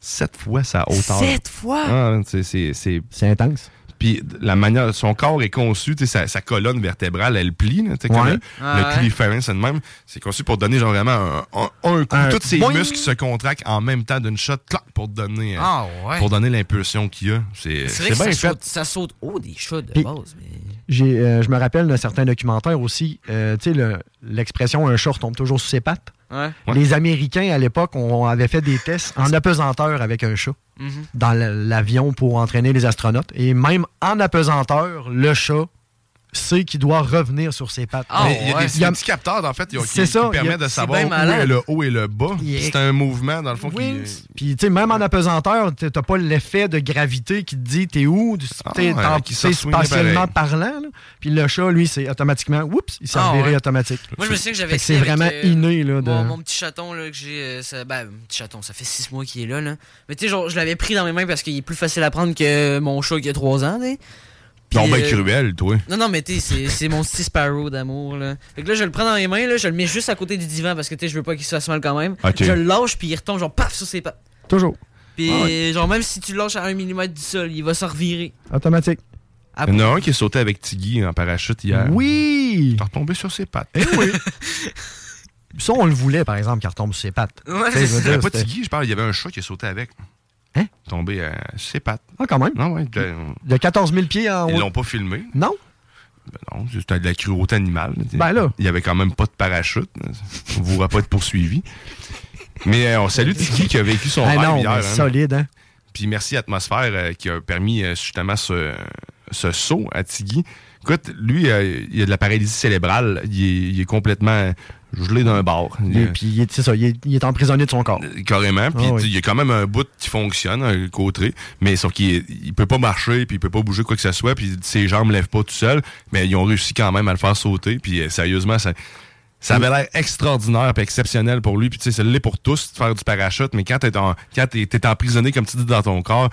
Sept fois sa hauteur. Sept fois? Ah, c'est- c'est- c'est C'est intense. Puis la manière, son corps est conçu, tu sais, sa, sa colonne vertébrale, elle plie, là, tu sais, comme Ouais. le, Ah le ouais. cliférin, c'est le même. C'est conçu pour donner genre vraiment un, un- un coup. Un Tous ses boing! muscles se contractent en même temps d'une shot, clac, pour te donner, euh, Ah ouais. pour donner l'impulsion qu'il y a. C'est C'est c'est vrai que bien ça, fait. Saute, ça saute haut des chats de Puis- base. mais- J'ai, euh, je me rappelle d'un certain documentaire aussi. euh, tu sais, le- l'expression un chat tombe toujours sous ses pattes. Ouais. Les Américains, à l'époque, on avait fait des tests en apesanteur avec un chat Mhm. dans l- l'avion pour entraîner les astronautes. Et même en apesanteur, le chat sait qu'il doit revenir sur ses pattes. Ah, Mais il y a des, Il y a- petits capteurs, en fait, qui, C'est qui- ça, qui il y a- permettent de Ah, c'est savoir bien où malin. est le haut et le bas. Il est- C'est un mouvement, dans le fond, qui. Wings. Puis, tu sais, même en apesanteur, t'as t'as pas l'effet de gravité qui te dit t'es où, tu Ah, sais, ouais, t'en- qui tu se sais, swingue ben, spatialement pareil. parlant. là. Puis le chat, lui, c'est automatiquement, oups, il s'est Ah, reviré ouais. automatique. Moi, je me souviens que j'avais Fait C'est essayé vraiment avec, euh, inné, là. de- Mon, mon petit chaton, là, que j'ai. euh, ça- ben, mon petit chaton, ça fait 6 mois qu'il est là, là. Mais tu sais, genre, je l'avais pris dans mes mains parce qu'il est plus facile à prendre que mon chat qui a 3 ans, tu sais. Puis, Non, ben euh, cruel, toi. Non, non, mais tu sais, c'est- c'est mon petit Sparrow d'amour, là. Fait que là, je le prends dans mes mains, là, je le mets juste à côté du divan parce que, tu sais, je veux pas qu'il se fasse mal quand même. Ok. Je le lâche, puis il retombe, genre, paf, sur ses pattes. Toujours. Puis, Ah genre, même si tu le lâches à 1 mm du sol, il va s'en revirer. Automatique. Il y en a un qui est sauté avec Tiggy en parachute hier. Oui! T'es retombé sur ses pattes. Eh oui! ça, on le voulait, par exemple, qu'il retombe sur ses pattes. Tu sais, je veux C'était dire, pas c'était- Tiggy, je parle. Il y avait un chat qui est sauté avec. Hein? Tombé euh, sur ses pattes. Ah, quand même. Non, ouais. de- De 14 000 pieds en Ils haut. l'ont pas filmé. Non? Ben non, c'était de la cruauté animale. Ben là. Il y avait quand même pas de parachute. On ne pas être poursuivi. Mais euh, on salue Tiggy qui a vécu son Ah rêve non, hier. mais hein. solide, hein? Puis merci Atmosphère euh, qui a permis euh, justement ce, ce saut à Tiggy. Écoute, lui, euh, il a de la paralysie cérébrale. Il est, il est complètement gelé d'un bord. Il- Et puis, il est- c'est ça, il est, il est emprisonné de son corps. Euh, Carrément. Puis Ah oui. tu- il y a quand même un bout qui fonctionne, un côté, mais sauf qu'il est- il peut pas marcher, puis il peut pas bouger quoi que ce soit, puis ses jambes lèvent pas tout seul, mais ils ont réussi quand même à le faire sauter, puis euh, sérieusement, ça, ça avait l'air extraordinaire puis exceptionnel pour lui, puis tu sais, ça l'est pour tous de faire du parachute, mais quand t'es en- quand t'es- t'es emprisonné, comme tu dis, dans ton corps,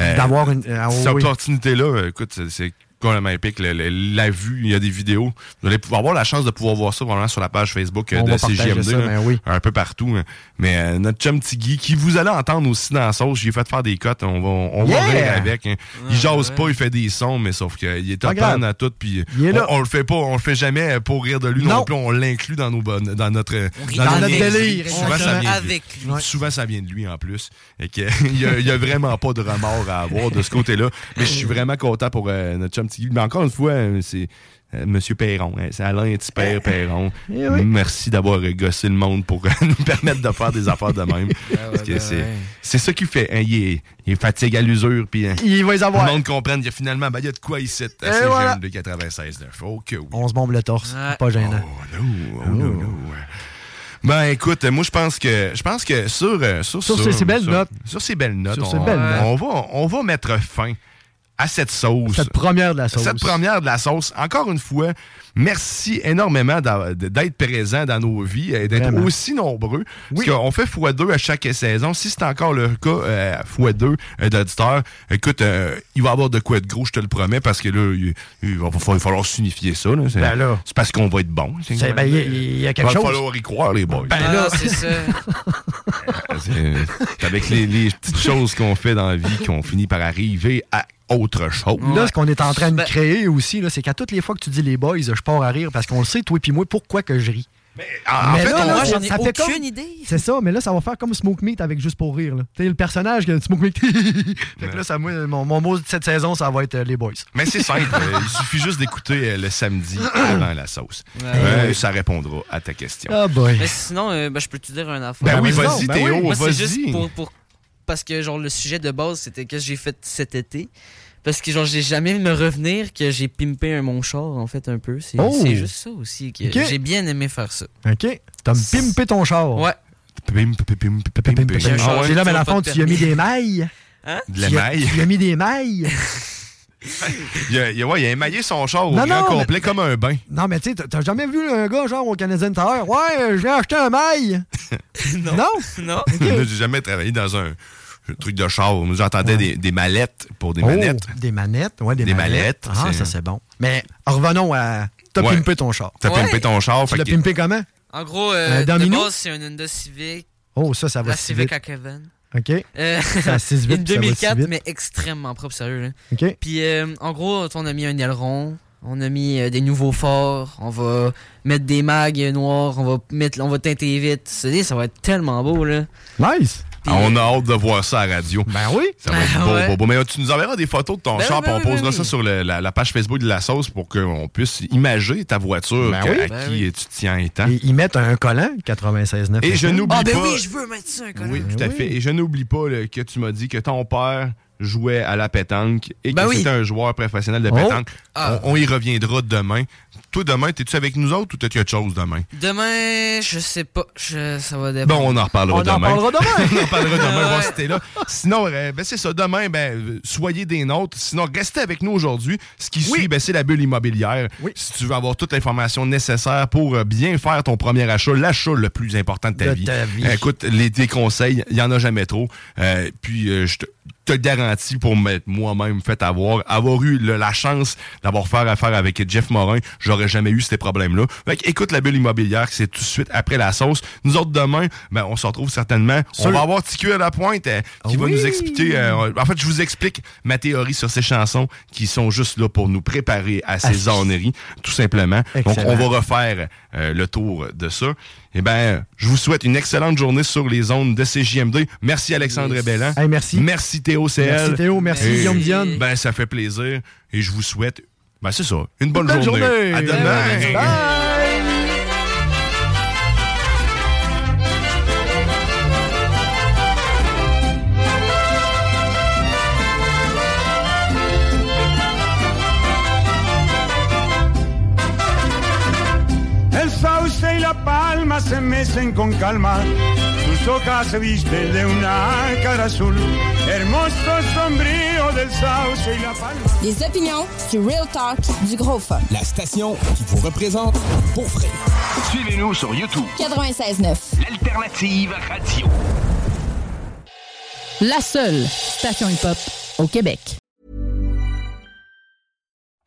euh, D'avoir une- ah, cette oui. opportunité-là, euh, écoute, c'est- c'est complètement épique, le- le- la vue, il y a des vidéos. Vous allez pouvoir avoir la chance de pouvoir voir ça vraiment sur la page Facebook euh, On de va partager CGMD. ça, là, ben oui. Un peu partout. hein. Mais euh, notre chum Tiggy, qui vous allez entendre aussi dans la sauce, j'ai fait faire des cotes, on va, on va Yeah! rire avec. hein. Ah, Il jase pas, il fait des sons, mais sauf qu'il est en panne grave. à tout, puis euh, Il est là. on, on le fait pas, on le fait jamais euh, pour rire de lui non, Non. plus, on l'inclut dans nos bonnes, dans notre, rit avec lui. On Souvent ça, vient rit de lui. avec lui. Ouais. Souvent, ça vient de lui en plus. Et que, il, y a, il y a vraiment pas de remords à avoir de ce côté-là. Mais je suis vraiment content pour euh, notre chum Tiggy. Mais encore une fois, euh, c'est euh, Monsieur Perron. hein. c'est Alain Tipper Perron. Eh oui. Merci d'avoir euh, gossé le monde pour euh, nous permettre de faire des affaires de même. Parce que ben c'est, ouais. c'est ça qu'il fait. hein. il, est, il est fatigué à l'usure. Puis, hein, Il va les avoir. Le monde comprenne. Il y a finalement, ben, il y a de quoi ici. Et C'est voilà. de 96 Oh que oui. On se bombe le torse. Ouais. Pas gênant. Oh, no, no. Ben écoute, euh, moi je pense que je pense que sur euh, sur, Sur ces- ces belles sur- notes. sur ces belles notes, Sur ces on, belles notes. on va on va mettre fin à cette sauce. Cette première de la sauce. Cette première de la sauce. Encore une fois, merci énormément d'a- d'être présent dans nos vies et d'être Vraiment. aussi nombreux. Parce qu'on fait x2 à chaque saison. Si c'est encore le cas, euh, x2 euh, d'auditeurs, écoute, euh, il va y avoir de quoi être gros, je te le promets, parce que là, il, il va, fa- il va falloir s'unifier ça. là. C'est Ben là. c'est parce qu'on va être bon. C'est- ben, il y a- il y a quelque va chose. falloir y croire, les boys. Ben là. Ah, c'est ça. C'est c'est avec les, les petites choses qu'on fait dans la vie qu'on finit par arriver à autre chose. Là, ce qu'on est en Ben- Ben, train de créer aussi, là, c'est qu'à toutes les fois que tu dis les boys, je pars à rire parce qu'on le sait, toi et moi, pourquoi que je ris. ah, en fait, on- moi, j'en ai ça fait aucune comme- idée. C'est ça, mais là, ça va faire comme Smoke Meat avec juste pour rire. là. Tu sais, le personnage, le Smoke Meat. fait que là, ça, moi, mon, mon mot de cette saison, ça va être euh, les boys. Mais c'est simple, euh, il suffit juste d'écouter euh, le samedi avant la sauce. Ouais. Euh, ça répondra à ta question. Ah boy. Mais sinon, euh, ben, je peux te dire un affaire. Ben oui, Ben vas-y, non, ben Théo, oui. Moi, c'est vas-y. juste pour, pour- Parce que, genre, le sujet de base, c'était qu'est-ce que j'ai fait cet été. Parce que, genre, j'ai jamais me revenir que j'ai pimpé un mon char, en fait, un peu. C'est Oh. c'est juste ça aussi. que Ok. J'ai bien aimé faire ça. OK? T'as me pimpé ton char. Ouais. J'ai un char Et là, mais à la fond, tu y as mis des mailles. Hein? De la Tu y as- maille. Tu y as mis des mailles. Il a, il a- ouais, il a émaillé son char au Non, grand non, complet comme un bain. Non, mais tu sais, t'as- t'as jamais vu un gars genre au Canadien Tower? Ouais, euh, je viens acheter un maille. non. Non. Moi, J'ai jamais travaillé dans un un truc de char. Moi, J'entendais des, des mallettes pour des Oh, manettes. Des manettes, ouais, des, Des manettes. mallettes, Ah, c'est- ça, c'est bon. Mais revenons à. T'as Ouais. pimpé ton char. T'as pimpé ton char. Tu fait l'as que- pimpé comment? En gros, euh, Un de domino? base, c'est un Honda Civic. Oh, ça, ça va La si Civic vite. à Kevin. OK. Euh, Ça assise vite, une puis ça va si 2004, vite. mais extrêmement propre, sérieux. là. OK. Puis, euh, en gros, on a mis un aileron, on a mis euh, des nouveaux phares, on va mettre des mags noirs, on va, mettre, on va teinter vite. C'est- Ça va être tellement beau, là. Nice. Ah, on a hâte de voir ça à la radio. Ben oui. Ça va être Ben beau, ouais. beau, beau. Mais euh, tu nous enverras des photos de ton Ben char, oui, puis ben on oui, ben posera oui. ça sur le- la, la page Facebook de la sauce pour qu'on puisse imager ta voiture Ben que- oui. à Ben qui tu tiens étant. Et ils mettent un collant 96.9. Et je n'oublie Ah, ben pas. oui, Ben je veux mettre ça, un Oui, tout à fait. Et je n'oublie pas là, que tu m'as dit que ton père jouait à la pétanque et que oui. c'était un joueur professionnel de Oh. pétanque. Ah. Ben On, on y reviendra demain. Toi, demain, t'es-tu avec nous autres ou t'as-tu autre chose demain? Demain, je sais pas. Je- ça va Bon, dépendre. on en reparlera demain. on en reparlera demain, voir Ouais. si t'es là. Sinon, euh, ben, c'est ça. Demain, ben, euh, soyez des nôtres. Sinon, restez avec nous aujourd'hui. Ce qui suit, ben, c'est la bulle immobilière. Si tu veux avoir toute l'information nécessaire pour euh, bien faire ton premier achat, l'achat le plus important de ta De vie. ta vie. Euh, Écoute, les, tes conseils, il n'y en a jamais trop. Euh, puis, euh, je te, te garantis pour m'être moi-même fait avoir, avoir eu le- la chance d'avoir fait affaire avec Jeff Morin, j'aurais jamais eu ces problèmes-là. Fait que, écoute la bulle immobilière, c'est tout de suite après la sauce. Nous autres, demain, ben, on se retrouve certainement. On Sûr. va avoir TQ à la pointe euh, qui va Oui. nous expliquer. euh, en fait, je vous explique ma théorie sur ces chansons qui sont juste là pour nous préparer à ces orneries, tout simplement. Excellent. Donc, on va refaire euh, le tour de ça. Eh bien, je vous souhaite une excellente journée sur les ondes de CJMD. Merci Alexandre Bellan. Hey, merci. Merci Théo CL. Merci Théo, merci Et- Guillaume Dionne. Ben, ça fait plaisir et je vous souhaite, ben, c'est ça, une bonne, belle journée. journée. À demain. El sauce y la palma se mecen con calma. Sus hojas se visten de una cara azul. Hermoso sombrío del sauce y la palma. Les opinions, c'est Real Talk, du gros fun. La station qui vous représente pour vrai. Suivez-nous sur YouTube. 96.9. L'alternative radio. La seule station hip-hop au Québec.